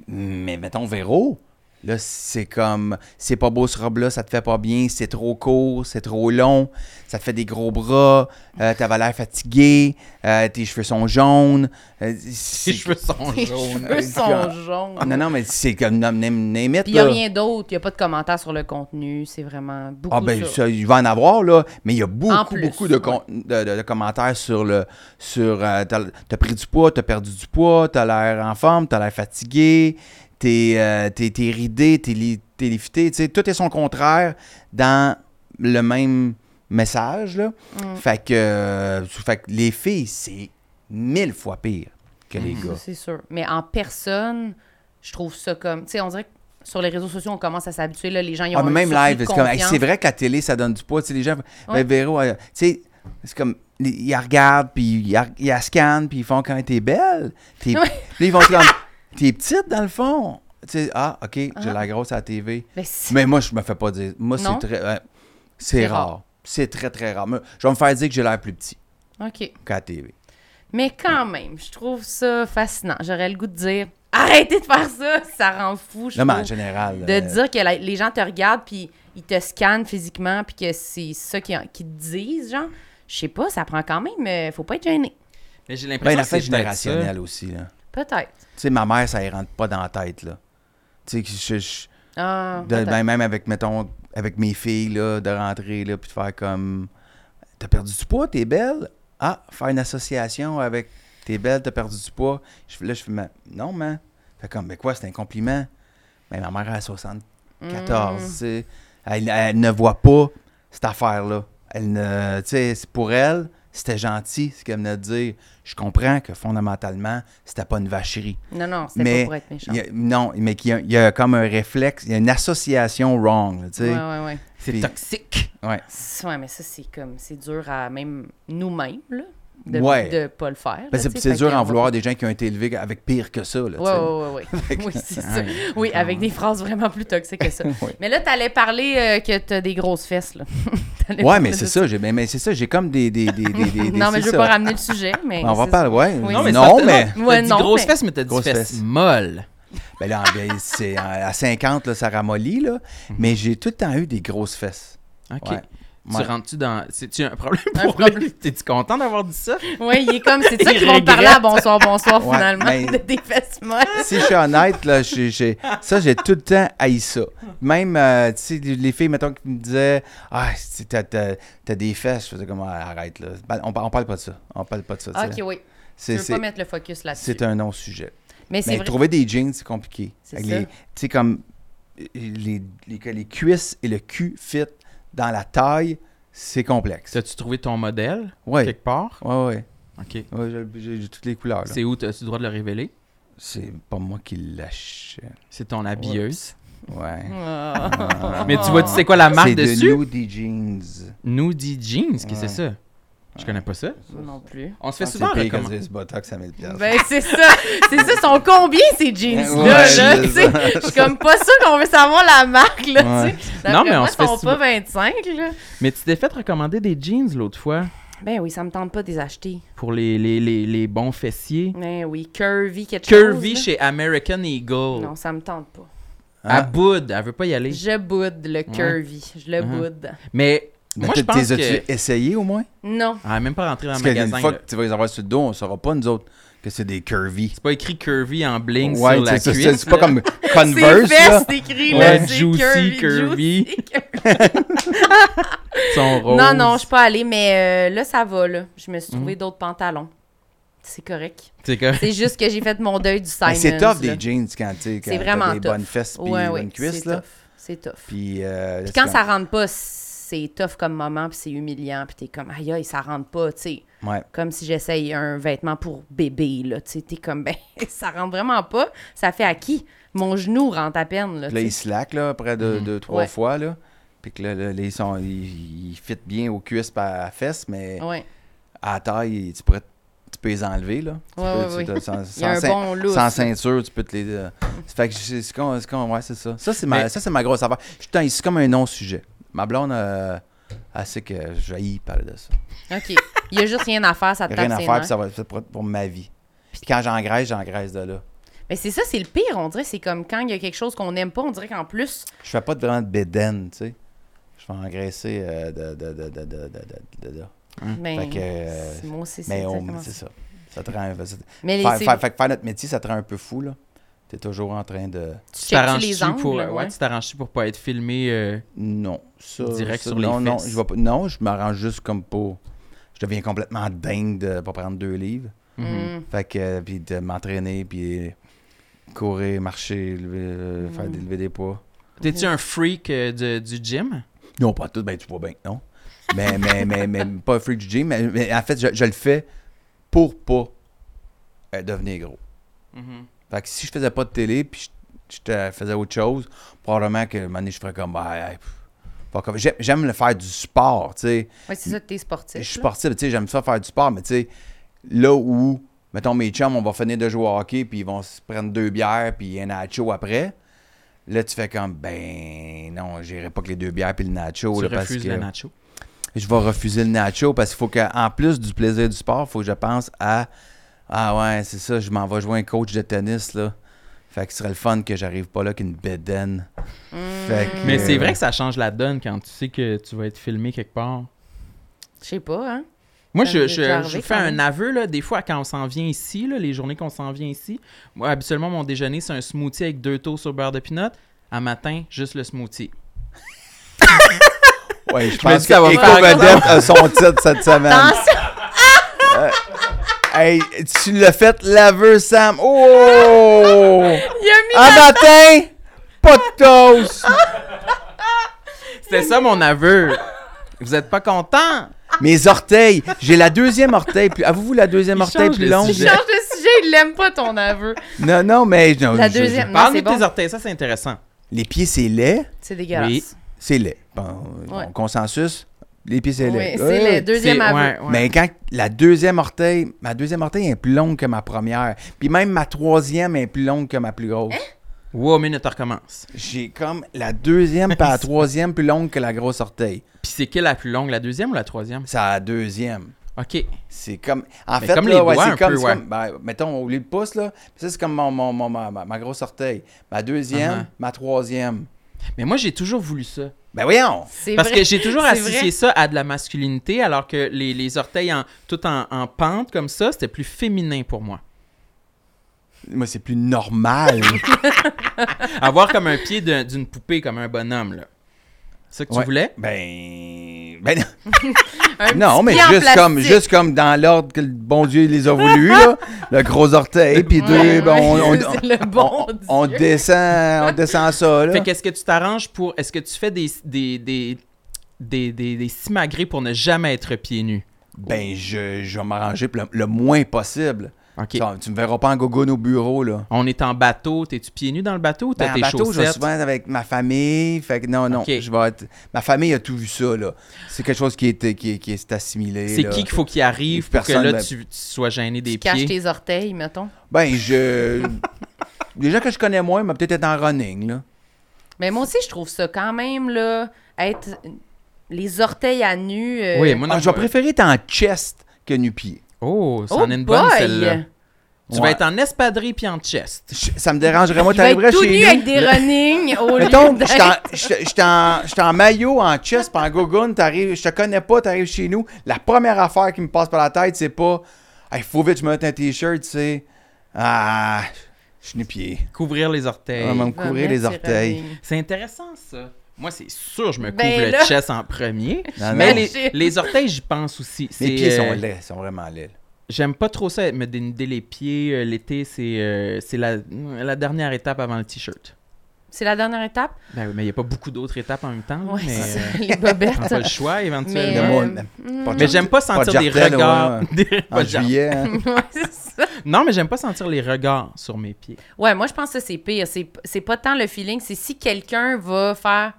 Speaker 4: Mais mettons Véro, là, c'est comme c'est pas beau ce robe-là, ça te fait pas bien, c'est trop court, c'est trop long, ça te fait des gros bras, euh, t'avais l'air fatigué, euh, tes cheveux sont jaunes. euh, c'est-
Speaker 1: Tes cheveux sont
Speaker 2: Tes
Speaker 1: jaunes.
Speaker 2: cheveux sont jaunes.
Speaker 4: Non, non, mais c'est comme name, name, name it,
Speaker 2: Puis il n'y a
Speaker 4: là.
Speaker 2: rien d'autre, il n'y a pas de commentaires sur le contenu, c'est vraiment beaucoup
Speaker 4: Ah ben
Speaker 2: ça.
Speaker 4: ça, il va en avoir là, mais il y a
Speaker 2: En
Speaker 4: beaucoup,
Speaker 2: plus,
Speaker 4: beaucoup de, con- de- de- de commentaires sur le sur euh, t'as t'as pris du poids, t'as perdu du poids, t'as l'air en forme, t'as l'air fatigué, t'es euh, t'es- t'es ridé, t'es li- t'es lifté, tu sais, tout est son contraire dans le même message là.
Speaker 2: Mm.
Speaker 4: Fait que euh, fait que les filles c'est mille fois pire que les
Speaker 2: Ça,
Speaker 4: gars.
Speaker 2: C'est sûr. Mais en personne, je trouve ça comme... Tu sais, on dirait que sur les réseaux sociaux, on commence à s'habituer, là, les gens, ils ont
Speaker 4: Ah, mais
Speaker 2: un
Speaker 4: même
Speaker 2: surplus
Speaker 4: live,
Speaker 2: de
Speaker 4: c'est comme, Hey,
Speaker 2: confiance.
Speaker 4: c'est vrai que la télé, ça donne du poids. Tu sais, les gens, ben,
Speaker 2: Ouais.
Speaker 4: Véro, elle- tu sais, c'est comme, ils la regardent, puis ils la- ils la scannent, puis ils font quand t'es belle. T'es-
Speaker 2: Ouais.
Speaker 4: Puis ils vont être comme, t'es petite dans le fond. Tu sais, ah, OK, j'ai la grosse à la TV.
Speaker 2: Ben, c'est-
Speaker 4: Mais moi, je me fais pas dire. Moi,
Speaker 2: Non?
Speaker 4: c'est très. ouais, c'est
Speaker 2: C'est
Speaker 4: rare.
Speaker 2: rare.
Speaker 4: C'est très, très rare. Moi, je vais me faire dire que j'ai l'air plus petit
Speaker 2: OK.
Speaker 4: qu'à la TV.
Speaker 2: Mais quand même, je trouve ça fascinant. J'aurais le goût de dire, arrêtez de faire ça, ça rend fou, je
Speaker 4: Non, mais en
Speaker 2: trouve.
Speaker 4: général.
Speaker 2: De
Speaker 4: euh,
Speaker 2: dire que la- les gens te regardent, puis ils te scannent physiquement, puis que c'est ça qu'ils qu'ils te disent, genre, je sais pas, ça prend quand même... euh, faut pas être gêné.
Speaker 1: Mais j'ai
Speaker 4: Ben,
Speaker 1: l'impression que
Speaker 4: l'affaire
Speaker 1: c'est générationnel.
Speaker 4: générationnelle aussi, là.
Speaker 2: Peut-être.
Speaker 4: Tu sais, ma mère, ça ne rentre pas dans la tête, là. Tu sais, que je- je
Speaker 2: Ah,
Speaker 4: De-
Speaker 2: peut-être.
Speaker 4: ben, même avec, mettons, avec mes filles, là, de rentrer, là, puis de faire comme... T'as perdu du poids, t'es belle? Ah, faire une association avec... T'es belle, t'as perdu du poids. Je, fais- là, je fais... ma- Non, man. Fait comme, mais quoi, c'est un compliment? Mais ma mère, elle a 74, tu sais. Elle, elle ne voit pas cette affaire-là. Elle ne... Tu sais, c'est pour elle, c'était gentil, ce qu'elle venait de dire. Je comprends que, fondamentalement, c'était pas une vacherie
Speaker 2: Non, non, c'était
Speaker 4: mais
Speaker 2: pas pour être méchant.
Speaker 4: il y a- non, mais qu'il y a- il y, a comme un réflexe, il y a une association wrong, là, tu sais.
Speaker 2: Ouais, Ben, ouais, ouais.
Speaker 1: C'est
Speaker 4: Puis-
Speaker 1: toxique.
Speaker 4: ouais.
Speaker 2: C'est- ouais, mais ça, c'est comme, c'est dur à même nous-mêmes, là, de,
Speaker 4: Ouais.
Speaker 2: de pas le faire.
Speaker 4: Ben,
Speaker 2: là,
Speaker 4: c'est
Speaker 2: tu sais,
Speaker 4: c'est
Speaker 2: fait
Speaker 4: dur
Speaker 2: qu'on
Speaker 4: à en
Speaker 2: va
Speaker 4: vouloir
Speaker 2: pas-
Speaker 4: des gens qui ont été élevés avec pire que ça, là, tu
Speaker 2: Ouais,
Speaker 4: sais.
Speaker 2: ouais, ouais, ouais. oui, c'est ça.
Speaker 4: Ouais,
Speaker 2: Oui,
Speaker 4: quand
Speaker 2: avec
Speaker 4: même.
Speaker 2: des phrases vraiment plus toxiques que ça.
Speaker 4: Ouais.
Speaker 2: Mais là, t'allais parler euh, que t'as des grosses fesses, là. T'allais
Speaker 4: Ouais,
Speaker 2: parler
Speaker 4: mais
Speaker 2: de
Speaker 4: c'est ça, j'ai ben, mais c'est ça, j'ai comme des des des des, des- des-
Speaker 2: Non, mais
Speaker 4: c'est
Speaker 2: je veux
Speaker 4: ça.
Speaker 2: pas ramener le sujet, mais...
Speaker 4: On va
Speaker 2: c'est
Speaker 4: parler,
Speaker 2: ça.
Speaker 4: ouais.
Speaker 2: Oui.
Speaker 4: Non, mais,
Speaker 2: Ouais,
Speaker 1: T'as dit
Speaker 2: non,
Speaker 1: grosse
Speaker 2: mais-
Speaker 1: fesse, mais t'as dit
Speaker 4: Grosse
Speaker 1: fesse
Speaker 4: fesse.
Speaker 1: molle.
Speaker 4: ben là, ben, c'est à 50 là, ça ramollit là, mais j'ai tout le temps eu des grosses fesses.
Speaker 1: Mhm. OK.
Speaker 4: Ouais.
Speaker 1: Tu
Speaker 4: Ouais.
Speaker 1: rentres-tu dans. C'est-tu un problème
Speaker 2: Un
Speaker 1: pour
Speaker 2: problème.
Speaker 1: lui? T'es-tu content d'avoir dit ça?
Speaker 2: Oui, il est comme, c'est ça
Speaker 1: Il
Speaker 2: qu'ils vont te parler à
Speaker 1: regrette.
Speaker 2: Bonsoir, Bonsoir,
Speaker 4: Ouais,
Speaker 2: finalement,
Speaker 4: mais-
Speaker 2: de des fesses molles.
Speaker 4: si je suis honnête, là, j'ai- j'ai- ça, j'ai tout le temps haï ça. Même, euh, tu sais, les les filles, mettons, qui me disaient Ah, si t'as, t'as- t'as des fesses, je faisais comme Ah, arrête, là. Ben, On, par- on parle pas de ça. On parle pas de ça. tu sais.
Speaker 2: OK, oui. Tu
Speaker 4: c'est,
Speaker 2: veux pas
Speaker 4: c'est,
Speaker 2: mettre le focus là-dessus.
Speaker 4: c'est un non-sujet.
Speaker 2: Mais c'est
Speaker 4: Mais
Speaker 2: vrai.
Speaker 4: trouver des jeans, c'est compliqué.
Speaker 2: C'est
Speaker 4: Avec
Speaker 2: ça.
Speaker 4: les- Tu sais, comme euh, les, les, que les cuisses et le cul fit dans la taille, c'est complexe.
Speaker 1: As-tu trouvé ton modèle
Speaker 4: Oui. Ouais,
Speaker 1: quelque part?
Speaker 4: ouais,
Speaker 1: OK.
Speaker 4: ouais. j'ai, j'ai- j'ai toutes les couleurs. là. C'est...
Speaker 1: C'est où? As-tu le droit de le révéler?
Speaker 4: pas moi qui l'achète.
Speaker 1: C'est ton habilleuse.
Speaker 4: Ouais.
Speaker 2: Ah.
Speaker 1: Mais tu vois, tu sais quoi la marque
Speaker 4: c'est de
Speaker 1: dessus?
Speaker 4: Nudie Jeans.
Speaker 1: Nudie Jeans, qui c'est
Speaker 4: Ouais.
Speaker 1: ça? Je connais pas ça.
Speaker 2: Moi non plus.
Speaker 1: On se fait
Speaker 4: Ah, C'est
Speaker 1: souvent
Speaker 4: pire que
Speaker 1: recommander.
Speaker 4: du Botox à 1000 piastres.
Speaker 2: Ben, c'est ça. C'est ça, sont combien ces jeans-là?
Speaker 4: Ouais,
Speaker 2: là,
Speaker 4: c'est
Speaker 2: tu sais?
Speaker 4: ça.
Speaker 2: Je suis comme pas sûre qu'on veut savoir la marque, là,
Speaker 4: Ouais.
Speaker 2: tu sais.
Speaker 1: Non,
Speaker 2: D'après
Speaker 1: mais on
Speaker 2: moi,
Speaker 1: se fait
Speaker 2: sont
Speaker 1: souvent-
Speaker 2: pas 25, là.
Speaker 1: Mais tu t'es fait recommander des jeans l'autre fois
Speaker 2: Ben oui, ça me tente pas de les acheter.
Speaker 1: pour les, les, les, les bons fessiers.
Speaker 2: Ben oui, curvy, quelque
Speaker 1: Curvy
Speaker 2: chose.
Speaker 1: chez American Eagle.
Speaker 2: Non, ça me tente pas.
Speaker 1: Ah. Elle boude, elle veut pas y aller.
Speaker 2: Je boude le curvy. Je le
Speaker 1: Mhm.
Speaker 2: boude.
Speaker 1: Mais
Speaker 4: Mais
Speaker 1: Moi,
Speaker 4: t'es-
Speaker 1: je pense
Speaker 4: t'es
Speaker 1: que-
Speaker 4: as-tu essayé au moins?
Speaker 2: Non.
Speaker 1: Ah, même pas rentré dans le
Speaker 4: Parce qu'une
Speaker 1: magasin.
Speaker 4: fois
Speaker 1: là.
Speaker 4: que tu vas les avoir sur le dos, on saura pas, nous autres, que c'est des curvy.
Speaker 1: C'est pas écrit curvy en bling
Speaker 4: Ouais,
Speaker 1: sur la
Speaker 4: c'est ça,
Speaker 1: cuisse.
Speaker 4: c'est- c'est pas
Speaker 1: là.
Speaker 4: comme
Speaker 2: C'est
Speaker 4: Converse, là.
Speaker 2: veste écrit,
Speaker 1: Ouais,
Speaker 2: là. c'est
Speaker 1: juicy,
Speaker 2: curvy,
Speaker 1: curvy.
Speaker 2: juicy, curvy.
Speaker 1: Son rose.
Speaker 2: Non, non, je suis pas allée, mais euh, là, ça va, là. Je me suis
Speaker 1: Mm.
Speaker 2: trouvé d'autres pantalons. C'est correct.
Speaker 1: C'est comme...
Speaker 2: C'est juste que j'ai fait mon deuil du
Speaker 4: Mais
Speaker 2: Simons.
Speaker 4: c'est tough des
Speaker 2: là.
Speaker 4: jeans quand tu sais, quand
Speaker 2: C'est
Speaker 4: t'as
Speaker 2: vraiment
Speaker 4: des
Speaker 2: tough.
Speaker 4: bonnes fesses puis
Speaker 2: Ouais, ouais,
Speaker 4: une cuisse
Speaker 2: c'est
Speaker 4: là.
Speaker 2: tough. C'est tough.
Speaker 4: Puis, euh,
Speaker 2: Puis
Speaker 4: c'est
Speaker 2: quand ça rentre pas, c'est tough comme moment, puis c'est humiliant, puis t'es comme, aïe, aïe, ça rentre pas, tu sais.
Speaker 4: comme- Ouais.
Speaker 2: Comme si j'essaye un vêtement pour bébé, là, tu sais. T'es comme, ben, ça rentre vraiment pas. Ça fait à qui? Mon genou rentre à peine, là,
Speaker 4: Puis là,
Speaker 2: tu
Speaker 4: ils
Speaker 2: sais.
Speaker 4: slack là, après deux, deux, trois
Speaker 2: Ouais.
Speaker 4: fois là. Puis que là, là, là, ils sont, ils, ils fitent bien aux cuisses par à la fesse, mais
Speaker 2: Ouais.
Speaker 4: à la taille, tu pourrais, tu peux les enlever là. Tu
Speaker 2: Ouais,
Speaker 4: peux-
Speaker 2: ouais,
Speaker 4: tu-
Speaker 2: ouais.
Speaker 4: Sans,
Speaker 2: Il y a un
Speaker 4: sans ceint-
Speaker 2: bon look.
Speaker 4: sans ceinture, tu peux te les. euh, c'est fait que c'est c'est con- c'est con- ouais, c'est ça. Ça c'est ma,
Speaker 1: Mais-
Speaker 4: ça c'est ma grosse affaire. Je suis tout le temps- c'est comme un non sujet. Ma blonde, euh, elle sait que j'ai parler de ça.
Speaker 2: OK. Il y a juste rien à faire, ça te
Speaker 4: Rien
Speaker 2: tape
Speaker 4: à
Speaker 2: ses
Speaker 4: faire, puis
Speaker 2: nerfs.
Speaker 4: ça va être pour, pour ma vie. Puis quand j'engraisse, j'engraisse de là.
Speaker 2: Mais Ben, c'est ça, c'est le pire, on dirait. C'est comme quand il y a quelque chose qu'on n'aime pas, on dirait qu'en plus,
Speaker 4: Je fais pas de- vraiment de bédaine, tu sais. Je vais engraisser euh, de, de, de, de, de, de, de- de là.
Speaker 2: ben,
Speaker 4: Fait que, euh,
Speaker 2: c'est- moi aussi, c'est
Speaker 4: Mais on-
Speaker 2: exactement
Speaker 4: c'est
Speaker 2: ça.
Speaker 4: ça. Ça te rend. ça-
Speaker 2: Mais les-
Speaker 4: faire,
Speaker 2: c'est-
Speaker 4: faire- fait que faire notre métier, ça te rend un peu fou, là. T'es toujours en train de.
Speaker 2: tu
Speaker 1: Tu
Speaker 2: checkes
Speaker 1: t'arranges-tu
Speaker 2: les angles,
Speaker 1: pour...
Speaker 4: euh,
Speaker 2: ouais.
Speaker 1: ouais, tu t'arranges-tu pour pas être filmé... euh,
Speaker 4: Non. Ça,
Speaker 1: Direct
Speaker 4: ça,
Speaker 1: sur les
Speaker 4: non, non,
Speaker 1: fesses.
Speaker 4: je vais pas- non, je m'arrange juste comme pour. Je deviens complètement dingue de pas prendre deux livres.
Speaker 1: Mm.
Speaker 2: Mhm.
Speaker 4: Fait que. euh, Puis de m'entraîner, puis courir, marcher, lever, euh,
Speaker 1: Mm.
Speaker 4: faire des lever des poids.
Speaker 1: T'es-tu un freak euh, de- du gym?
Speaker 4: Non, pas tout, ben tu vois bien, que non. Mais, mais, mais, mais pas un freak du gym. Mais, mais en fait, je, je le fais pour pas euh, devenir gros.
Speaker 1: Mm-hmm.
Speaker 4: Fait que si je faisais pas de télé, puis je, je te- faisais autre chose, probablement que un moment donné, je ferais comme. bah, hey, pff, pas comme- J'aime- J'aime le faire du sport, tu sais.
Speaker 2: Ouais, c'est ça, t'es sportif.
Speaker 4: Je suis
Speaker 2: là.
Speaker 4: sportif, tu sais, j'aime ça faire du sport, mais tu sais, là où, mettons, mes chums, on va finir de jouer au hockey, puis ils vont se prendre deux bières, puis un nacho après. Là, tu fais comme, ben non, j'irai pas que les deux bières puis le nacho.
Speaker 1: tu
Speaker 4: là, parce
Speaker 1: refuses
Speaker 4: que
Speaker 1: le nacho?
Speaker 4: je vais refuser le nacho parce qu'il faut qu'en plus du plaisir du sport, il faut que je pense à Ah ouais, c'est ça, je m'en vais jouer un coach de tennis là. Fait que ce serait le fun que j'arrive pas là qu'une bedaine. Fait que-
Speaker 1: Mais c'est vrai que ça change la donne quand tu sais que tu vas être filmé quelque part.
Speaker 2: Je sais pas, hein.
Speaker 1: Moi,
Speaker 2: Ça
Speaker 1: je,
Speaker 2: m'est
Speaker 1: je,
Speaker 2: déjà
Speaker 1: je
Speaker 2: arrivé
Speaker 1: vous fais
Speaker 2: quand
Speaker 1: un
Speaker 2: même.
Speaker 1: aveu, là, des fois, quand on s'en vient ici, là, les journées qu'on s'en vient ici, moi, habituellement, mon déjeuner, c'est un smoothie avec deux taux sur beurre de peanut. À matin, juste le smoothie.
Speaker 4: Ouais, je
Speaker 1: me
Speaker 4: pense
Speaker 1: dis
Speaker 4: que
Speaker 1: qu'elle va
Speaker 4: Éco
Speaker 1: faire
Speaker 4: Vedette a son titre cette semaine. Hey, tu l'as fait l'aveu, Sam. Oh!
Speaker 2: Il a mis
Speaker 4: En matin, pas de toast.
Speaker 1: C'était ça mon aveu. Vous êtes pas content?
Speaker 4: Mes orteils, j'ai la deuxième orteil. Plus... Avez-vous la deuxième
Speaker 1: Il
Speaker 4: orteil
Speaker 1: change
Speaker 4: plus
Speaker 1: de
Speaker 4: longue?
Speaker 1: sujet.
Speaker 2: change de sujet, il l'aime pas ton aveu.
Speaker 4: Non, non, mais. non,
Speaker 2: La
Speaker 4: je- je-
Speaker 2: deuxième. Non,
Speaker 1: Parle-nous
Speaker 2: c'est
Speaker 1: de
Speaker 2: bon.
Speaker 1: tes orteils, ça c'est intéressant.
Speaker 4: Les pieds, c'est laid.
Speaker 2: C'est dégueulasse.
Speaker 1: Oui.
Speaker 4: C'est laid. Bon,
Speaker 2: Ouais.
Speaker 4: bon, consensus, les pieds, c'est
Speaker 2: Oui,
Speaker 4: laid.
Speaker 2: c'est
Speaker 4: Ouais.
Speaker 2: le deuxième
Speaker 1: C'est-
Speaker 2: aveu.
Speaker 1: ouais, ouais.
Speaker 4: Mais quand la deuxième orteil, ma deuxième orteil est plus longue que ma première. Puis même ma troisième est plus longue que ma plus grosse.
Speaker 1: Wow, minute, on recommence.
Speaker 4: J'ai comme la deuxième par la troisième plus longue que la grosse orteil.
Speaker 1: Puis c'est qui la plus longue, la deuxième ou la troisième?
Speaker 4: C'est la deuxième.
Speaker 1: OK.
Speaker 4: C'est comme. En
Speaker 1: Mais
Speaker 4: fait,
Speaker 1: comme
Speaker 4: là,
Speaker 1: les
Speaker 4: ouais,
Speaker 1: doigts
Speaker 4: c'est
Speaker 1: un
Speaker 4: comme.
Speaker 1: peu,
Speaker 4: c'est
Speaker 1: ouais.
Speaker 4: comme- ben, mettons, au lieu de pouce, là. Ça, c'est comme mon, mon- mon- ma, ma- ma grosse orteil. Ma deuxième,
Speaker 1: Uh-huh.
Speaker 4: ma troisième.
Speaker 1: Mais moi, j'ai toujours voulu ça.
Speaker 4: Ben voyons!
Speaker 2: C'est
Speaker 1: Parce
Speaker 2: vrai.
Speaker 1: que j'ai toujours
Speaker 2: C'est
Speaker 1: associé
Speaker 2: vrai.
Speaker 1: ça à de la masculinité, alors que les, les orteils en, tout en, en pente comme ça, c'était plus féminin pour moi.
Speaker 4: Moi, c'est plus normal.
Speaker 1: Avoir comme un pied d'un- d'une poupée, comme un bonhomme, là. C'est ça que
Speaker 4: Ouais.
Speaker 1: tu voulais?
Speaker 4: ben. Ben non.
Speaker 2: Un
Speaker 4: Non,
Speaker 2: petit
Speaker 4: mais
Speaker 2: pied en
Speaker 4: juste
Speaker 2: plastique.
Speaker 4: comme, juste comme dans l'ordre que le bon Dieu les a voulu, là, le gros orteil, puis deux,
Speaker 2: Ouais,
Speaker 4: ben, on, on,
Speaker 2: ouais, c'est le bon
Speaker 4: on-
Speaker 2: Dieu.
Speaker 4: on descend, on descend ça, là.
Speaker 1: Fait qu'est-ce que tu t'arranges pour. Est-ce que tu fais des. des, des des, des, des simagrées pour ne jamais être pieds nus.
Speaker 4: Ben, je, je vais m'arranger pour le, le moins possible.
Speaker 1: OK.
Speaker 4: Ça, tu me verras pas en gogo au bureau, là.
Speaker 1: On est en bateau. T'es-tu pieds nus dans le bateau ou t'as
Speaker 4: Ben, en
Speaker 1: tes
Speaker 4: bateau, je vais
Speaker 1: chaussettes?
Speaker 4: souvent avec ma famille. Fait que non, non,
Speaker 1: Ok.
Speaker 4: je vais être... Ma famille a tout vu ça, là. C'est quelque chose qui est, qui est, qui est assimilé,
Speaker 1: C'est
Speaker 4: là.
Speaker 1: qui qu'il faut qu'il arrive pour que
Speaker 4: Personne,
Speaker 1: là,
Speaker 4: ben-
Speaker 1: tu, tu sois gêné des
Speaker 2: Tu caches
Speaker 1: pieds?
Speaker 2: tes orteils, mettons.
Speaker 4: Ben, je... Les gens que je connais moins, mais peut-être être en running, là.
Speaker 2: Mais moi aussi, je trouve ça quand même, là, être les orteils à nu. euh,
Speaker 1: Oui, moi, non,
Speaker 4: Ah, je vais préférer être en chest que nu-pied.
Speaker 1: Oh,
Speaker 2: Oh
Speaker 1: c'en est une
Speaker 2: boy!
Speaker 1: bonne, celle-là. Tu vas
Speaker 4: Ouais.
Speaker 1: être en espadrille puis en chest.
Speaker 4: Je- Ça me dérangerait, moi,
Speaker 2: Tu vas
Speaker 4: t'arriverais
Speaker 2: être tout
Speaker 4: chez
Speaker 2: nu
Speaker 4: nous.
Speaker 2: avec des running au lieu
Speaker 4: Mettons,
Speaker 2: d'être-
Speaker 4: j'étais en- j'étais j'étais en, j'étais en maillot, en chest, pis en gogoune, t'arrives, je te connais pas, t'arrives chez nous. La première affaire qui me passe par la tête, c'est pas il faut vite que je me mette un t-shirt, c'est Ah, je suis nu pied.
Speaker 1: Couvrir les orteils.
Speaker 4: Ouais, maman.
Speaker 2: Va
Speaker 4: couvrir les
Speaker 2: mettre ses
Speaker 4: orteils.
Speaker 2: running.
Speaker 1: C'est intéressant, ça. Moi, c'est sûr, je me couvre
Speaker 2: Ben
Speaker 1: le
Speaker 2: là.
Speaker 1: chest en premier.
Speaker 4: Non, non.
Speaker 1: mais
Speaker 2: non.
Speaker 1: les, les orteils, j'y pense aussi.
Speaker 4: Mes
Speaker 1: C'est,
Speaker 4: pieds sont
Speaker 1: euh,
Speaker 4: laids, sont vraiment laids.
Speaker 1: J'aime pas trop ça, me dénuder les pieds. euh, L'été, c'est euh, c'est la, la dernière étape avant le t-shirt.
Speaker 2: C'est la dernière étape.
Speaker 1: Ben oui, mais il n'y a pas beaucoup d'autres étapes en même temps. là,
Speaker 2: Ouais,
Speaker 1: mais
Speaker 2: c'est
Speaker 1: euh,
Speaker 2: ça, les
Speaker 1: t'as
Speaker 2: bobettes.
Speaker 1: pas le choix,
Speaker 2: Mais,
Speaker 1: éventuellement.
Speaker 4: Le
Speaker 2: euh,
Speaker 1: Mais,
Speaker 4: monde-
Speaker 2: hmm.
Speaker 4: pas de
Speaker 1: j'aime pas sentir
Speaker 4: Pas de
Speaker 1: des
Speaker 4: jartel,
Speaker 1: regards.
Speaker 4: ouais.
Speaker 1: des-
Speaker 4: En
Speaker 1: pas de jartel.
Speaker 4: juillet, hein.
Speaker 2: Ouais, c'est ça.
Speaker 1: Non, mais j'aime pas sentir les regards sur mes pieds.
Speaker 2: Ouais, moi, je pense que c'est pire. C'est, c'est pas tant le feeling, c'est si quelqu'un va faire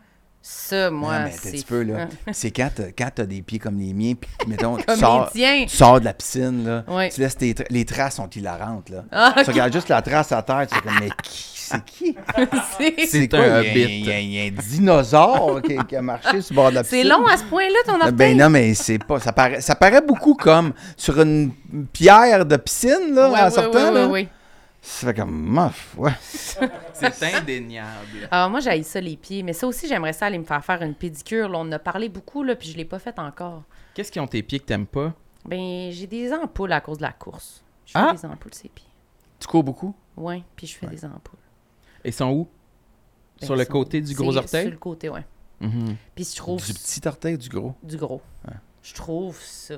Speaker 2: ça, moi,
Speaker 4: Non, mais attends ben, un
Speaker 2: c'est... hein.
Speaker 4: petit peu, là. C'est quand t'as, quand t'as des pieds comme les miens, puis mettons, tu
Speaker 2: Comme
Speaker 4: sors,
Speaker 2: les tiens.
Speaker 4: tu sors de la piscine, là.
Speaker 2: Ouais.
Speaker 4: Tu laisses tes tra- les traces sont hilarantes, là.
Speaker 2: Ah,
Speaker 4: Tu regardes juste la trace à terre, tu es comme, mais qui, c'est qui?
Speaker 2: hein. c'est...
Speaker 1: C'est
Speaker 4: quoi,
Speaker 1: un
Speaker 4: il y a-
Speaker 1: bit.
Speaker 4: Il y, a- il y a un dinosaure qui, qui a marché sur le bord de la piscine.
Speaker 2: c'est long hein, à ce point-là, ton orteil?
Speaker 4: Ben non, mais c'est pas. Ça paraît, ça paraît beaucoup comme sur une pierre de piscine, là,
Speaker 2: Ouais,
Speaker 4: en
Speaker 2: ouais,
Speaker 4: sortant.
Speaker 2: ouais,
Speaker 4: là.
Speaker 2: ouais, ouais.
Speaker 4: Ça fait comme, mof, ouais.
Speaker 1: C'est indéniable.
Speaker 2: Ah, moi, j'aille ça les pieds, mais ça aussi, j'aimerais ça aller me faire faire une pédicure. Là, on en a parlé beaucoup, là, puis je l'ai pas faite encore.
Speaker 1: Qu'est-ce qui ont tes pieds que t'aimes pas?
Speaker 2: Ben, j'ai des ampoules à cause de la course. Je fais
Speaker 1: Ah!
Speaker 2: des ampoules, ces pieds.
Speaker 4: Tu cours beaucoup?
Speaker 2: Ouais, puis je fais des ampoules.
Speaker 1: Ils sont où?
Speaker 2: Ben,
Speaker 1: sur le
Speaker 2: ça-
Speaker 1: côté du gros
Speaker 2: c'est
Speaker 1: orteil?
Speaker 2: Sur le côté, ouais.
Speaker 1: Mhm.
Speaker 2: Puis je trouve
Speaker 4: Du petit orteil ou du gros?
Speaker 2: du gros. Je trouve ça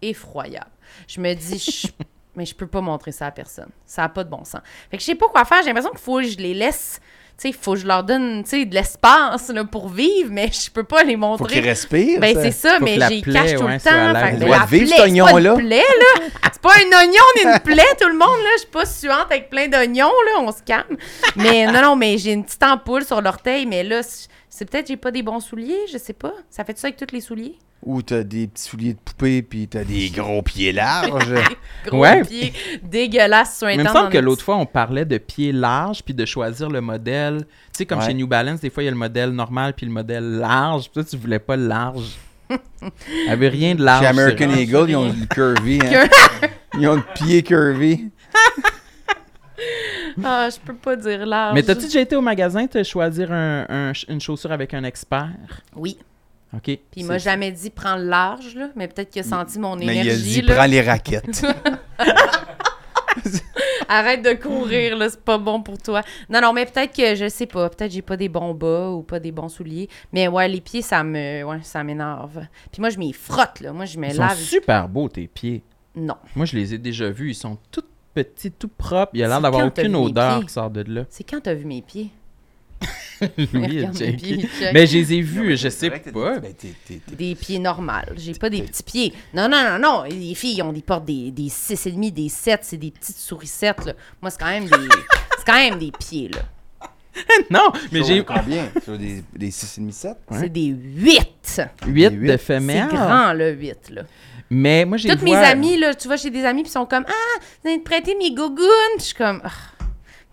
Speaker 2: effroyable. Je me dis, je- mais je peux pas montrer ça à personne. Ça n'a pas de bon sens. Fait que je sais pas quoi faire. J'ai l'impression qu'il faut que je les laisse. Tu sais, il faut que je leur donne tu sais, de l'espace là, pour vivre, mais je peux pas les
Speaker 4: Faut qu'il
Speaker 2: montrer.
Speaker 4: respire.
Speaker 2: Ben,
Speaker 4: ça.
Speaker 2: c'est ça,
Speaker 1: Faut
Speaker 2: mais
Speaker 1: que la
Speaker 2: j'y
Speaker 1: plaie,
Speaker 2: cache tout
Speaker 1: ouais,
Speaker 2: le
Speaker 1: soit à
Speaker 2: temps.
Speaker 1: l'air.
Speaker 2: Fait que
Speaker 1: Elle
Speaker 4: doit
Speaker 2: la
Speaker 4: vivre,
Speaker 2: plaie,
Speaker 4: cet
Speaker 2: c'est pas
Speaker 4: oignon-là.
Speaker 2: une plaie, là. C'est pas un oignon, on est une plaie, tout le monde, là. Je suis pas suante avec plein d'oignons, là. On se calme. Mais non, non, mais j'ai une petite ampoule sur l'orteil, mais là, c'est c'est peut-être que j'ai pas des bons souliers, je sais pas. Ça fait ça avec tous les souliers?
Speaker 4: Ou t'as des petits souliers de poupée, puis t'as des gros pieds larges.
Speaker 2: Gros
Speaker 1: Ouais.
Speaker 2: pied dégueulasse sur un
Speaker 1: Mais il me
Speaker 2: temps
Speaker 1: semble
Speaker 2: dans
Speaker 1: que
Speaker 2: notre-
Speaker 1: l'autre fois, on parlait de pieds larges puis de choisir le modèle. Tu sais, comme
Speaker 4: Ouais.
Speaker 1: chez New Balance, des fois, il y a le modèle normal puis le modèle large. Puis toi, tu voulais pas le large. Elle avait rien de large.
Speaker 4: Chez American
Speaker 1: c'est vrai.
Speaker 4: Eagle, ils ont le curvy. Hein. ils ont le pied curvy.
Speaker 2: Ah, je peux pas dire large.
Speaker 1: Mais t'as-tu déjà été au magasin te choisir un- un ch- une chaussure avec un expert?
Speaker 2: Oui.
Speaker 1: OK.
Speaker 2: Puis il m'a
Speaker 1: C'est-
Speaker 2: jamais dit prends le large, là. Mais peut-être qu'il a senti mon
Speaker 4: Mais il a
Speaker 2: énergie,
Speaker 4: dit,
Speaker 2: là.
Speaker 4: prends les raquettes.
Speaker 2: Arrête de courir, là, c'est pas bon pour toi. Non, non, mais peut-être que, je sais pas, peut-être j'ai pas des bons bas ou pas des bons souliers. Mais ouais, les pieds, ça me, ouais, ça m'énerve. Puis moi, je m'y frotte, là. Moi, je me
Speaker 1: Ils sont
Speaker 2: lave.
Speaker 1: super beaux, tes pieds.
Speaker 2: Non.
Speaker 1: Moi, je les ai déjà vus. Ils sont tout petits, tout propres. Il a l'air
Speaker 2: C'est
Speaker 1: d'avoir
Speaker 2: quand t'as
Speaker 1: aucune
Speaker 2: vu mes
Speaker 1: odeur
Speaker 2: pieds?
Speaker 1: qui sort de là.
Speaker 2: C'est quand t'as vu mes pieds?
Speaker 1: Oui,
Speaker 2: regarde mes pieds,
Speaker 1: Jackie.
Speaker 2: il check.
Speaker 1: Mais Ben, je les ai vus, je
Speaker 4: C'est
Speaker 1: sais
Speaker 4: vrai que t'as-
Speaker 1: pas.
Speaker 4: ben, t'es- t'es- t'es-
Speaker 2: Des pieds normales. J'ai pas des petits pieds. Non, non, non, non. Les filles, ils ont des portes des, des 6,5, des 7, c'est des petites sourissettes, là. Moi, c'est quand même des. c'est quand même des pieds, là.
Speaker 1: Non, mais j'ai
Speaker 4: Combien? Sur des, des 6,5-7?
Speaker 2: C'est des 8.
Speaker 1: 8
Speaker 4: Des huit.
Speaker 1: de
Speaker 2: C'est
Speaker 1: femelles.
Speaker 2: grand, le 8, là.
Speaker 1: Mais moi, j'ai
Speaker 2: Toutes mes
Speaker 1: vois-
Speaker 2: amies, là, tu vas chez des amis, puis ils sont comme Ah, vous allez me prêter mes gougounes. Je suis comme Ah,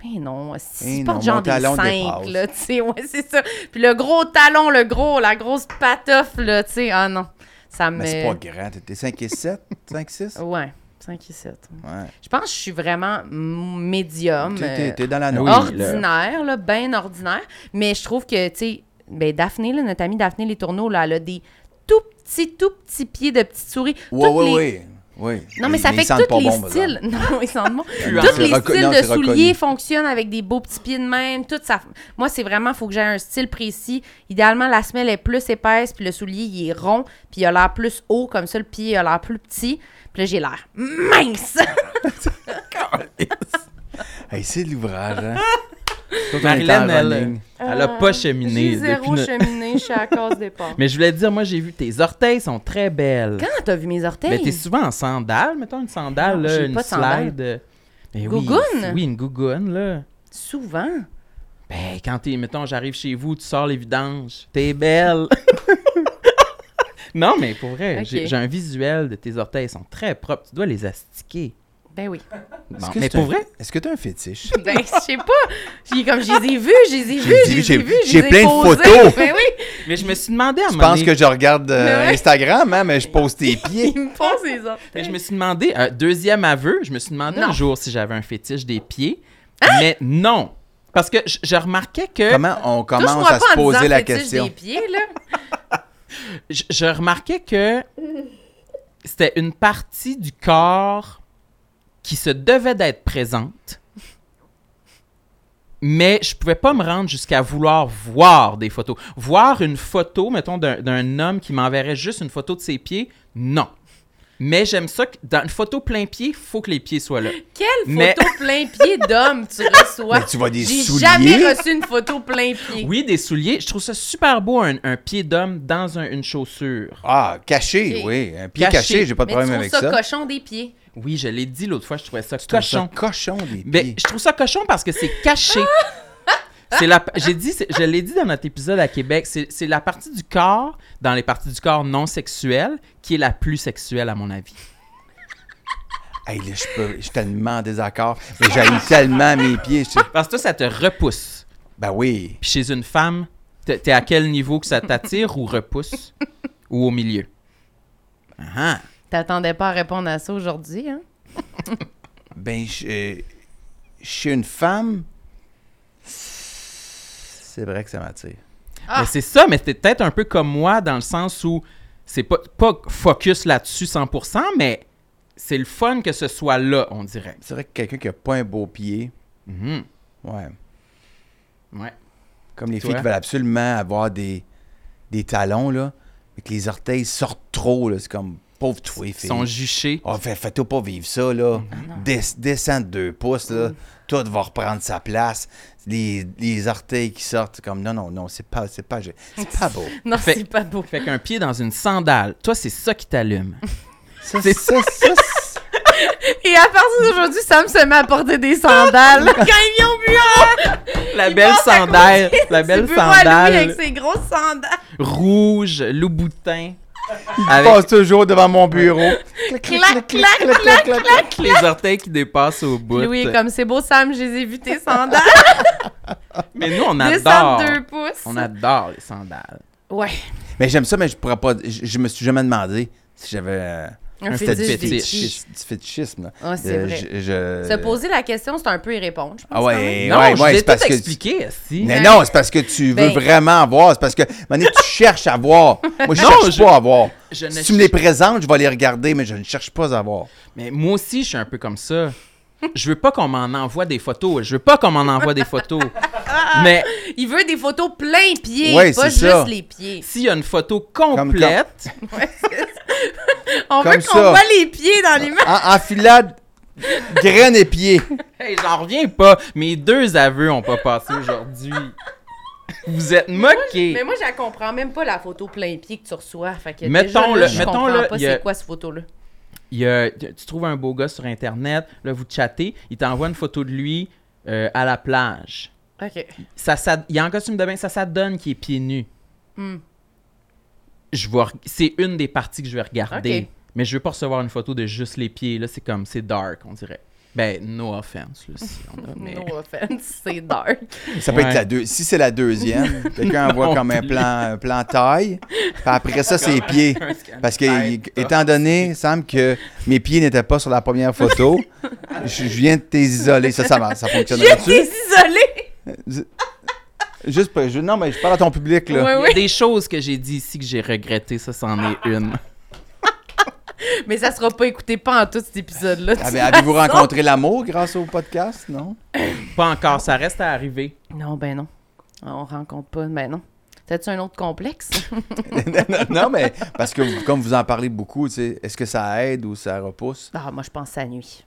Speaker 2: Ben non,
Speaker 4: Eh
Speaker 2: si porte
Speaker 4: non,
Speaker 2: genre
Speaker 4: mon
Speaker 2: des
Speaker 4: talon
Speaker 2: 5,
Speaker 4: dépasse.
Speaker 2: là, tu sais, ouais, c'est ça. Puis le gros talon, le gros, la grosse patoffle, là, tu sais, ah non, ça me.
Speaker 4: Mais c'est pas grand. T'es- T'es 5 et 7? 5 6?
Speaker 2: Ouais, 5 et 7.
Speaker 4: Ouais.
Speaker 2: Je pense que je suis vraiment m- médium.
Speaker 4: T'es-
Speaker 2: euh,
Speaker 4: T'es t'es dans la
Speaker 1: oui,
Speaker 4: norme.
Speaker 1: Or-
Speaker 2: ordinaire, là, bien ordinaire. Mais je trouve que, tu sais, ben Daphné, là, notre amie Daphné Les Tourneaux, là, elle a des tout petits, tout petits pieds de petites souris.
Speaker 4: Ouais,
Speaker 2: Toutes
Speaker 4: ouais,
Speaker 2: les-
Speaker 4: ouais. Oui.
Speaker 2: Non, mais ça fait que tous les styles. Non, ils sentent bon.
Speaker 1: Non,
Speaker 2: Tous
Speaker 4: c'est
Speaker 2: les
Speaker 4: reco-
Speaker 2: styles
Speaker 4: non,
Speaker 2: de
Speaker 4: c'est
Speaker 2: souliers
Speaker 4: reconnu.
Speaker 2: fonctionnent avec des beaux petits pieds de même. Tout ça. Moi, c'est vraiment, faut que j'ai un style précis. Idéalement, la semelle est plus épaisse, puis le soulier, il est rond, puis il a l'air plus haut, comme ça, le pied il a l'air plus petit. Puis là, j'ai l'air mince.
Speaker 4: Hey, c'est de l'ouvrage, hein? Surtout qu'on est en
Speaker 1: Marilyn, elle,
Speaker 4: running.
Speaker 1: elle a pas cheminé.
Speaker 2: euh, J'ai zéro
Speaker 1: depuis no-
Speaker 2: cheminée, je suis à cause des pas.
Speaker 1: Mais je voulais te dire, moi, j'ai vu tes orteils sont très belles.
Speaker 2: Quand t'as vu mes orteils?
Speaker 1: Mais t'es souvent en sandales, mettons une sandale,
Speaker 2: Non,
Speaker 1: là,
Speaker 2: j'ai
Speaker 1: une
Speaker 2: pas de sandales.
Speaker 1: slide. euh, ben oui,
Speaker 2: Gougoune?
Speaker 1: Oui, une gougoune, là.
Speaker 2: Souvent.
Speaker 1: Ben, quand t'es, mettons, j'arrive chez vous, tu sors les vidanges. T'es belle. non, mais pour vrai,
Speaker 2: Ok.
Speaker 1: j'ai j'ai un visuel de tes orteils. Ils sont très propres. Tu dois les astiquer.
Speaker 2: Ben oui.
Speaker 4: Est-ce
Speaker 1: Bon,
Speaker 4: que
Speaker 1: mais
Speaker 4: c'est
Speaker 1: pour
Speaker 4: un-
Speaker 1: vrai?
Speaker 4: Est-ce que t'as un fétiche?
Speaker 2: Ben, je sais pas. J'ai comme, je les ai vus, je les ai vus, je
Speaker 4: J'ai dit,
Speaker 2: les ai
Speaker 4: j'ai-
Speaker 2: vus. je
Speaker 4: j'ai
Speaker 2: les ai
Speaker 4: plein de
Speaker 2: posés.
Speaker 4: photos.
Speaker 2: Ben oui,
Speaker 1: Mais je me suis demandé à un
Speaker 4: Je
Speaker 1: moment
Speaker 4: pense
Speaker 1: donné-
Speaker 4: que je regarde euh,
Speaker 2: Mais ouais.
Speaker 4: Instagram, hein, mais je pose tes pieds.
Speaker 2: ils me posent les autres.
Speaker 1: Mais je me suis demandé, un deuxième aveu, je me suis demandé
Speaker 2: Non.
Speaker 1: un jour si j'avais un fétiche des pieds. Mais non! Parce que je, je remarquais que
Speaker 4: Comment on commence
Speaker 2: Touche-moi
Speaker 4: à se
Speaker 2: pas en disant
Speaker 4: poser la
Speaker 2: fétiche
Speaker 4: question?
Speaker 2: des pieds, là.
Speaker 1: je, je remarquais que c'était une partie du corps qui se devait d'être présente. Mais je pouvais pas me rendre jusqu'à vouloir voir des photos. Voir une photo, mettons, d'un- d'un homme qui m'enverrait juste une photo de ses pieds, non. Mais j'aime ça que dans une photo plein pied, faut que les pieds soient là.
Speaker 2: Quelle
Speaker 1: Mais-
Speaker 2: photo plein pied d'homme tu reçois?
Speaker 4: Mais tu vois des
Speaker 2: J'ai
Speaker 4: souliers.
Speaker 2: jamais reçu une photo plein pied.
Speaker 1: Oui, des souliers. Je trouve ça super beau, un, un pied d'homme dans un- une chaussure.
Speaker 4: Ah, caché,
Speaker 2: Ok.
Speaker 4: oui. Un pied
Speaker 1: Caché.
Speaker 4: caché, j'ai pas de
Speaker 2: Mais tu
Speaker 4: problème
Speaker 2: trouves
Speaker 4: avec
Speaker 2: ça,
Speaker 4: ça.
Speaker 2: cochon des pieds.
Speaker 1: Oui, je l'ai dit l'autre fois, je trouvais ça
Speaker 4: Je trouve ça
Speaker 1: cochon.
Speaker 4: cochon des
Speaker 1: Ben,
Speaker 4: pieds.
Speaker 1: je trouve ça cochon parce que c'est caché. C'est la, j'ai dit, c'est- je l'ai dit dans notre épisode à Québec, c'est, c'est la partie du corps, dans les parties du corps non sexuelles, qui est la plus sexuelle à mon avis.
Speaker 4: Hey, là, je, peux- je suis tellement en désaccord. Mais j'aime tellement mes pieds. Je-
Speaker 1: Parce que toi, ça te repousse.
Speaker 4: Ben oui.
Speaker 1: Puis chez une femme, t'es, t'es à quel niveau que ça t'attire ou repousse ou au milieu? Ah, ah.
Speaker 2: T'attendais pas à répondre à ça aujourd'hui, hein?
Speaker 4: Ben, je, euh, je suis une femme. C'est vrai que ça m'attire.
Speaker 2: Ah.
Speaker 1: Mais c'est ça, mais t'es peut-être un peu comme moi dans le sens où c'est pas, pas focus là-dessus 100%, mais c'est le fun que ce soit là, on dirait.
Speaker 4: C'est vrai que quelqu'un qui a pas un beau pied,
Speaker 1: Mhm.
Speaker 4: ouais.
Speaker 1: Ouais.
Speaker 4: Comme les
Speaker 1: Toi?
Speaker 4: filles qui veulent absolument avoir des, des talons, là, mais que les orteils sortent trop, là. C'est comme, pauvre toi,
Speaker 1: Ils
Speaker 4: fille.
Speaker 1: sont juchés.
Speaker 4: Oh, fais- fais-toi pas vivre ça, là. Des- descends de deux pouces,
Speaker 2: Mm.
Speaker 4: là. Tout va reprendre sa place. Les, les orteils qui sortent, c'est comme non, non, non, c'est pas, c'est pas, c'est pas beau.
Speaker 2: Non,
Speaker 1: Fait-
Speaker 2: c'est pas beau.
Speaker 1: Fait qu'un pied dans une sandale, toi, c'est ça qui t'allume.
Speaker 4: Ça, c'est ça, ça. c'est-
Speaker 2: Et à partir d'aujourd'hui, Sam se met à porter des sandales quand il vient au bureau.
Speaker 1: La
Speaker 2: Il
Speaker 1: belle
Speaker 2: passe à
Speaker 1: sandale,
Speaker 2: côté
Speaker 1: la
Speaker 2: du
Speaker 1: belle
Speaker 2: bureau à lui
Speaker 1: sandale
Speaker 2: avec ses grosses sandales.
Speaker 1: rouge, louboutin,
Speaker 4: Je
Speaker 1: avec
Speaker 4: passe toujours devant mon bureau.
Speaker 2: Clac, clac, clac, clac.
Speaker 1: les orteils qui dépassent au bout.
Speaker 2: Louis est comme, c'est beau, Sam, je les ai vus, tes sandales.
Speaker 1: Mais nous, on adore.
Speaker 2: Descendre deux pouces.
Speaker 1: On adore les sandales.
Speaker 2: Ouais.
Speaker 4: Mais j'aime ça, mais je pourrais pas. Je, je me suis jamais demandé si j'avais euh,
Speaker 2: Un
Speaker 1: fétiche
Speaker 4: du
Speaker 1: des
Speaker 4: fétiche-
Speaker 1: pieds.
Speaker 4: du fétichisme. là.
Speaker 2: Ah, c'est
Speaker 4: Euh,
Speaker 2: vrai.
Speaker 4: je- je-
Speaker 2: Se poser la question, c'est un peu y répondre, je pense.
Speaker 4: Ah
Speaker 2: quand même.
Speaker 4: ouais,
Speaker 1: non,
Speaker 4: ouais,
Speaker 1: je
Speaker 4: ouais,
Speaker 1: vous ai
Speaker 4: c'est parce
Speaker 1: tout
Speaker 4: que.
Speaker 1: expliqué, si.
Speaker 4: Mais
Speaker 2: Ouais.
Speaker 4: non, c'est parce que tu veux
Speaker 2: Ben-
Speaker 4: vraiment voir. C'est parce que, à un moment donné, tu cherches à voir. Moi, je
Speaker 1: Non,
Speaker 4: cherche
Speaker 1: je-
Speaker 4: pas à voir.
Speaker 1: je ne
Speaker 4: si tu me les présentes, je vais les regarder, mais je ne cherche pas à voir.
Speaker 1: Mais moi aussi, je suis un peu comme ça. Je veux pas qu'on m'en envoie des photos. Je veux pas qu'on m'en envoie des photos. Mais
Speaker 2: Il veut des photos plein pied,
Speaker 4: Ouais,
Speaker 2: pas
Speaker 4: c'est
Speaker 2: juste
Speaker 4: ça.
Speaker 2: les pieds.
Speaker 1: s'il y a une photo complète,
Speaker 2: On
Speaker 4: Comme
Speaker 2: veut qu'on
Speaker 4: ça.
Speaker 2: voit les pieds
Speaker 1: Ah,
Speaker 2: dans l'image.
Speaker 4: En, en filade, graines et pieds.
Speaker 1: Hey, j'en reviens pas. Mes deux aveux ont pas passé aujourd'hui. Vous êtes moqués.
Speaker 2: Mais moi, je la comprends même pas la photo plein pied que tu reçois. Fait que
Speaker 1: Mettons
Speaker 2: déjà,
Speaker 1: le-
Speaker 2: là, je
Speaker 1: mettons
Speaker 2: comprends
Speaker 1: le-
Speaker 2: pas
Speaker 1: il y a-
Speaker 2: c'est quoi cette photo-là.
Speaker 1: Il y a- tu trouves un beau gars sur Internet, là, vous chattez, il t'envoie une photo de lui euh, à la plage.
Speaker 2: OK.
Speaker 1: Ça, ça, il est en costume de bain, ça, ça donne qu'il est pieds nus.
Speaker 2: Hmm.
Speaker 1: Je vais reg- c'est une des parties que je vais regarder.
Speaker 2: Ok.
Speaker 1: Mais je veux pas recevoir une photo de juste les pieds. Là, c'est comme, c'est dark, on dirait. Ben, no offense, là, si on a, mais...
Speaker 2: No offense, c'est dark.
Speaker 4: Ça peut
Speaker 1: Ouais.
Speaker 4: être la deux. Si c'est la deuxième, quelqu'un envoie
Speaker 1: Non
Speaker 4: comme un
Speaker 1: plus.
Speaker 4: plan, un plan taille. Puis après ça, c'est les pieds. Parce que, il- étant donné, il semble que mes pieds n'étaient pas sur la première photo, je, je viens de t'isoler. Ça, ça, va, ça
Speaker 2: Je
Speaker 4: fonctionnerait-tu?
Speaker 2: t'es isolé.
Speaker 4: Juste, pas- je- non, mais je parle à ton public, là.
Speaker 2: Ouais,
Speaker 1: Il y a
Speaker 2: ouais.
Speaker 1: des choses que j'ai dit ici que j'ai regretté, ça, c'en est une.
Speaker 2: Mais ça sera pas écouté pas en tout cet épisode-là.
Speaker 1: Ah,
Speaker 2: de
Speaker 4: Avez-
Speaker 2: toute
Speaker 4: Avez-vous
Speaker 2: façon.
Speaker 4: rencontré l'amour grâce au podcast? Non?
Speaker 1: Pas encore, ça reste à arriver.
Speaker 2: Non, ben non. On rencontre pas. Ben non. T'as-tu un autre complexe?
Speaker 4: non, non, non, mais parce que vous- comme vous en parlez beaucoup, tu sais, est-ce que ça aide ou ça repousse?
Speaker 2: Ah, moi, je pense à la nuit.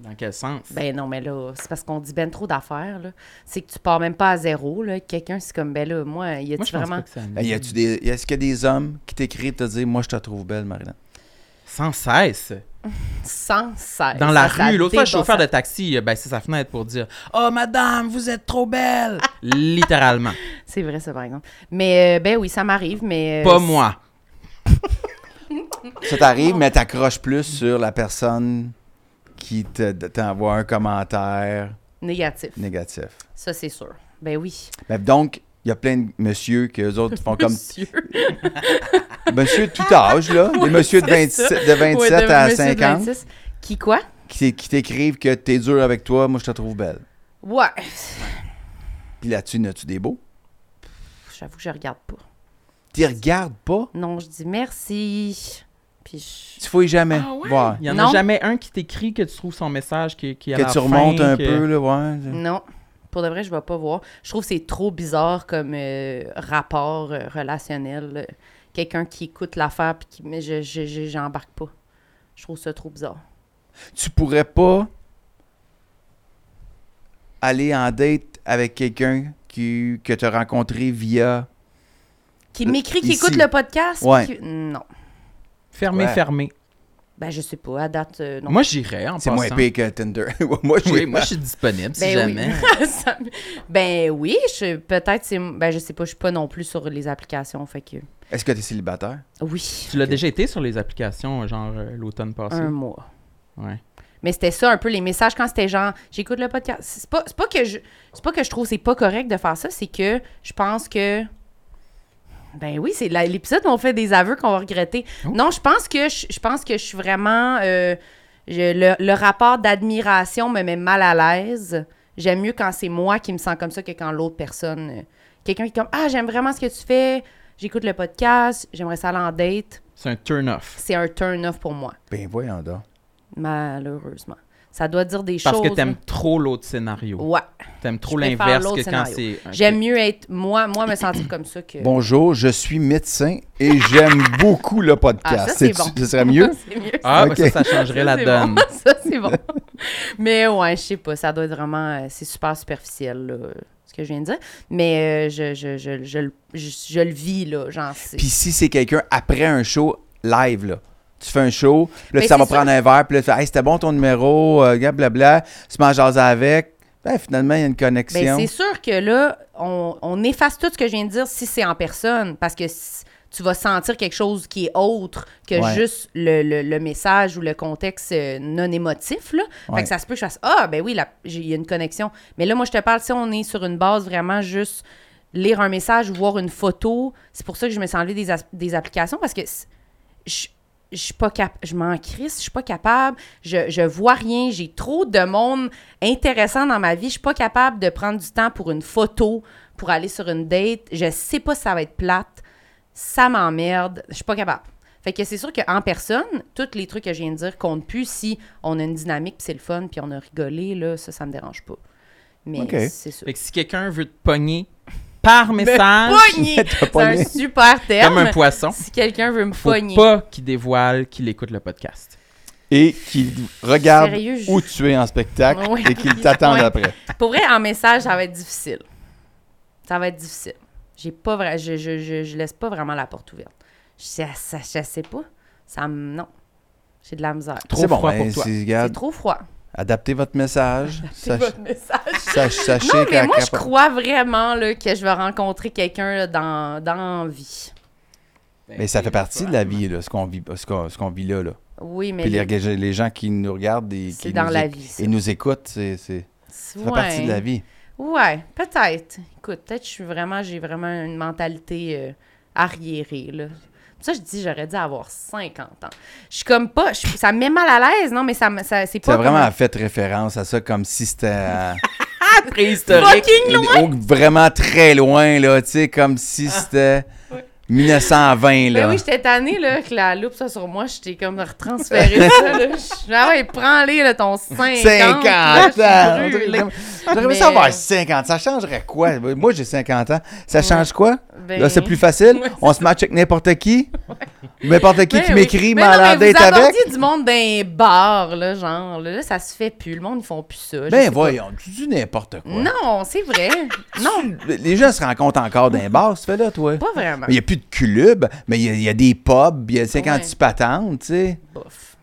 Speaker 1: Dans quel sens?
Speaker 2: Ben non, mais là, c'est parce qu'on dit ben trop d'affaires, là. C'est que tu pars même pas à zéro, là. Quelqu'un, c'est comme, ben là, moi, y
Speaker 1: Moi,
Speaker 2: a-tu
Speaker 1: je pense
Speaker 2: vraiment...
Speaker 1: pas que ça
Speaker 4: Ben, y a-tu des- Est-ce qu'il y a des hommes qui t'écrivent et te disent Moi, je te trouve belle, Marilyn?
Speaker 1: Sans cesse.
Speaker 2: Sans cesse.
Speaker 1: Dans la
Speaker 2: Ça, ça
Speaker 1: rue, l'autre fois, le
Speaker 2: dépasse-
Speaker 1: chauffeur de taxi, euh, ben, c'est sa fenêtre pour dire Oh, madame, vous êtes trop belle! Littéralement.
Speaker 2: C'est vrai, ça, par exemple. Mais, euh, ben oui, ça m'arrive, mais... euh,
Speaker 1: Pas moi.
Speaker 4: Ça t'arrive, mais t'accroches plus sur la personne qui te- t'envoie un commentaire
Speaker 2: Négatif.
Speaker 4: négatif.
Speaker 2: Ça, c'est sûr. Ben oui.
Speaker 4: Ben, donc, il y a plein de messieurs que eux autres font comme
Speaker 2: Monsieur.
Speaker 4: monsieur de tout âge, là, des
Speaker 2: Oui,
Speaker 4: messieurs de
Speaker 2: c'est
Speaker 4: 27, de 27
Speaker 2: Ouais, de-
Speaker 4: à
Speaker 2: monsieur de
Speaker 4: 50
Speaker 2: 26. Qui quoi?
Speaker 4: qui, qui t'écrivent que t'es dur avec toi, moi je te trouve belle.
Speaker 2: Ouais.
Speaker 4: Puis là-dessus, n'as-tu des beaux?
Speaker 2: J'avoue que je regarde pas.
Speaker 4: T'y regardes pas,
Speaker 2: Non, je dis merci. Puis je...
Speaker 4: tu fouilles jamais.
Speaker 1: Ah ouais?
Speaker 4: voir.
Speaker 1: Il n'y en
Speaker 2: Non.
Speaker 1: a jamais un qui t'écrit que tu trouves son message qui, qui a
Speaker 4: Que
Speaker 1: l'air
Speaker 4: tu remontes
Speaker 1: fin,
Speaker 4: un
Speaker 1: que-
Speaker 4: peu, là,
Speaker 1: Hmm.
Speaker 4: ouais.
Speaker 2: Non. Pour de vrai, je vais pas voir. Je trouve que c'est trop bizarre comme euh, rapport euh, relationnel. là. Quelqu'un qui écoute l'affaire puis qui mais je je- je- j'embarque pas. Je trouve ça trop bizarre.
Speaker 4: Tu pourrais pas aller en date avec quelqu'un qui, que tu as rencontré via.
Speaker 2: Qui
Speaker 4: Euh,
Speaker 2: m'écrit qui
Speaker 4: ici.
Speaker 2: écoute le podcast puis
Speaker 4: Ouais.
Speaker 2: qui- non.
Speaker 1: Fermé,
Speaker 4: Ouais.
Speaker 1: fermé.
Speaker 2: Ben je sais pas à date euh, non.
Speaker 1: Moi, j'irais en
Speaker 4: C'est moins
Speaker 1: passant.
Speaker 4: pire que Tinder. moi, j'ai-
Speaker 1: Oui, moi, je suis disponible si
Speaker 2: Ben oui.
Speaker 1: jamais.
Speaker 2: Ça me- ben oui, je- peut-être c'est ben je sais pas, je suis pas non plus sur les applications fait que
Speaker 4: Est-ce que tu es célibataire?
Speaker 2: oui,
Speaker 1: Tu l'as déjà été sur les applications, genre euh, l'automne passé.
Speaker 2: un mois.
Speaker 1: Ouais.
Speaker 2: Mais c'était ça un peu les messages quand c'était genre j'écoute le podcast. C'est pas, c'est pas que je c'est pas que je trouve que c'est pas correct de faire ça, c'est que je pense que ben oui, c'est la- l'épisode où on fait des aveux qu'on va regretter.
Speaker 1: Oh.
Speaker 2: Non, je pense que je, je pense que je suis vraiment euh, je- le, le rapport d'admiration me met mal à l'aise. J'aime mieux quand c'est moi qui me sens comme ça que quand l'autre personne euh, quelqu'un qui est comme ah, j'aime vraiment ce que tu fais, j'écoute le podcast, j'aimerais ça aller en date,
Speaker 1: C'est un turn-off.
Speaker 2: c'est un turn off pour moi,
Speaker 4: Ben voyons donc.
Speaker 2: malheureusement. Ça doit dire des
Speaker 1: Parce
Speaker 2: choses
Speaker 1: que t'aimes trop l'autre scénario.
Speaker 2: hein. Ouais.
Speaker 1: T'aimes trop
Speaker 2: Je préfère
Speaker 1: l'inverse
Speaker 2: l'autre
Speaker 1: que quand c'est.
Speaker 2: scénario.
Speaker 1: ok.
Speaker 2: J'aime mieux être moi, moi me sentir comme ça que.
Speaker 4: Bonjour, je suis médecin et j'aime beaucoup le podcast.
Speaker 2: Ah, ça, c'est
Speaker 4: C'est-tu-
Speaker 2: bon.
Speaker 4: Ce serait mieux?
Speaker 2: c'est mieux.
Speaker 1: Ah,
Speaker 4: Ok.
Speaker 1: ben ça, ça changerait la
Speaker 2: c'est
Speaker 1: donne.
Speaker 2: bon. ça, c'est bon. Mais ouais, je sais pas, ça doit être vraiment. euh, C'est super superficiel, là, euh, ce que je viens de dire. Mais euh, je, je, je, je, le- je- je le vis, là, genre. c'est-
Speaker 4: Puis si c'est quelqu'un après un show live, là. Tu fais un show, puis là,
Speaker 2: Ben,
Speaker 4: ça va
Speaker 2: c'est
Speaker 4: prendre un verre, puis là, tu fais, hey, c'était bon ton numéro, euh, blablabla, tu m'en jases avec. Ben, finalement, il y a une
Speaker 2: Ben,
Speaker 4: connexion.
Speaker 2: c'est sûr que là, on, on efface tout ce que je viens de dire si c'est en personne, parce que si- tu vas sentir quelque chose qui est autre que
Speaker 4: Ouais.
Speaker 2: juste le, le- le message ou le contexte euh, non émotif. Là. Fait
Speaker 4: Ouais.
Speaker 2: que ça se peut que je fasse Ah, ben oui, la- j'ai- il y a une connexion. Mais là, moi, je te parle, si on est sur une base vraiment juste lire un message ou voir une photo, c'est pour ça que je me suis enlevée des, as- des applications, parce que c- je je suis pas cap je m'en crisse, je suis pas capable, je, je vois rien, j'ai trop de monde intéressant dans ma vie, je suis pas capable de prendre du temps pour une photo, pour aller sur une date, je sais pas si ça va être plate, ça m'emmerde, je suis pas capable. Fait que c'est sûr qu'en personne, tous les trucs que je viens de dire comptent plus si on a une dynamique, puis c'est le fun, puis on a rigolé, là, ça, ça me dérange pas. Mais
Speaker 4: Ok.
Speaker 2: c'est sûr.
Speaker 1: Fait que si quelqu'un veut te pogner par message,
Speaker 2: Pogné! C'est un
Speaker 4: pogné.
Speaker 2: super terme.
Speaker 1: comme un poisson,
Speaker 2: Si quelqu'un veut me
Speaker 1: faut
Speaker 2: pogner.
Speaker 1: pas qu'il dévoile qu'il écoute le podcast.
Speaker 4: Et qu'il regarde
Speaker 2: Sérieux, je-
Speaker 4: où tu es en spectacle
Speaker 2: Ouais.
Speaker 4: et qu'il t'attende
Speaker 2: Ouais.
Speaker 4: après.
Speaker 2: Pour vrai, en message, ça va être difficile. Ça va être difficile. J'ai pas vra- je, je, je, je laisse pas vraiment la porte ouverte. Je sais, ça, je sais pas. Ça me. Non. J'ai de la misère.
Speaker 1: Trop
Speaker 4: C'est bon,
Speaker 1: froid
Speaker 4: ben,
Speaker 1: pour toi.
Speaker 4: c'est-
Speaker 2: C'est
Speaker 4: regarde,
Speaker 2: trop froid.
Speaker 4: adaptez votre message.
Speaker 2: C'est
Speaker 4: Sach-
Speaker 2: votre message.
Speaker 4: sach- sachez
Speaker 2: Non,
Speaker 4: qu'à
Speaker 2: mais moi, je
Speaker 4: capa-
Speaker 2: crois vraiment là, que je vais rencontrer quelqu'un là, dans, dans la vie.
Speaker 4: Ben, Mais ça fait partie de la vie, là, ce qu'on vit, ce qu'on, ce qu'on vit là, là.
Speaker 2: Oui, mais.
Speaker 4: Puis les, les gens qui nous regardent et,
Speaker 2: C'est
Speaker 4: qui
Speaker 2: dans
Speaker 4: nous,
Speaker 2: la
Speaker 4: éc-
Speaker 2: vie, ça.
Speaker 4: et nous écoutent, c'est, c'est- ça fait
Speaker 2: Ouais.
Speaker 4: partie de la vie.
Speaker 2: Ouais, peut-être. Écoute, peut-être que je suis vraiment, j'ai vraiment une mentalité euh, arriérée, là. Pour Ça, je dis, j'aurais dû avoir 50 ans. Je suis comme pas, je- ça me met mal à l'aise, non, mais ça, me- ça c'est
Speaker 4: Tu
Speaker 2: pas.
Speaker 4: as vraiment
Speaker 2: comme-
Speaker 4: fait référence à ça comme si c'était euh,
Speaker 1: Préhistorique.
Speaker 2: Fucking loin!
Speaker 4: au- vraiment très loin, là, tu sais, comme si c'était 1920, là.
Speaker 2: Ah. Ben oui, j'étais tannée, là, que la loupe, ça, sur moi, j'étais comme retransférée ça, là. Je suis, ah ouais, prends-les, là, ton 50.
Speaker 4: 50
Speaker 2: là,
Speaker 4: ans!
Speaker 2: je suis brûlée.
Speaker 4: J'aurais aimé
Speaker 2: Mais- euh,
Speaker 4: ça avoir 50. Ça changerait quoi? Moi, j'ai 50 ans. Ça change quoi?
Speaker 2: Ben-
Speaker 4: Là, c'est plus facile. On se match avec n'importe qui. N'importe qui
Speaker 2: Ben
Speaker 4: qui
Speaker 2: oui.
Speaker 4: m'écrit,
Speaker 2: Ben
Speaker 4: m'en
Speaker 2: non,
Speaker 4: en
Speaker 2: mais
Speaker 4: date
Speaker 2: vous
Speaker 4: avec.
Speaker 2: abordiez du monde d'un bar, là, genre. Là, ça se fait plus. Le monde, ils font plus ça. je sais
Speaker 4: Ben
Speaker 2: pas.
Speaker 4: voyons, tu dis n'importe quoi.
Speaker 2: Non, c'est vrai. non,
Speaker 4: Les gens se rencontrent encore dans les bars, tu fais là, toi.
Speaker 2: pas vraiment.
Speaker 4: Il n'y a plus de clubs, mais il y a- il y, a des pubs, il y a 56 patentes, tu sais.
Speaker 2: Bof.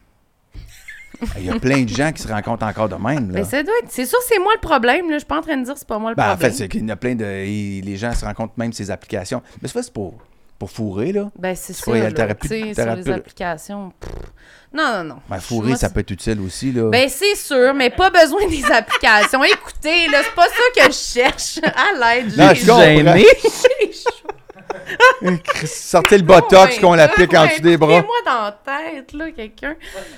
Speaker 4: Ah. Il y a plein de gens qui se rencontrent encore de même, là.
Speaker 2: Mais Ben, ça doit être. C'est sûr, c'est moi le problème. Là. Je suis pas en train de dire que c'est pas moi le
Speaker 4: Ben, en
Speaker 2: problème.
Speaker 4: fait, c'est qu'il y en a plein de. et Les gens se rencontrent même ces applications. Mais ça, c'est pour pour fourrer, là.
Speaker 2: Ben, c'est ça.
Speaker 4: Ouais,
Speaker 2: là,
Speaker 4: t'aurais
Speaker 2: tu
Speaker 4: pu-
Speaker 2: sais,
Speaker 4: t'aurais
Speaker 2: sur les
Speaker 4: pu-
Speaker 2: applications. pff. Non, non, non.
Speaker 4: Ben, fourrer,
Speaker 2: Moi,
Speaker 4: ça
Speaker 2: c'est-
Speaker 4: peut être utile aussi, là.
Speaker 2: Ben, c'est sûr, mais pas besoin des applications. Écoutez, là, c'est pas ça que je cherche. À l'aide,
Speaker 4: Non,
Speaker 2: j'ai
Speaker 4: je comprends.
Speaker 1: Gêné.
Speaker 2: j'ai chaud.
Speaker 4: Sortez le botox
Speaker 2: Ouais,
Speaker 4: qu'on l'applique
Speaker 2: ouais,
Speaker 4: en dessous des bras.
Speaker 2: Piquez-moi dans la tête, là, quelqu'un.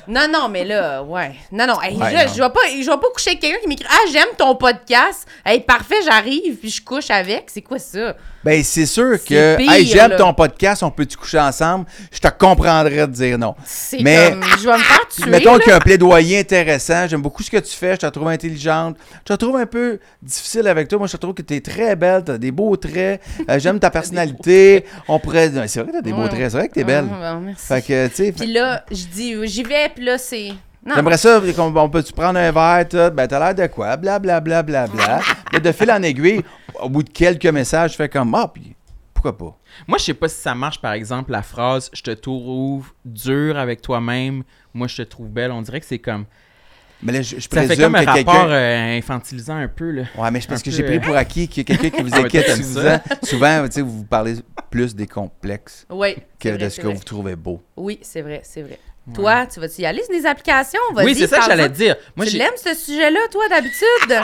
Speaker 2: Non, non, mais là, ouais. Non, non, hey,
Speaker 4: Ouais,
Speaker 2: je,
Speaker 4: non.
Speaker 2: je vais pas, je vais pas coucher avec quelqu'un qui m'écrit Ah, j'aime ton podcast. Hey, parfait, j'arrive, puis je couche avec. C'est quoi ça?
Speaker 4: Ben, c'est sûr
Speaker 2: C'est
Speaker 4: que.
Speaker 2: pire,
Speaker 4: hey, j'aime
Speaker 2: là.
Speaker 4: ton podcast, on peut-tu coucher ensemble? Je te comprendrais de dire non.
Speaker 2: C'est
Speaker 4: Mais-
Speaker 2: comme. Je vais me faire tuer.
Speaker 4: Mettons
Speaker 2: là.
Speaker 4: qu'il y a un plaidoyer intéressant. J'aime beaucoup ce que tu fais. Je te trouve intelligente. Je te trouve un peu difficile avec toi. Moi, je te trouve que tu es très belle. Tu as des beaux traits. Euh, J'aime ta personnalité. On pourrait. Non, C'est vrai que tu des beaux
Speaker 2: Ouais.
Speaker 4: traits. C'est vrai que tu es
Speaker 2: Ah,
Speaker 4: belle.
Speaker 2: ben, merci.
Speaker 4: Fait que, tu sais.
Speaker 2: Puis là, je dis J'y vais, puis là, c'est. Non,
Speaker 4: J'aimerais ça, qu'on on peut-tu prendre un verre, tout? Ben, t'as l'air de quoi? Bla, bla, bla, bla, bla. Puis de fil en aiguille, au bout de quelques messages, je fais comme, ah, puis pourquoi pas?
Speaker 1: Moi, je sais pas si ça marche, par exemple, la phrase Je te trouve dur avec toi-même, moi je te trouve belle. On dirait que c'est comme.
Speaker 4: Mais là, je, je
Speaker 1: Ça
Speaker 4: présume
Speaker 1: fait comme un
Speaker 4: que
Speaker 1: rapport
Speaker 4: quelqu'un...
Speaker 1: euh, infantilisant un peu, là.
Speaker 4: Ouais, mais c'est parce
Speaker 1: un
Speaker 4: que
Speaker 1: peu,
Speaker 4: j'ai pris
Speaker 1: euh,
Speaker 4: pour acquis qu'il y a quelqu'un qui vous
Speaker 1: Ah, mais
Speaker 4: inquiète
Speaker 1: toi,
Speaker 4: en
Speaker 1: t'aimes
Speaker 4: vous
Speaker 1: ça.
Speaker 4: disant, souvent, tu sais, vous vous parlez plus des complexes
Speaker 2: Oui.
Speaker 4: que
Speaker 2: c'est vrai,
Speaker 4: de ce
Speaker 2: c'est
Speaker 4: que
Speaker 2: vrai.
Speaker 4: vous trouvez beau.
Speaker 2: Oui, c'est vrai, c'est vrai. Toi, tu vas-tu y aller sur des applications? Vas-y,
Speaker 1: Oui, c'est ça que
Speaker 2: parle-en.
Speaker 1: j'allais dire. Moi,
Speaker 2: tu
Speaker 1: j'ai-
Speaker 2: l'aimes ce sujet-là, toi, d'habitude?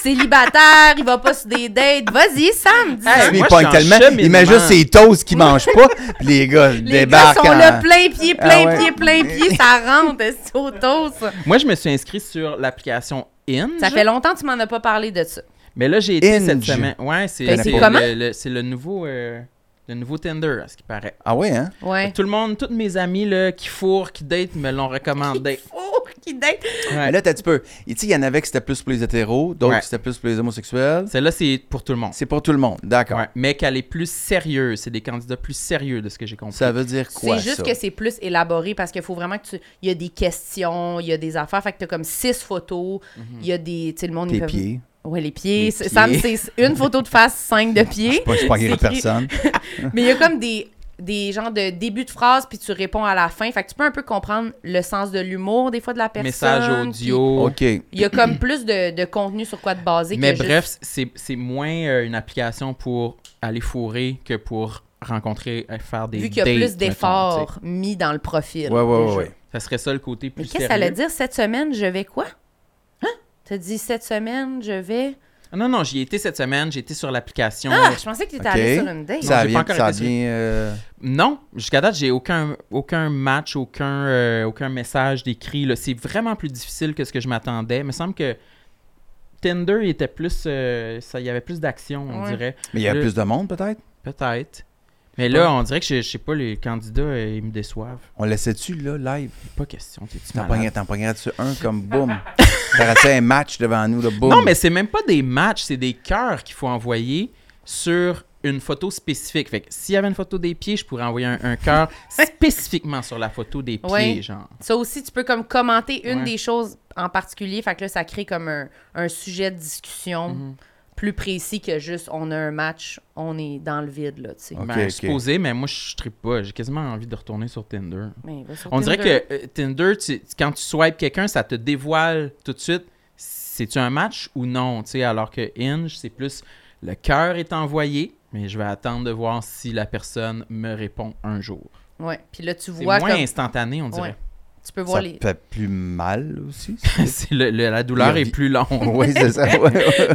Speaker 2: Célibataire, il va pas sur des dates. Vas-y, Sam, dis
Speaker 1: Hey,
Speaker 4: Lui, il
Speaker 1: moi,
Speaker 4: pogne
Speaker 1: je suis en
Speaker 4: tellement, il met
Speaker 1: cheminement.
Speaker 4: juste ses toasts qu'il mange pas, puis les gars
Speaker 2: Les gars
Speaker 4: débarquent
Speaker 2: sont
Speaker 4: en-
Speaker 2: là, plein pied, plein
Speaker 4: Ah ouais.
Speaker 2: pied, plein pied, ça rentre, c'est au toast.
Speaker 1: Moi, je me suis inscrit sur l'application Inge.
Speaker 2: Ça fait longtemps que tu m'en as pas parlé de ça.
Speaker 1: Mais là, j'ai été cette
Speaker 4: Inge.
Speaker 1: semaine. Ouais, c'est
Speaker 2: Fait
Speaker 4: que
Speaker 1: c'est
Speaker 4: c'est
Speaker 2: comment?
Speaker 1: le, le- c'est le nouveau euh, le nouveau Tinder, à ce qui paraît.
Speaker 4: Ah ouais, hein?
Speaker 2: Ouais.
Speaker 1: Tout le monde, tous mes amis là, qui fourrent, qui datent, me l'ont recommandé.
Speaker 2: Oh, qui date.
Speaker 1: Ouais.
Speaker 4: Mais là, t'as un petit peu... Tu sais, il y en avait qui c'était plus pour les hétéros, d'autres
Speaker 1: Ouais.
Speaker 4: qui c'était plus pour les homosexuels.
Speaker 1: Celle-là, c'est pour tout le monde.
Speaker 4: C'est pour tout le monde, d'accord.
Speaker 1: Ouais, Mais qu'elle est plus sérieuse. C'est des candidats plus sérieux de ce que j'ai compris.
Speaker 4: Ça veut dire quoi,
Speaker 2: C'est juste
Speaker 4: ça?
Speaker 2: que c'est plus élaboré parce qu'il faut vraiment que tu. Il y a des questions, il y a des affaires. Fait que t'as comme six photos. Il y a des. Tu sais, le monde. ils
Speaker 4: Mhm. Tes
Speaker 2: peuvent-
Speaker 4: pieds.
Speaker 2: Ouais, les pieds.
Speaker 4: Les
Speaker 2: C'est- Sam,
Speaker 4: pieds.
Speaker 2: c'est une photo de face, cinq de pieds.
Speaker 4: Pas, je suis pas
Speaker 2: C'est
Speaker 4: grave
Speaker 2: écrit-
Speaker 4: personne.
Speaker 2: Mais il y a comme des, des genres de début de phrase, puis tu réponds à la fin. Fait que tu peux un peu comprendre le sens de l'humour, des fois, de la personne.
Speaker 1: Message audio.
Speaker 4: OK.
Speaker 2: puis Il y a comme plus de, de contenu sur quoi te baser. que
Speaker 1: Mais
Speaker 2: juste-
Speaker 1: bref, c'est c'est moins euh, une application pour aller fourrer que pour rencontrer, euh, faire des
Speaker 2: vu qu'il y a
Speaker 1: dates,
Speaker 2: plus
Speaker 1: mettons, tu
Speaker 2: d'efforts mis dans le profil.
Speaker 4: Ouais, ouais, ouais,
Speaker 2: déjà.
Speaker 4: ouais.
Speaker 1: sais. Ça serait ça le côté plus
Speaker 2: Mais qu'est-ce que
Speaker 1: sérieux.
Speaker 2: ça veut dire cette semaine, je vais quoi? Hein? T'as dit cette semaine, je vais.
Speaker 1: Ah Non, non, j'y ai été cette semaine. J'ai été sur l'application.
Speaker 2: Ah, je pensais que t'étais
Speaker 4: Ok.
Speaker 2: allé sur une date.
Speaker 1: Non,
Speaker 4: Ça
Speaker 1: j'ai
Speaker 4: vient,
Speaker 1: pas encore
Speaker 4: ça
Speaker 1: été sur-
Speaker 4: vient... euh,
Speaker 1: Non, jusqu'à date, j'ai aucun, aucun match, aucun, euh, aucun message d'écrit. là. C'est vraiment plus difficile que ce que je m'attendais. Il me semble que Tinder il était plus. euh, ça, il y avait plus d'action, on
Speaker 2: Ouais.
Speaker 1: dirait.
Speaker 4: Mais il y a
Speaker 1: Le-
Speaker 4: plus de monde, peut-être?
Speaker 1: Peut-être. Mais là, on dirait que je, je sais pas, les candidats, euh, ils me déçoivent.
Speaker 4: On laissait-tu, là, live?
Speaker 1: Pas question. T'es-tu
Speaker 4: T'en
Speaker 1: malade?
Speaker 4: pognerais- t'en pognerais-tu un comme boum? T'arrêtais un match devant nous, là, boum.
Speaker 1: Non, mais c'est même pas des matchs, c'est des cœurs qu'il faut envoyer sur une photo spécifique. Fait que s'il y avait une photo des pieds, je pourrais envoyer un, un cœur spécifiquement sur la photo des pieds,
Speaker 2: Ouais.
Speaker 1: genre.
Speaker 2: Ça aussi, tu peux comme commenter une
Speaker 1: Ouais.
Speaker 2: des choses en particulier. Fait que là, ça crée comme un, un sujet de discussion
Speaker 1: Mhm.
Speaker 2: plus précis que juste on a un match, on est dans le vide, là, tu sais.
Speaker 4: Ok,
Speaker 1: Ben,
Speaker 4: ok.
Speaker 1: supposé, mais moi, je tripe pas. J'ai quasiment envie de retourner sur Tinder.
Speaker 2: Mais va sur
Speaker 1: On
Speaker 2: Tinder.
Speaker 1: dirait que euh, Tinder, tu- tu- quand tu swipes quelqu'un, ça te dévoile tout de suite c'est-tu un match ou non, tu sais, alors que Inge, c'est plus le cœur est envoyé, mais je vais attendre de voir si la personne me répond un jour.
Speaker 2: Ouais. Puis là, tu
Speaker 1: C'est
Speaker 2: vois
Speaker 1: moins
Speaker 2: comme...
Speaker 1: instantané, on dirait.
Speaker 2: Tu peux voir
Speaker 4: Ça
Speaker 2: les...
Speaker 4: fait plus mal, aussi?
Speaker 1: C'est le- le- la douleur
Speaker 4: Il
Speaker 1: est
Speaker 4: revit-
Speaker 1: plus longue.
Speaker 4: oui, c'est ça. ouais, ouais.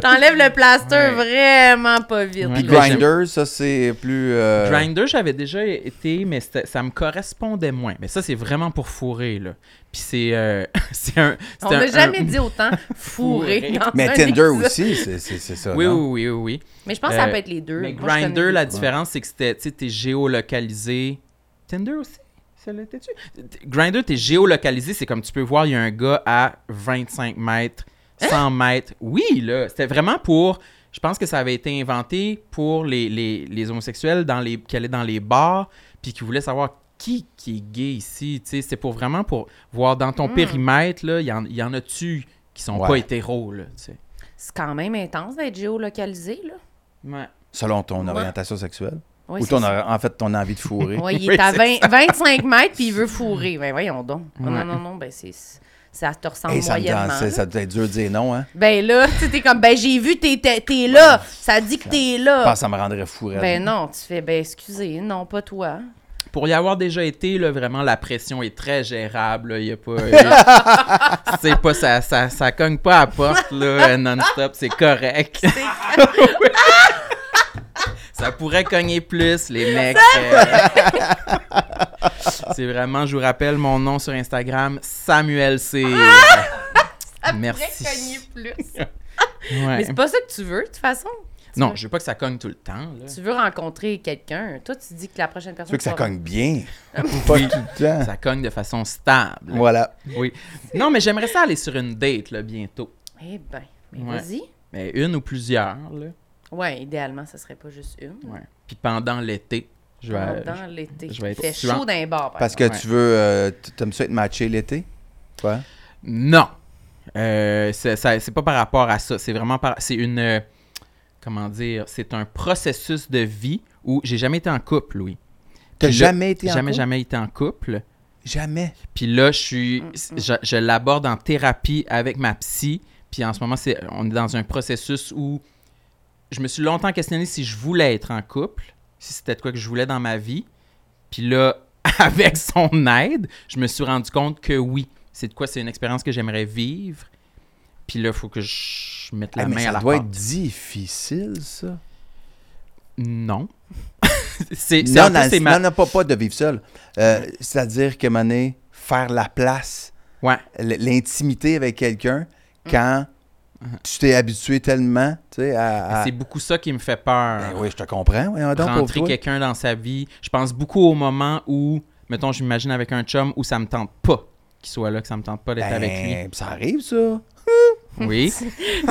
Speaker 2: T'enlèves le plaster
Speaker 1: Ouais.
Speaker 2: vraiment pas vite.
Speaker 1: Ouais.
Speaker 4: Puis
Speaker 2: là.
Speaker 1: Grind.
Speaker 4: Grindr, ça, c'est plus... euh,
Speaker 1: Grinder, j'avais déjà été, mais c'était- ça me correspondait moins. Mais ça, c'est vraiment pour fourrer, là. Puis c'est euh, c'est un...
Speaker 2: On
Speaker 1: c'était
Speaker 2: n'a
Speaker 1: un-
Speaker 2: jamais
Speaker 1: un-
Speaker 2: dit autant fourré.
Speaker 1: Fourré.
Speaker 2: dans
Speaker 4: Mais
Speaker 2: un
Speaker 4: Tinder
Speaker 2: épisode.
Speaker 4: aussi, c'est c'est- c'est ça,
Speaker 1: Oui, oui,
Speaker 4: non?
Speaker 1: oui, oui, oui.
Speaker 2: Mais je pense que ça
Speaker 1: Euh,
Speaker 2: peut être les deux.
Speaker 1: Mais
Speaker 2: Moi, je connais
Speaker 1: Grinder,
Speaker 2: les
Speaker 1: la
Speaker 2: deux.
Speaker 1: différence, c'est que c'était, tu sais, t'es géolocalisé. Tinder aussi? Ça l'était-tu? Grinder, t'es géolocalisé, c'est comme tu peux voir, il y a un gars à 25 mètres,
Speaker 2: Hein?
Speaker 1: 100 mètres. Oui, là, c'était vraiment pour. Je pense que ça avait été inventé pour les, les, les homosexuels dans les, qui allaient dans les bars, puis qui voulaient savoir qui, qui est gay ici. tu sais. C'était pour vraiment pour voir dans
Speaker 2: Hmm.
Speaker 1: ton périmètre, là, il y en, il y en a-tu qui sont
Speaker 4: Ouais.
Speaker 1: pas hétéros, là, tu sais.
Speaker 2: C'est quand même intense d'être géolocalisé, là.
Speaker 1: Ouais.
Speaker 4: Selon ton
Speaker 2: Ouais.
Speaker 4: orientation sexuelle?
Speaker 2: Ouais,
Speaker 4: Ou
Speaker 2: c'est
Speaker 4: ton,
Speaker 2: ça.
Speaker 4: en fait, ton envie de fourrer?
Speaker 2: Ouais, il
Speaker 1: Oui,
Speaker 2: est à
Speaker 1: c'est
Speaker 2: 20 25 mètres puis il veut fourrer. Ben voyons donc. Ah
Speaker 1: Ouais.
Speaker 2: Non, non, non, ben c'est... ça te ressemble
Speaker 4: Hey, ça, me
Speaker 2: moyennement.
Speaker 4: tente- ça,
Speaker 2: là.
Speaker 4: ça doit être dur de dire non, hein?
Speaker 2: Ben là, tu sais, t'es comme, ben j'ai vu, t'es, t'es- t'es là. Ça dit que t'es
Speaker 4: Je
Speaker 1: Ah.
Speaker 2: là.
Speaker 4: pense que ça me rendrait fou. raide.
Speaker 2: Ben non, tu fais, ben excusez, non, pas toi.
Speaker 1: Pour y avoir déjà été, là, vraiment, la pression est très gérable. là. Il y a pas. euh, c'est pas ça, ça, ça cogne pas à la porte là, euh, non-stop, c'est correct. Oui. ça pourrait cogner plus, les mecs. euh. c'est vraiment, je vous rappelle mon nom sur Instagram, Samuel C.
Speaker 2: Ah!
Speaker 1: Merci.
Speaker 2: plus.
Speaker 1: Ouais.
Speaker 2: Mais c'est pas ça que tu veux, de toute façon. Tu
Speaker 1: Non,
Speaker 2: veux-
Speaker 1: je veux pas que ça cogne tout le temps. là.
Speaker 2: Tu veux rencontrer quelqu'un. Toi, tu dis que la prochaine
Speaker 4: Tu
Speaker 2: personne.
Speaker 4: veux que ça
Speaker 2: va-
Speaker 4: cogne bien? Pas tout le temps.
Speaker 1: Ah, Ça cogne de façon stable.
Speaker 4: Voilà.
Speaker 1: Oui. Non, mais j'aimerais ça aller sur une date là, bientôt.
Speaker 2: Eh ben, mais
Speaker 1: Ouais.
Speaker 2: vas-y.
Speaker 1: Mais une ou plusieurs, là.
Speaker 2: Ouais, idéalement, ça serait pas juste une.
Speaker 1: Ouais. Puis pendant l'été, je vais.
Speaker 2: Dans l'été.
Speaker 1: je vais être
Speaker 2: Il fait
Speaker 1: suant.
Speaker 2: chaud dans les bars, par
Speaker 4: Parce
Speaker 2: exemple.
Speaker 4: que
Speaker 1: Ouais.
Speaker 4: tu veux. euh, t- T'aimes ça être matché l'été? Quoi?
Speaker 1: Non! Euh, c'est ça- c'est pas par rapport à ça. C'est vraiment par. C'est une. euh, comment dire? C'est un processus de vie où j'ai jamais été en couple, Louis.
Speaker 4: T'as
Speaker 1: Puis là-
Speaker 4: jamais été en
Speaker 1: Jamais,
Speaker 4: couple?
Speaker 1: jamais été en couple.
Speaker 4: Jamais.
Speaker 1: Puis là, je suis. Je, je l'aborde en thérapie avec ma psy. Puis en ce moment, c'est, on est dans un processus où je me suis longtemps questionné si je voulais être en couple, si c'était de quoi que je voulais dans ma vie. Puis là, avec son aide, je me suis rendu compte que oui, c'est de quoi, c'est une expérience que j'aimerais vivre. Puis là, il faut que je mette la
Speaker 4: Ah,
Speaker 1: main
Speaker 4: mais
Speaker 1: à
Speaker 4: ça
Speaker 1: la
Speaker 4: doit
Speaker 1: pâte.
Speaker 4: être difficile, ça.
Speaker 1: Non. c'est, c'est
Speaker 4: Non,
Speaker 1: un peu-
Speaker 4: dans le-
Speaker 1: c'est ma-
Speaker 4: non, non, pas, pas de vivre seul. Euh, C'est-à-dire que, mané, faire la place,
Speaker 1: Ouais.
Speaker 4: l- l'intimité avec quelqu'un,
Speaker 1: Mm.
Speaker 4: quand tu t'es habitué tellement, tu sais, à... à-
Speaker 1: C'est beaucoup ça qui me fait peur.
Speaker 4: Ah. Ben oui, je te comprends. voyons donc, pauvre
Speaker 1: rentrer
Speaker 4: toi.
Speaker 1: quelqu'un dans sa vie. Je pense beaucoup au moment où, mettons, je m'imagine avec un chum où ça me tente pas qu'il soit là, que ça me tente pas d'être
Speaker 4: Ben,
Speaker 1: avec lui.
Speaker 4: Ça arrive, ça.
Speaker 1: Oui.
Speaker 2: Ça,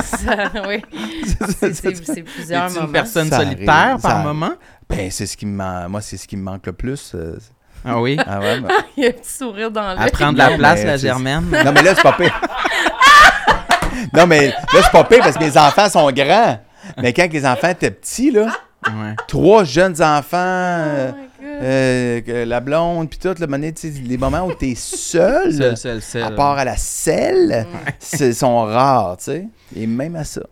Speaker 2: oui. C'est- C'est c'est plusieurs
Speaker 1: Es-tu
Speaker 2: moments.
Speaker 1: une personne
Speaker 4: Ça arrive,
Speaker 1: solitaire
Speaker 4: ça
Speaker 1: par
Speaker 4: arrive.
Speaker 1: moment?
Speaker 4: Ben, c'est ce qui me man- Moi, c'est ce qui me manque le plus. euh,
Speaker 1: Ah oui.
Speaker 4: Ah ouais, ben-
Speaker 2: Il y a un petit sourire dans
Speaker 1: À
Speaker 2: l'œil.
Speaker 1: prendre la
Speaker 4: Non,
Speaker 1: place,
Speaker 4: mais
Speaker 1: la
Speaker 4: c'est-
Speaker 1: Germaine.
Speaker 4: Non, mais là, c'est pas pire. non, mais là, c'est pas pire parce que mes enfants sont grands. Mais quand les enfants étaient petits, là,
Speaker 1: Ouais.
Speaker 4: trois jeunes enfants, euh,
Speaker 2: Oh my God.
Speaker 4: euh, que la blonde, puis tout, le moment, tu sais, les moments où t'es seul,
Speaker 1: Seul, seul, seul.
Speaker 4: à part à la selle, c'est- sont rares, tu sais. Et même à ça.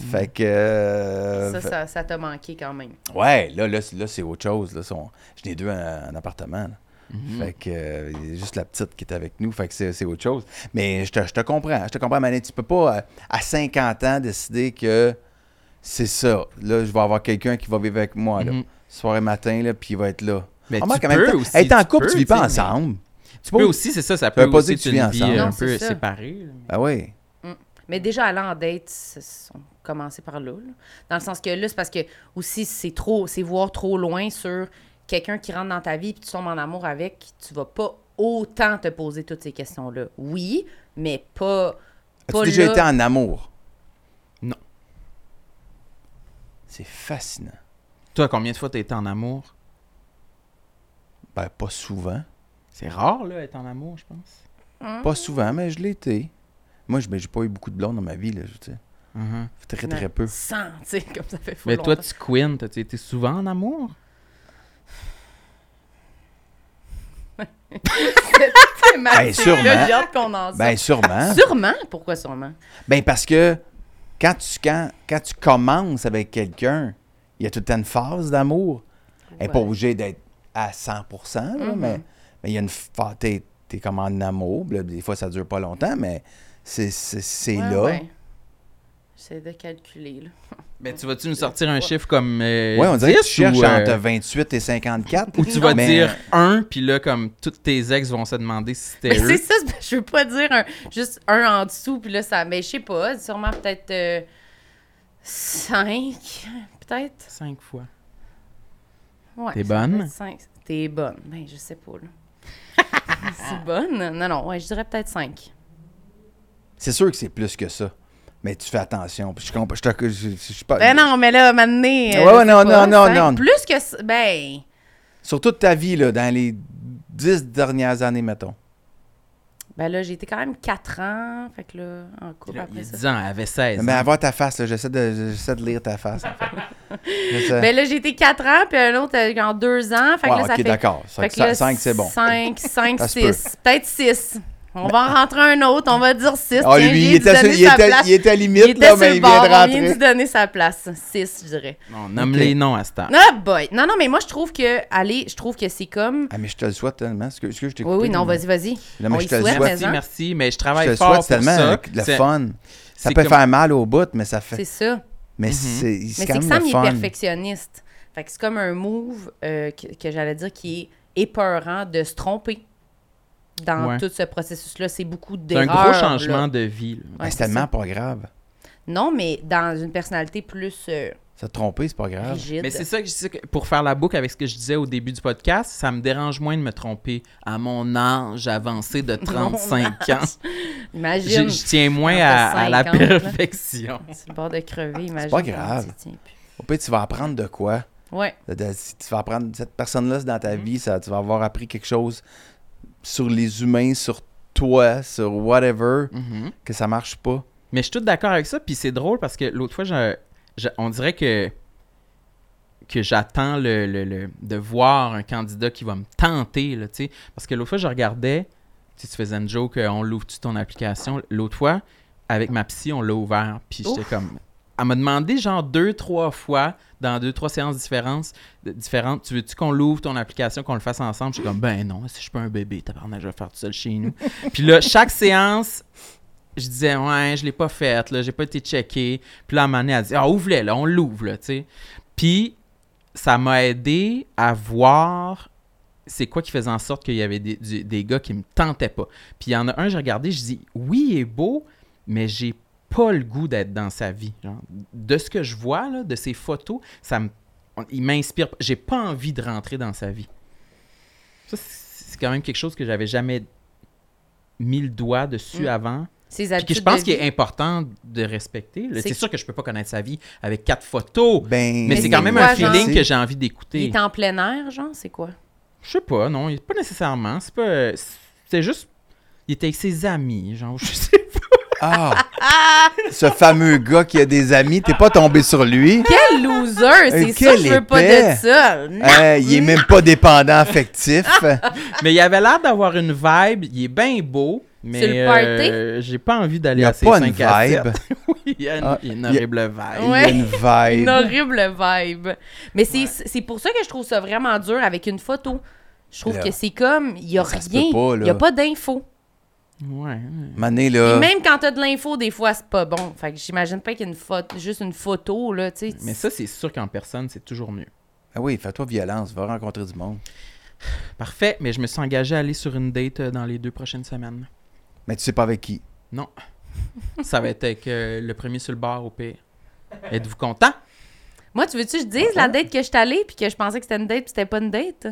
Speaker 1: Mm.
Speaker 4: Fait que. euh,
Speaker 2: Ça,
Speaker 4: fait-
Speaker 2: ça, ça t'a manqué quand même.
Speaker 4: Ouais, là, là, c'est- là, c'est autre chose. Là, sont... J'en ai deux en, en appartement. là.
Speaker 1: Mm-hmm.
Speaker 4: Fait que euh, il y a juste la petite qui est avec nous. Fait que c'est, c'est autre chose. Mais je te, je te comprends. Je te comprends, Manet. Tu peux pas, euh, à 50 ans, décider que c'est ça. Là, je vais avoir quelqu'un qui va vivre avec moi. Là,
Speaker 1: Mhm.
Speaker 4: Soir et matin, là, puis il va être là.
Speaker 1: Mais
Speaker 4: Remarque,
Speaker 1: tu
Speaker 4: en même
Speaker 1: peux
Speaker 4: temps,
Speaker 1: aussi,
Speaker 4: Être en
Speaker 1: tu
Speaker 4: couple,
Speaker 1: peux,
Speaker 4: tu vis pas
Speaker 1: tu sais, mais-
Speaker 4: ensemble. Ah
Speaker 1: Tu peux aussi, c'est ça, ça peut
Speaker 4: veut pas
Speaker 1: aussi
Speaker 4: dire que
Speaker 1: être
Speaker 4: tu vis
Speaker 1: une vie
Speaker 4: ensemble.
Speaker 1: euh,
Speaker 2: Non,
Speaker 1: un peu
Speaker 2: c'est ça.
Speaker 1: séparée.
Speaker 4: Ah oui.
Speaker 2: Mais déjà, aller en date, c'est- c'est- on commençait par là, là. Dans le sens que là, c'est parce que aussi, c'est trop, c'est voir trop loin sur quelqu'un qui rentre dans ta vie puis tu tombes en amour avec, tu vas pas autant te poser toutes ces questions-là. Oui, mais pas.
Speaker 4: As-tu
Speaker 2: pas
Speaker 4: déjà
Speaker 2: là.
Speaker 4: été en amour?
Speaker 1: Non.
Speaker 4: C'est fascinant.
Speaker 1: Toi, combien de fois t'as été en amour?
Speaker 4: Ben, pas souvent.
Speaker 1: C'est rare, là, être en amour, je pense.
Speaker 2: Hein?
Speaker 4: Pas souvent, mais je l'ai été. Moi, je n'ai pas eu beaucoup de blondes dans ma vie, là, je sais.
Speaker 1: Mhm.
Speaker 4: Très, très peu.
Speaker 2: Sans, tu sais, comme ça fait fou.
Speaker 1: Mais toi, tu queen, t'as été souvent en amour?
Speaker 4: Ben, sûrement.
Speaker 2: J'ai hâte qu'on en sorte.
Speaker 4: Ben, sûrement.
Speaker 2: Sûrement? Pourquoi sûrement?
Speaker 4: Ben, parce que quand tu, quand, quand tu commences avec quelqu'un, il y a tout le temps une phase d'amour. Elle n'est pas
Speaker 2: Ouais. Mm-hmm.
Speaker 4: obligée d'être à 100%, là, mais mais il y a une phase. T'es, t'es comme en amour. puis là, des fois, ça dure pas longtemps, mais c'est, c'est, c'est
Speaker 2: Ouais,
Speaker 4: là.
Speaker 2: ouais. J'essaie de calculer, là.
Speaker 1: Mais tu vas-tu nous sortir un chiffre comme. euh,
Speaker 4: Ouais, on dirait que
Speaker 1: 10
Speaker 4: tu cherches
Speaker 1: ou, euh,
Speaker 4: entre 28 et 54.
Speaker 1: Ou tu vas
Speaker 4: mais- euh,
Speaker 1: dire un, puis là, comme tous tes ex vont se demander si
Speaker 2: Mais
Speaker 1: c'était
Speaker 2: c'est
Speaker 1: eux.
Speaker 2: ça, c'est- je veux pas dire un- juste un en dessous, puis là, ça. Mais je sais pas, sûrement peut-être euh, 5, peut-être.
Speaker 1: Cinq fois.
Speaker 2: Ouais,
Speaker 1: T'es
Speaker 2: ça
Speaker 1: bonne?
Speaker 2: peut être cinq. T'es bonne. Ben, je sais pas, là. c'est bonne? Non, non, ouais, je dirais peut-être 5.
Speaker 4: C'est sûr que c'est plus que ça. Mais tu fais attention. puis Je, comp- je, te- je- je- je suis pas-
Speaker 2: Ben non, mais là, maintenant.
Speaker 4: Ouais, ouais, non, non, non, non.
Speaker 2: Plus que. c- Ben,
Speaker 4: Sur toute ta vie, là, dans les dix dernières années, mettons.
Speaker 2: ben là, j'ai été quand même 4 ans, fait que là, en couple
Speaker 1: Il y a
Speaker 2: Ah, après ça.
Speaker 1: 10 ans, elle avait 16.
Speaker 4: Mais
Speaker 1: hein.
Speaker 4: avoir ta face, là, j'essaie de, j'essaie de lire ta face. en fait. J'essaie-
Speaker 2: Ben là, j'ai été 4 ans, puis un autre euh, en 2 ans, fait que
Speaker 4: Ouais,
Speaker 2: là, ça
Speaker 4: ok,
Speaker 2: fait.
Speaker 4: d'accord.
Speaker 2: Fait
Speaker 4: 5,
Speaker 2: que là,
Speaker 4: c'est bon.
Speaker 2: 5, 5,
Speaker 4: Ça se
Speaker 2: 6. Peut-être 6. On va en rentrer un autre, on va dire 6.
Speaker 4: Ah, lui, il était, sur- il, était, il était à la limite,
Speaker 2: Il était
Speaker 4: là,
Speaker 2: sur
Speaker 4: mais
Speaker 2: le
Speaker 4: il vient
Speaker 2: bord,
Speaker 4: de
Speaker 2: on vient
Speaker 4: rentrer.
Speaker 2: d'y donner sa place. 6, je dirais.
Speaker 1: On nomme
Speaker 4: Ok.
Speaker 1: les noms à ce temps.
Speaker 2: Non, boy! Non, non, mais moi, je trouve que, allez, je trouve que c'est comme...
Speaker 4: Ah, mais je te le souhaite tellement. Est-ce que, est-ce que je t'ai
Speaker 2: Oui,
Speaker 4: coupé,
Speaker 2: oui, non,
Speaker 4: mais-
Speaker 2: vas-y, vas-y.
Speaker 4: Non, mais
Speaker 2: On
Speaker 4: je
Speaker 2: y
Speaker 4: te le
Speaker 2: souhaite,
Speaker 4: souhaite.
Speaker 1: Merci,
Speaker 2: hein?
Speaker 1: merci, mais je
Speaker 4: Je
Speaker 1: travaille
Speaker 4: te le
Speaker 1: fort
Speaker 4: souhaite
Speaker 1: pour
Speaker 4: tellement
Speaker 1: ça.
Speaker 4: euh, le
Speaker 1: C'est-
Speaker 4: fun. Ça
Speaker 1: c'est
Speaker 4: peut
Speaker 1: comme- Mhm.
Speaker 4: faire mal au bout, mais ça
Speaker 2: C'est
Speaker 4: fait.
Speaker 2: ça.
Speaker 4: Mais c'est c'est
Speaker 2: Mais c'est
Speaker 4: quand
Speaker 2: que
Speaker 4: même
Speaker 2: Sam,
Speaker 4: le
Speaker 2: il est
Speaker 4: fun.
Speaker 2: perfectionniste. Fait que c'est comme un move euh, que, que j'allais dire qui est épeurant de se tromper dans
Speaker 1: Ouais.
Speaker 2: tout ce processus-là. C'est beaucoup
Speaker 1: C'est un
Speaker 2: d'erreurs.
Speaker 1: gros
Speaker 2: là.
Speaker 1: changement de vie. là.
Speaker 4: Ah,
Speaker 2: Ouais,
Speaker 4: c'est
Speaker 2: c'est
Speaker 4: tellement pas grave.
Speaker 2: Non, mais dans une personnalité plus euh,
Speaker 4: Ça te tromper, Ah, c'est pas grave.
Speaker 2: rigide.
Speaker 1: Mais c'est ça que je dis que pour faire la boucle avec ce que je disais au début du podcast, ça me dérange moins de me tromper à mon âge avancé de 35 ans. Je,
Speaker 2: Imagine.
Speaker 1: je tiens moins
Speaker 2: Quand
Speaker 1: à,
Speaker 2: t'as
Speaker 1: à la
Speaker 2: 50, là.
Speaker 1: perfection.
Speaker 2: C'est le bord de crever, imagine.
Speaker 4: pas
Speaker 2: quand
Speaker 4: grave.
Speaker 2: tu tiens plus.
Speaker 4: Au pire, tu vas apprendre de quoi.
Speaker 2: Ouais.
Speaker 4: De- de- si tu vas apprendre cette personne-là c'est dans
Speaker 2: Mm-hmm.
Speaker 4: ta vie, ça, tu vas avoir appris quelque chose sur les humains, sur toi, sur whatever,
Speaker 1: Mhm.
Speaker 4: que ça marche pas.
Speaker 1: Mais je suis tout d'accord avec ça. Puis c'est drôle parce que l'autre fois, je- je- on dirait que, que j'attends le, le- le- de voir un candidat qui va me tenter. Là, tu sais. parce que l'autre fois, je regardais, tu, sais, tu faisais une joke, euh, on l'ouvre-tu ton application? L'autre fois, avec ma psy, on l'a ouvert. Puis j'étais comme. Elle m'a demandé, genre, deux, trois fois, dans deux, trois séances différentes, de- différentes tu veux-tu qu'on l'ouvre ton application, qu'on le fasse ensemble? Je suis comme, ben non, si je suis pas un bébé, tabarnak, je vais faire tout seul chez nous. Puis là, chaque séance, je disais ouais je l'ai pas faite là j'ai pas été checké puis là à un moment donné, elle dit ah ouvre-le là on l'ouvre là tu sais puis ça m'a aidé à voir c'est quoi qui faisait en sorte qu'il y avait des, du- des gars qui me tentaient pas puis il y en a un j'ai regardé je dis oui il est beau mais j'ai pas le goût d'être dans sa vie genre. de ce que je vois là, de ses photos ça me on- il m'inspire pas. j'ai pas envie de rentrer dans sa vie ça c'est c'est quand même quelque chose que j'avais jamais mis le doigt dessus
Speaker 2: Mm.
Speaker 1: avant
Speaker 2: Ses
Speaker 1: puis que je
Speaker 2: habitudes
Speaker 1: pense
Speaker 2: de
Speaker 1: qu'il
Speaker 2: vie.
Speaker 1: est important de respecter. là.
Speaker 2: C'est-
Speaker 1: C'est sûr que je peux pas connaître sa vie avec quatre photos,
Speaker 4: Ben,
Speaker 1: mais c'est quand même
Speaker 2: quoi,
Speaker 1: un feeling
Speaker 2: genre?
Speaker 1: que j'ai envie
Speaker 2: Il
Speaker 1: d'écouter.
Speaker 2: est en plein air, genre, c'est quoi?
Speaker 1: Je sais pas, non, il- pas nécessairement. C'est pas. C'est juste. Il était avec ses amis, genre, je sais pas.
Speaker 4: Ah! Ce fameux gars qui a des amis, t'es pas tombé sur lui.
Speaker 2: Quel loser! C'est ça,
Speaker 4: quel
Speaker 2: je veux pas
Speaker 4: épais.
Speaker 2: de ça! Non.
Speaker 4: Hey, Hein, il est même pas dépendant affectif.
Speaker 2: Ah!
Speaker 1: Mais il avait l'air d'avoir une vibe, il est bien beau,
Speaker 2: C'est
Speaker 1: mais
Speaker 2: le party?
Speaker 1: euh, j'ai pas envie
Speaker 4: Il
Speaker 1: d'aller
Speaker 4: a
Speaker 1: à ses
Speaker 4: pas une
Speaker 1: 5 à 7.
Speaker 4: vibe.
Speaker 1: oui, il y a une,
Speaker 4: Ah,
Speaker 1: il y a une
Speaker 4: il y a-
Speaker 1: horrible vibe.
Speaker 4: Il a
Speaker 2: Ouais.
Speaker 4: une
Speaker 2: une
Speaker 4: vibe.
Speaker 2: horrible vibe. Mais c'est- c'est pour ça que je trouve ça vraiment dur avec une photo. Je trouve
Speaker 4: Là.
Speaker 2: que c'est comme, il n'y a
Speaker 4: Ça se
Speaker 2: rien.
Speaker 4: peut pas,
Speaker 2: Il
Speaker 4: là. Euh.
Speaker 2: n'y a pas d'info.
Speaker 1: Ouais.
Speaker 4: Mané,
Speaker 2: Et
Speaker 4: là.
Speaker 2: même quand t'as de l'info, des fois, c'est pas bon. Fait que j'imagine pas qu'il y a une photo, juste une photo, là, tu sais.
Speaker 1: Mais ça, c'est sûr qu'en personne, c'est toujours mieux.
Speaker 4: Ah oui, fais-toi violence, va rencontrer du monde.
Speaker 1: Parfait, mais je me suis engagé à aller sur une date euh, dans les deux prochaines semaines.
Speaker 4: Mais tu sais pas avec qui.
Speaker 1: Ça va être avec euh, le premier sur le bar au pire. Êtes-vous content?
Speaker 2: Moi, tu veux-tu que je dise la date que je suis allée puis que je pensais que c'était une date puis c'était pas une date?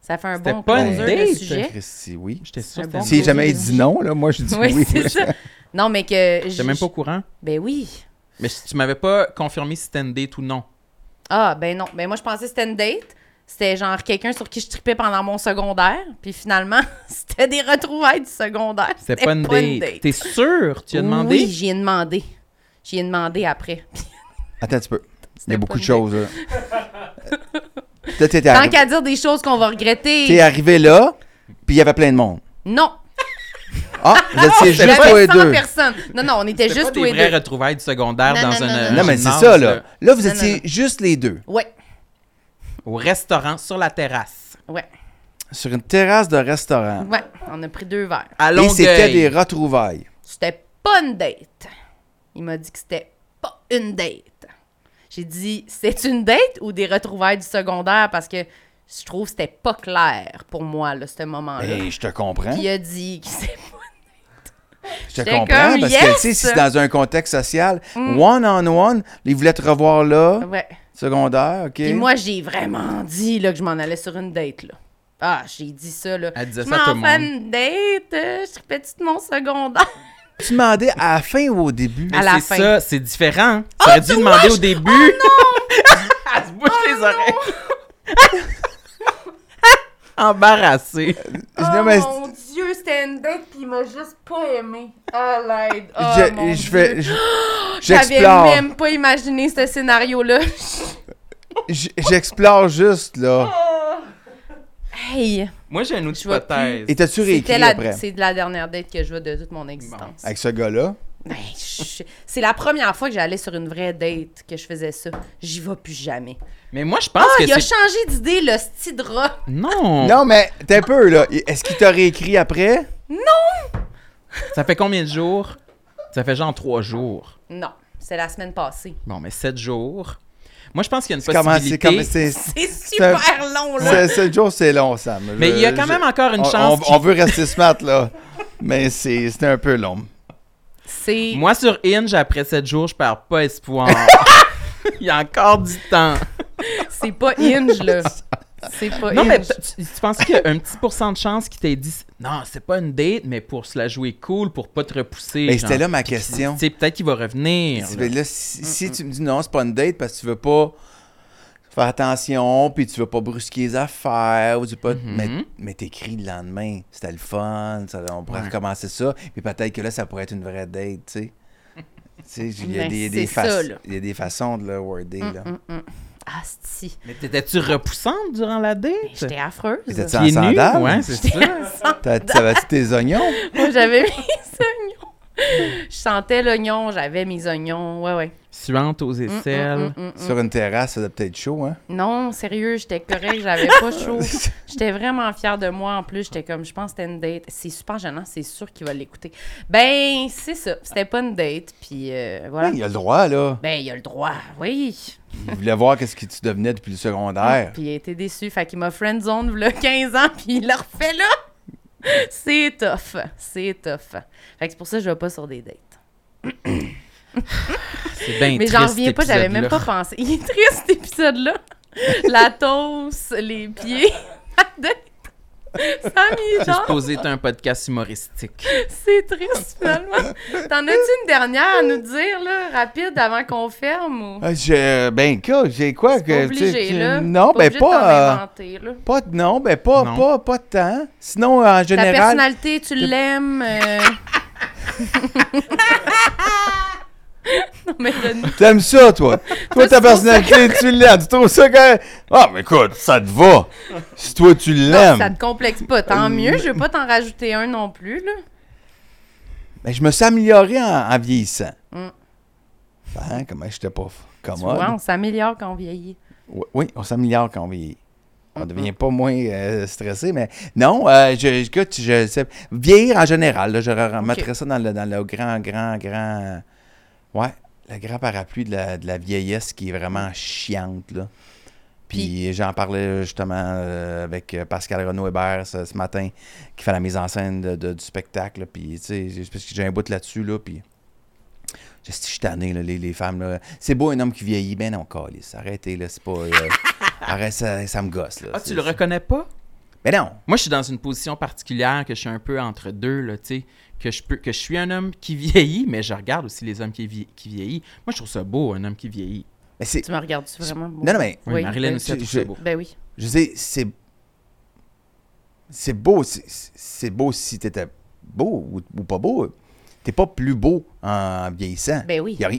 Speaker 2: Ça fait un
Speaker 1: C'était
Speaker 2: bon
Speaker 1: pas
Speaker 4: une
Speaker 2: closer de
Speaker 1: date.
Speaker 2: sujet.
Speaker 4: Christy, oui.
Speaker 1: J'étais sûr
Speaker 2: Un
Speaker 1: que
Speaker 2: bon
Speaker 1: c'était-
Speaker 4: Si
Speaker 2: gros
Speaker 4: jamais il
Speaker 2: délire.
Speaker 4: dit non, là, moi je dis
Speaker 2: Oui,
Speaker 4: oui.
Speaker 2: c'est ça. Non, mais que.
Speaker 1: J'étais même pas au courant.
Speaker 2: Ben oui.
Speaker 1: Mais si tu m'avais pas confirmé si c'était une date ou non.
Speaker 2: Ah, ben non. Ben moi, je pensais que c'était une date. C'était genre quelqu'un sur qui je tripais pendant mon secondaire. Puis finalement, c'était des retrouvailles du secondaire.
Speaker 1: C'était pas une date. T'es sûr? Tu as demandé?
Speaker 2: Oui, j'y ai demandé. J'y ai demandé après.
Speaker 4: Attends un petit peu. Il y
Speaker 2: C'était
Speaker 4: a beaucoup
Speaker 2: pas
Speaker 4: de
Speaker 2: une
Speaker 4: choses, là. Là, t'es
Speaker 2: Tant
Speaker 4: arrivé,
Speaker 2: qu'à dire des choses qu'on va
Speaker 4: t'es
Speaker 2: regretter.
Speaker 4: arrivé là, puis il y avait plein de monde.
Speaker 2: Non,
Speaker 4: Ah, vous étiez juste
Speaker 2: j'avais
Speaker 4: toi et
Speaker 2: 100
Speaker 4: deux.
Speaker 2: personnes. Non, non, on était
Speaker 1: C'était
Speaker 2: juste
Speaker 1: pas
Speaker 2: tous
Speaker 1: des
Speaker 2: les
Speaker 1: vraies
Speaker 2: deux.
Speaker 1: retrouvailles du secondaire
Speaker 2: Non,
Speaker 1: dans
Speaker 2: non,
Speaker 1: un
Speaker 2: non,
Speaker 1: euh,
Speaker 4: Non, mais c'est
Speaker 1: gymnase,
Speaker 4: ça, là. Là, vous
Speaker 2: Non, non,
Speaker 4: étiez
Speaker 2: non.
Speaker 4: juste les deux.
Speaker 2: Ouais,
Speaker 1: Au restaurant, sur la terrasse.
Speaker 2: ouais,
Speaker 4: Sur une terrasse de restaurant.
Speaker 2: ouais. On a pris deux verres.
Speaker 1: À
Speaker 4: Et
Speaker 1: Longueuil.
Speaker 4: c'était des retrouvailles.
Speaker 2: C'était pas une date. Il m'a dit que c'était pas une date. J'ai dit, c'est une date ou des retrouvailles du secondaire parce que je trouve que c'était pas clair pour moi, là, ce moment-là.
Speaker 1: Ben,
Speaker 4: Hey, je te comprends.
Speaker 2: Puis il a dit que c'est pas.
Speaker 4: Je te
Speaker 2: j'étais
Speaker 4: comprends.
Speaker 2: comme,
Speaker 4: parce que,
Speaker 2: yes! Mm.
Speaker 4: tu sais, si c'est dans un contexte social, one-on-one, ils voulaient te revoir là,
Speaker 2: Ouais.
Speaker 4: secondaire, OK?
Speaker 2: Ah Puis moi, j'ai vraiment dit là, que je m'en allais sur une date, là. Ah, j'ai dit ça, là.
Speaker 1: Elle disait
Speaker 2: je
Speaker 1: ça à tout le
Speaker 2: m'en fais
Speaker 1: monde.
Speaker 2: une date, euh, je répète tout mon secondaire.
Speaker 4: Tu demandais à la fin ou au début?
Speaker 2: À la
Speaker 1: c'est
Speaker 2: fin. Oh,
Speaker 1: ça, c'est différent. Tu aurais dû demander au début. Oh non! Elle se bouche
Speaker 2: Oh,
Speaker 1: les oreilles. Embarrassée.
Speaker 4: Non, mais
Speaker 2: Dieu, c'était une date, puis il m'a juste pas aimé. À l'aide.
Speaker 4: je, je fais... je-
Speaker 2: Oh, J'avais
Speaker 4: J'explore.
Speaker 2: même pas imaginé ce scénario-là. Oh,
Speaker 4: J- J'explore juste, là.
Speaker 2: hey,
Speaker 1: Moi, j'ai une autre
Speaker 2: Je vois
Speaker 1: hypothèse.
Speaker 4: Et t'as-tu
Speaker 2: C'était
Speaker 4: réécrit
Speaker 2: la-
Speaker 4: après?
Speaker 2: C'est de la dernière date que je vois de toute mon existence.
Speaker 4: Avec ce gars-là?
Speaker 2: Ben, je- c'est la première fois que j'allais sur une vraie date que je faisais ça. J'y vais plus jamais.
Speaker 1: Mais moi, je pense
Speaker 2: Ah,
Speaker 1: que
Speaker 2: il a
Speaker 1: c'est...
Speaker 2: changé d'idée, le stydra.
Speaker 1: Non!
Speaker 4: Non, mais t'es un peu, là. Est-ce qu'il t'a réécrit après?
Speaker 1: Ça fait combien de jours? Ça fait genre trois jours.
Speaker 2: Non, c'est la semaine passée.
Speaker 1: Bon, mais sept jours. Moi, je pense qu'il y a une
Speaker 4: Comment
Speaker 1: possibilité.
Speaker 4: c'est comme c'est
Speaker 2: C'est super long, là.
Speaker 4: c'est- sept jours c'est long Sam. Je-
Speaker 1: Mais il y a quand
Speaker 4: je-
Speaker 1: même encore une
Speaker 4: on-
Speaker 1: chance.
Speaker 4: On,
Speaker 1: qu'il-
Speaker 4: on veut rester smart là, mais c'est c'était un peu long.
Speaker 2: C'est.
Speaker 1: Moi, sur Inge, après sept jours, je perds pas espoir. il y a encore du temps.
Speaker 2: C'est pas Inge, là. C'est pas
Speaker 1: Non,
Speaker 2: Inge.
Speaker 1: mais t- tu, tu penses qu'il y a un petit pourcent de chance qui t'ait dit non, c'est pas une date, mais pour se la jouer cool, pour pas te repousser.
Speaker 4: Mais
Speaker 1: genre.
Speaker 4: c'était là ma
Speaker 1: Tu
Speaker 4: question.
Speaker 1: sais, peut-être qu'il va revenir.
Speaker 4: Si-
Speaker 1: là.
Speaker 4: ben là, si,
Speaker 2: Mm,
Speaker 4: si tu me dis non, c'est pas une date parce que tu veux pas faire attention, puis tu veux pas brusquer les affaires, ou tu veux pas.
Speaker 2: Mm-hmm.
Speaker 4: Mais, mais t'écris le lendemain, c'était le fun, ça- on pourrait recommencer ça, puis peut-être que là, ça pourrait être une vraie date, tu sais. Tu sais, il y a
Speaker 2: Ben,
Speaker 4: des- des
Speaker 2: c'est ça,
Speaker 4: façons-
Speaker 2: là. Mm,
Speaker 4: il y a des façons de le worder, là.
Speaker 2: Ah, si.
Speaker 1: Mais t'étais-tu repoussante durant la date?
Speaker 2: J'étais affreuse.
Speaker 4: T'étais-tu
Speaker 1: Pieds
Speaker 4: en
Speaker 1: nus?
Speaker 4: sandales?
Speaker 1: Ouais, c'est ça.
Speaker 4: T'as- T'avais-tu tes oignons?
Speaker 2: Moi, j'avais mes oignons. Je sentais l'oignon, j'avais mes oignons. Ouais, ouais.
Speaker 1: Suante aux aisselles.
Speaker 2: Mm, mm, mm.
Speaker 4: Sur une terrasse, ça doit peut-être chaud, hein?
Speaker 2: Non, sérieux, j'étais correcte, j'avais pas chaud. J'étais vraiment fière de moi en plus. J'étais comme, je pense que c'était une date. C'est super gênant, c'est sûr qu'il va l'écouter. Ben, c'est ça. C'était pas une date, puis euh, voilà.
Speaker 4: Ouais, Il a le droit, là.
Speaker 2: Ben, il a le droit, oui.
Speaker 4: Il voulait voir qu'est-ce que tu devenais depuis le secondaire.
Speaker 2: Ah, Puis il a été déçu, fait qu'il m'a friendzone v'là 15 ans, puis il le refait là. C'est tough, c'est tough. Fait que c'est pour ça que je vais pas sur des dates.
Speaker 1: C'est bien
Speaker 2: Mais j'en reviens pas, j'avais même pas pensé. Il est triste cet épisode-là. La tosse, les pieds, la date. Ça a mis
Speaker 1: C'est
Speaker 2: genre,
Speaker 1: supposé être un podcast humoristique.
Speaker 2: c'est triste finalement. T'en as-tu une dernière à nous dire, là, rapide, avant qu'on ferme? Ou...
Speaker 4: Ah, je- ben, quoi, j'ai quoi
Speaker 2: Pas
Speaker 4: que. tu sais,
Speaker 2: obligé,
Speaker 4: tu-
Speaker 2: là.
Speaker 4: Non,
Speaker 2: Pas
Speaker 4: ben,
Speaker 2: obligé de t'en
Speaker 4: pas. euh,
Speaker 2: inventer, là.
Speaker 4: pas de- non, ben, pas,
Speaker 1: Non.
Speaker 4: pas, pas de temps. Sinon, en
Speaker 2: Ta
Speaker 4: général.
Speaker 2: personnalité, tu l'aimes. euh. non, mais donne-nous.
Speaker 4: T'aimes ça, toi. toi, ta
Speaker 2: c'est pour
Speaker 4: personnalité, tu l'aimes. Tu trouves ça quand. Ah, mais écoute, ça te va. Si toi, tu l'aimes.
Speaker 2: Ça te complexe pas,
Speaker 4: Euh,
Speaker 2: tant mieux. Je veux pas t'en rajouter un non plus, là.
Speaker 4: Ah, Ben, je me suis amélioré en, en vieillissant.
Speaker 2: Mm.
Speaker 4: Ben, comment j'étais pas f-
Speaker 2: Tu
Speaker 4: commode.
Speaker 2: vois, on s'améliore quand on vieillit.
Speaker 4: Oui, oui, on s'améliore quand on vieillit. On devient pas moins euh, stressé, mais non, euh, je, je- écoute, je sais- vieillir en général, là, je re- remettrais ça dans le, dans le grand, grand, grand. euh, Ouais, le grand parapluie de la, de la vieillesse qui est vraiment chiante, là. Puis j'en parlais justement euh, avec euh, Pascal Renaud Hébert ce, ce matin, qui fait la mise en scène de- de- du spectacle. là, Puis, tu sais, j'ai- parce que j'ai un bout là-dessus, là, puis... Je suis tanné, là, les, les femmes. là. C'est beau un homme qui vieillit. Ben non, calisse. Arrêtez, là, c'est pas... euh, arrête, ça, ça me gosse, là.
Speaker 1: Ah,
Speaker 4: C'est-
Speaker 1: tu le reconnais pas?
Speaker 4: Ben non.
Speaker 1: Moi, je suis dans une position particulière que je suis un peu entre deux, là, tu sais, que je peux, que je suis un homme qui vieillit, mais je regarde aussi les hommes qui, vie- qui vieillissent. Moi, je trouve ça beau, un homme qui vieillit.
Speaker 4: Mais c'est...
Speaker 2: Tu me regardes-tu vraiment? beau?
Speaker 4: Non, non, mais
Speaker 1: Oui,
Speaker 2: Oui,
Speaker 1: Marilyn
Speaker 2: oui,
Speaker 1: aussi, elle trouve
Speaker 4: je-
Speaker 1: ça beau.
Speaker 2: Ben oui.
Speaker 4: je sais, c'est... C'est beau. c'est- C'est beau si t'étais beau ou, ou pas beau. T'es pas plus beau en vieillissant.
Speaker 2: Ben oui.
Speaker 4: Y a rien-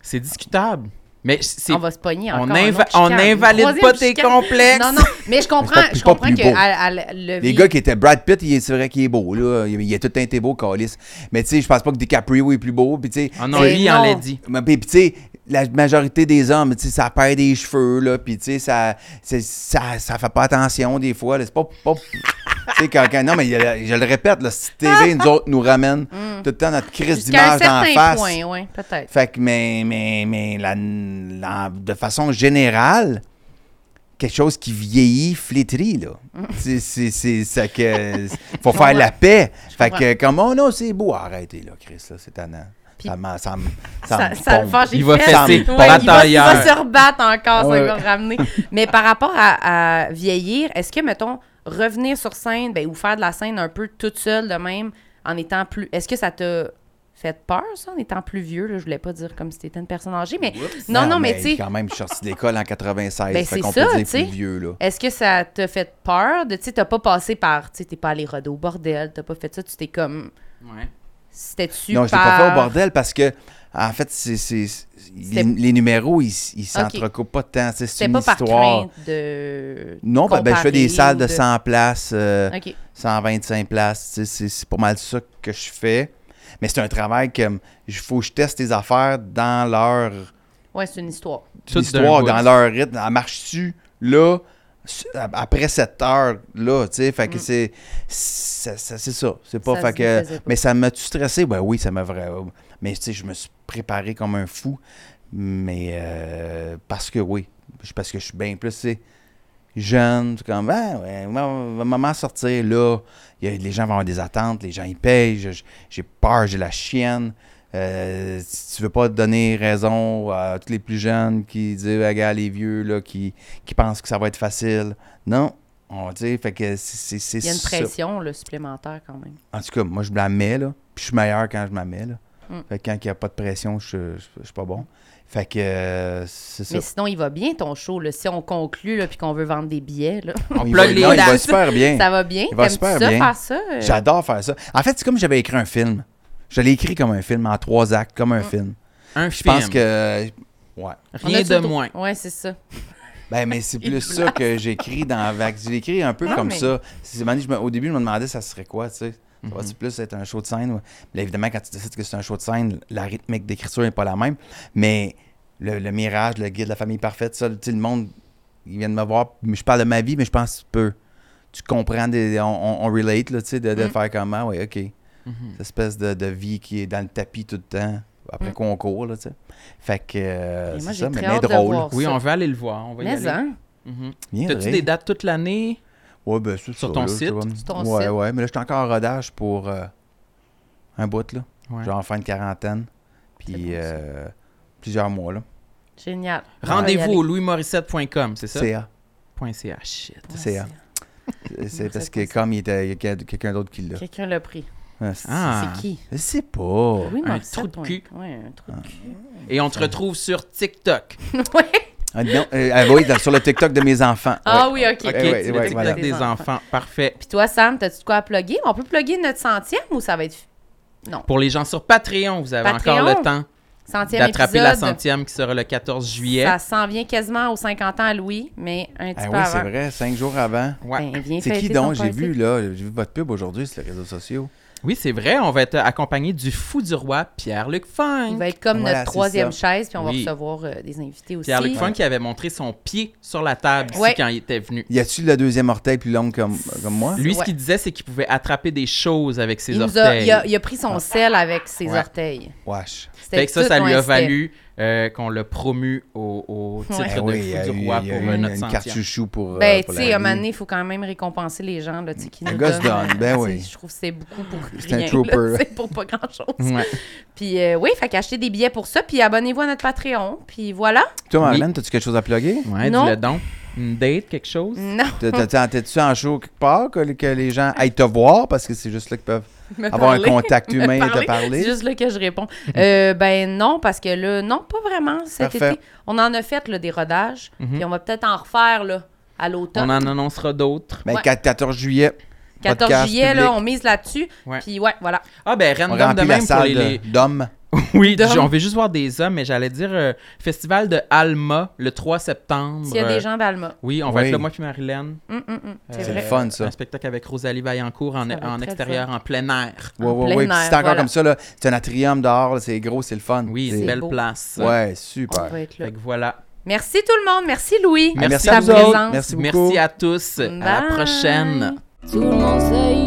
Speaker 1: C'est discutable. Mais c'est...
Speaker 2: On va se pogner encore.
Speaker 1: on
Speaker 2: un
Speaker 1: inva-
Speaker 2: autre chicane.
Speaker 1: on
Speaker 2: Une
Speaker 1: invalide
Speaker 2: troisième
Speaker 1: pas tes
Speaker 2: chicane.
Speaker 1: complexes.
Speaker 2: Non, non, mais je comprends,
Speaker 4: C'est pas-
Speaker 2: je
Speaker 4: c'est pas
Speaker 2: comprends
Speaker 4: plus
Speaker 2: que
Speaker 4: beau.
Speaker 2: à- à le- le
Speaker 4: Les
Speaker 2: vie-
Speaker 4: gars qui étaient Brad Pitt, il est- c'est vrai qu'il est beau, là. Il, il est tout un été beau, Calis. Mais tu sais, je pense pas que DiCaprio est plus beau. Puis tu sais,
Speaker 1: Ah non,
Speaker 2: Mais
Speaker 1: lui, il en
Speaker 2: non.
Speaker 1: l'a dit.
Speaker 4: Mais puis, tu sais, la majorité des hommes, tu sais, ça perd des cheveux, là, puis tu sais, ça, c'est- ça, ça fait pas attention des fois, là, c'est pas... pas tu sais, quand, quand- non, mais il y a- je le répète, là, si TV, nous autres, nous ramène tout le temps notre crise
Speaker 2: Mm. Jusqu'à un
Speaker 4: d'image d'en
Speaker 2: certain
Speaker 4: face.
Speaker 2: point, oui, peut-être.
Speaker 4: Fait que, mais, mais, mais la- la- de façon générale, quelque chose qui vieillit, flétrit, là.
Speaker 2: Mm.
Speaker 4: C'est- C'est c'est ça que... Faut faire la paix. Fait que, comme, oh non, c'est beau, arrêtez, là, Chris, là, c'est tannant.
Speaker 2: Puis-
Speaker 4: Ça, me- ça, me- ça,
Speaker 2: Ça,
Speaker 4: me
Speaker 2: ça le
Speaker 4: pompe.
Speaker 2: fâche.
Speaker 1: Il va
Speaker 2: fait-
Speaker 4: fesser.
Speaker 2: Ouais, il, va, il va
Speaker 1: Batailleur.
Speaker 2: se rebattre encore, ça
Speaker 4: Ouais.
Speaker 2: il va le ramener. Mais par rapport à, à vieillir, est-ce que, mettons, revenir sur scène ben, ou faire de la scène un peu toute seule de même, en étant plus. Est-ce que ça t'a fait peur, ça, en étant plus vieux? Là, je voulais pas dire comme si t'étais une personne âgée, mais non, non, mais, tu sais,
Speaker 4: Quand même, je suis sorti de l'école en 96.
Speaker 2: Ben,
Speaker 4: fait
Speaker 2: c'est
Speaker 4: qu'on
Speaker 2: ça,
Speaker 4: peut dire
Speaker 2: tu sais.
Speaker 4: plus vieux, là.
Speaker 2: Est-ce que ça t'a fait peur de, tu sais, t'as pas passé par, tu sais, t'es pas allé rôder au bordel, t'as pas fait ça, tu t'es comme,
Speaker 1: Ouais.
Speaker 2: c'était-tu
Speaker 4: Non, je l'ai
Speaker 2: par-
Speaker 4: pas fait au bordel parce que, En fait, c'est, c'est- c'est-
Speaker 2: C'était-
Speaker 4: les, les numéros, ils, s- ils s'entrecoupent pas tant. C'est, c'est
Speaker 2: C'était
Speaker 4: une
Speaker 2: pas par
Speaker 4: histoire.
Speaker 2: crainte de.
Speaker 4: Non, ben, ben, je fais
Speaker 2: comparer
Speaker 4: des salles
Speaker 2: ou
Speaker 4: de 100 places, euh,
Speaker 2: OK.
Speaker 4: 125 places. tu sais, C'est, c'est pas mal ça que je fais. Mais c'est un travail que hum, il faut que je teste les affaires dans leur
Speaker 2: Ouais, c'est une histoire.
Speaker 1: Tout
Speaker 4: histoire,
Speaker 1: d'un
Speaker 4: dans
Speaker 1: bout.
Speaker 4: leur rythme. Elle marche-tu là, su- après cette heure-là? tu sais, Fait que c'est, c'est, c'est- c'est ça. C'est pas,
Speaker 2: Mm. Ça
Speaker 4: fait
Speaker 2: se
Speaker 4: que,
Speaker 2: défaisait pas.
Speaker 4: mais ça m'a-tu stressé? Ben oui, ça m'a vraiment. Mais tu sais, je me suis préparé comme un fou. Mais euh, parce que oui, Je- parce que je suis bien plus tu sais, jeune, c'est comme, ah, ouais, maman, maman sortir là, Il y a- les gens vont avoir des attentes, les gens ils payent, je- je- j'ai peur, j'ai la chienne. Euh, si tu veux pas donner raison à tous les plus jeunes qui disent, Ah, regarde les vieux, là, qui, qui pensent que ça va être facile. Non, on tu sais, fait que c'est- c'est c'est
Speaker 2: Il y a une
Speaker 4: ça.
Speaker 2: pression là, supplémentaire quand même.
Speaker 4: En tout cas, moi, je me la mets, là. Puis je suis meilleur quand je me la mets, là.
Speaker 2: Mm.
Speaker 4: Fait que quand il n'y a pas de pression, je je- je suis pas bon. Fait que euh, c'est ça.
Speaker 2: Mais sinon, il va bien ton show. Là. Si on conclut là, puis qu'on veut vendre des billets, là,
Speaker 1: On
Speaker 4: Il
Speaker 1: plug
Speaker 4: va-
Speaker 1: les
Speaker 4: non, il
Speaker 2: dates.
Speaker 4: va super bien.
Speaker 2: ça va bien?
Speaker 4: Il va
Speaker 2: T'aimes-tu
Speaker 4: super
Speaker 2: ça,
Speaker 4: bien.
Speaker 2: faire ça? euh?
Speaker 4: J'adore faire ça. En fait, c'est comme si j'avais écrit un film. Je l'ai écrit comme un film, en trois actes, comme un
Speaker 2: Mm.
Speaker 4: film.
Speaker 1: un
Speaker 4: Je
Speaker 1: film.
Speaker 4: pense que. euh, Ouais.
Speaker 2: On
Speaker 1: Rien
Speaker 2: a-tu
Speaker 1: de
Speaker 2: autre-
Speaker 1: moins.
Speaker 2: Ouais, c'est ça.
Speaker 4: Ben, mais c'est plus ça que j'écris dans Vax. Je l'écris un peu
Speaker 2: Non,
Speaker 4: comme
Speaker 2: mais-
Speaker 4: ça. C'est- c'est- je me- au début, je me demandais ça serait quoi, tu sais. Ça
Speaker 1: Mhm.
Speaker 4: va-tu plus être un show de scène? ou- Là, évidemment, quand tu décides que c'est un show de scène, la rythmique d'écriture n'est pas la même. Mais le, le mirage, le guide, la famille parfaite, ça, tu sais, le monde, ils viennent me voir. Mais je parle de ma vie, mais je pense peu. Tu comprends, des, on, on- on relate, là, tu sais, de, de
Speaker 2: Mm.
Speaker 4: faire comment, oui, OK.
Speaker 1: Mhm.
Speaker 4: Cette espèce de, de vie qui est dans le tapis tout le temps, après
Speaker 2: Mm.
Speaker 4: qu'on court, là, tu sais. Fait que euh,
Speaker 2: Mais moi,
Speaker 4: c'est
Speaker 2: j'ai
Speaker 4: ça, mais
Speaker 2: très
Speaker 4: bien
Speaker 2: hâte de
Speaker 4: drôle.
Speaker 2: voir.
Speaker 1: Oui,
Speaker 2: Ça-
Speaker 1: on va aller le voir. On va y
Speaker 2: Mais
Speaker 1: aller.
Speaker 2: hein?
Speaker 1: Mhm.
Speaker 4: Viens
Speaker 1: T'as-tu
Speaker 4: vrai.
Speaker 1: des dates toute l'année?
Speaker 4: Ouais, ben, c'est
Speaker 1: Sur
Speaker 4: ça,
Speaker 1: ton
Speaker 4: là,
Speaker 1: site?
Speaker 4: tu vois.
Speaker 1: Sur
Speaker 2: ton
Speaker 4: ouais,
Speaker 2: site.
Speaker 4: ouais, mais là, j'étais encore en rodage pour euh, un bout, là.
Speaker 1: Ouais.
Speaker 4: Genre en fin de quarantaine. Puis
Speaker 2: bon, ça.
Speaker 4: euh, plusieurs mois, là.
Speaker 2: Génial. On va y
Speaker 1: Rendez-vous
Speaker 2: aller.
Speaker 1: au louismorissette.com, c'est ça?
Speaker 4: CA.
Speaker 1: Point .ca. Shit.
Speaker 2: Ouais,
Speaker 4: CA. C'est
Speaker 2: Vous
Speaker 4: parce
Speaker 2: êtes
Speaker 4: que
Speaker 2: pas
Speaker 4: comme il était- il y a quel- quelqu'un d'autre qui l'a.
Speaker 2: Quelqu'un l'a pris.
Speaker 4: Ah, c'est-
Speaker 1: Ah.
Speaker 2: C'est qui?
Speaker 4: Je sais pas.
Speaker 2: Ah Oui,
Speaker 1: un
Speaker 2: Morissette,
Speaker 1: trou de
Speaker 2: ouais.
Speaker 1: cul.
Speaker 2: Ouais, un trou de cul.
Speaker 1: Et on te retrouve sur TikTok.
Speaker 2: Ouais.
Speaker 4: Ah, non, euh, elle va être sur le TikTok de mes enfants.
Speaker 2: Ah
Speaker 4: Ouais.
Speaker 2: oui, OK.
Speaker 1: OK,
Speaker 4: Eh ouais, ouais,
Speaker 1: c'est le
Speaker 4: ouais,
Speaker 1: TikTok
Speaker 4: voilà.
Speaker 1: des enfants. Parfait.
Speaker 2: Puis toi, Sam, t'as-tu de quoi à plugger? On peut plugger notre centième ou ça va être
Speaker 1: Pour les gens sur Patreon, vous avez
Speaker 2: Patreon,
Speaker 1: encore le temps
Speaker 2: centième
Speaker 1: d'attraper la
Speaker 2: épisode?
Speaker 1: centième qui sera le 14 juillet.
Speaker 2: Ça s'en vient quasiment aux 50 ans à Louis, mais un petit
Speaker 4: Ah
Speaker 2: peu
Speaker 4: oui, c'est
Speaker 2: avant.
Speaker 4: vrai, cinq jours avant.
Speaker 1: Ouais.
Speaker 2: Ben, viens
Speaker 4: C'est
Speaker 2: fêter
Speaker 4: qui
Speaker 2: ton
Speaker 4: donc? J'ai
Speaker 2: party.
Speaker 4: vu, là, j'ai vu votre pub aujourd'hui sur les réseaux sociaux.
Speaker 1: Oui, c'est vrai. On va être accompagné du fou du roi, Pierre-Luc
Speaker 2: Il
Speaker 1: Funk.
Speaker 2: va être comme
Speaker 4: Voilà,
Speaker 2: notre
Speaker 4: c'est
Speaker 2: troisième
Speaker 4: ça.
Speaker 2: chaise, puis on
Speaker 1: Oui.
Speaker 2: va recevoir euh, des invités aussi.
Speaker 1: Pierre-Luc Funk qui avait montré son pied sur la table ici
Speaker 2: Ouais.
Speaker 1: quand il était venu.
Speaker 4: Y a-tu le deuxième orteil plus long comme, comme moi?
Speaker 1: Lui, ce
Speaker 2: Ouais.
Speaker 1: qu'il disait, c'est qu'il pouvait attraper des choses avec ses
Speaker 2: il, nous a,
Speaker 1: orteils.
Speaker 2: il, a, il a pris son sel avec ses
Speaker 4: Ouais.
Speaker 2: orteils.
Speaker 4: Wesh.
Speaker 2: C'était
Speaker 1: Fait que ça,
Speaker 2: tout
Speaker 1: ça lui a
Speaker 2: coïncident.
Speaker 1: valu euh, qu'on l'a promu au, au titre
Speaker 2: Ouais.
Speaker 1: de
Speaker 4: Ah oui, il y a
Speaker 1: fou
Speaker 4: eu-
Speaker 1: du
Speaker 4: il y
Speaker 1: roi
Speaker 4: a
Speaker 1: pour
Speaker 4: eu
Speaker 1: euh, notre
Speaker 4: une, une carte
Speaker 1: centième.
Speaker 4: chouchou pour. euh,
Speaker 2: Ben,
Speaker 4: pour
Speaker 2: tu
Speaker 4: la
Speaker 2: sais, à un
Speaker 4: vie.
Speaker 2: moment donné, il faut quand même récompenser les gens là, tu sais, qui
Speaker 4: Le
Speaker 2: nous
Speaker 4: gars se
Speaker 2: donnent,
Speaker 4: donne, ben
Speaker 2: tu sais,
Speaker 4: oui.
Speaker 2: Je trouve que c'est beaucoup pour rien.
Speaker 4: C'est un
Speaker 2: là,
Speaker 4: trooper.
Speaker 2: tu sais, pour pas grand-chose.
Speaker 1: Ouais.
Speaker 2: Puis euh, oui, fait qu'acheter des billets pour ça, puis abonnez-vous à notre Patreon, puis voilà.
Speaker 4: Toi,
Speaker 1: Oui.
Speaker 4: Marlène, t'as-tu quelque chose à plugger?
Speaker 1: Ouais,
Speaker 2: Non.
Speaker 1: dis-le donc. Une date, quelque chose?
Speaker 2: Non,
Speaker 4: T'as- t'as- t'as- T'es-tu en show quelque part que, que les gens aillent te voir parce que c'est juste là qu'ils peuvent
Speaker 2: me
Speaker 4: avoir
Speaker 2: parler.
Speaker 4: un contact
Speaker 2: Me
Speaker 4: humain et te
Speaker 2: C'est
Speaker 4: parler?
Speaker 2: juste là que je réponds. Euh, ben non, parce que là, non, pas vraiment cet
Speaker 4: Parfait.
Speaker 2: été. On en a fait là, des rodages,
Speaker 1: Mhm.
Speaker 2: puis on va peut-être en refaire là, à
Speaker 1: On
Speaker 2: l'automne.
Speaker 1: en annoncera d'autres.
Speaker 4: Ben,
Speaker 2: Ouais.
Speaker 4: 14 juillet.
Speaker 2: 14
Speaker 4: podcast
Speaker 2: juillet, là,
Speaker 4: public.
Speaker 2: on mise là-dessus.
Speaker 1: Ouais.
Speaker 2: Puis ouais, voilà.
Speaker 1: Ah ben,
Speaker 4: On
Speaker 1: random de
Speaker 4: remplit la
Speaker 1: même pour
Speaker 4: salle
Speaker 1: les... les-
Speaker 4: de- d'hommes.
Speaker 1: Oui,
Speaker 2: D'hommes.
Speaker 1: j- on veut juste voir des hommes, mais j'allais dire euh, festival de Alma le 3 septembre.
Speaker 2: S'il y a
Speaker 1: Euh,
Speaker 2: des gens d'Alma.
Speaker 1: Oui, on va
Speaker 4: Oui.
Speaker 1: être là, moi puis Marilyn.
Speaker 2: Hum, hum, hum, c'est
Speaker 4: Euh, C'est
Speaker 2: vrai.
Speaker 4: le fun, ça.
Speaker 1: Un spectacle avec Rosalie Vaillancourt en, e-
Speaker 2: Ça va être
Speaker 1: en
Speaker 2: très
Speaker 1: extérieur, en plein air.
Speaker 4: Ouais,
Speaker 2: en
Speaker 4: ouais, ouais.
Speaker 2: plein
Speaker 4: Puis c'est
Speaker 2: air,
Speaker 4: encore
Speaker 2: voilà.
Speaker 4: comme ça, là. C'est un atrium dehors, là, c'est gros, c'est le fun.
Speaker 1: Oui,
Speaker 4: C'est-
Speaker 1: une belle
Speaker 2: beau.
Speaker 1: place.
Speaker 4: Ouais,
Speaker 2: On
Speaker 4: super.
Speaker 2: va être là.
Speaker 1: Fait que voilà.
Speaker 2: Merci tout le monde. Merci Louis.
Speaker 1: Merci
Speaker 4: Ah, à
Speaker 2: de
Speaker 4: vous
Speaker 2: ta
Speaker 4: autres.
Speaker 2: présence.
Speaker 4: Merci beaucoup.
Speaker 1: Merci à tous. À la
Speaker 2: Bye.
Speaker 1: prochaine.
Speaker 3: Tout le monde sait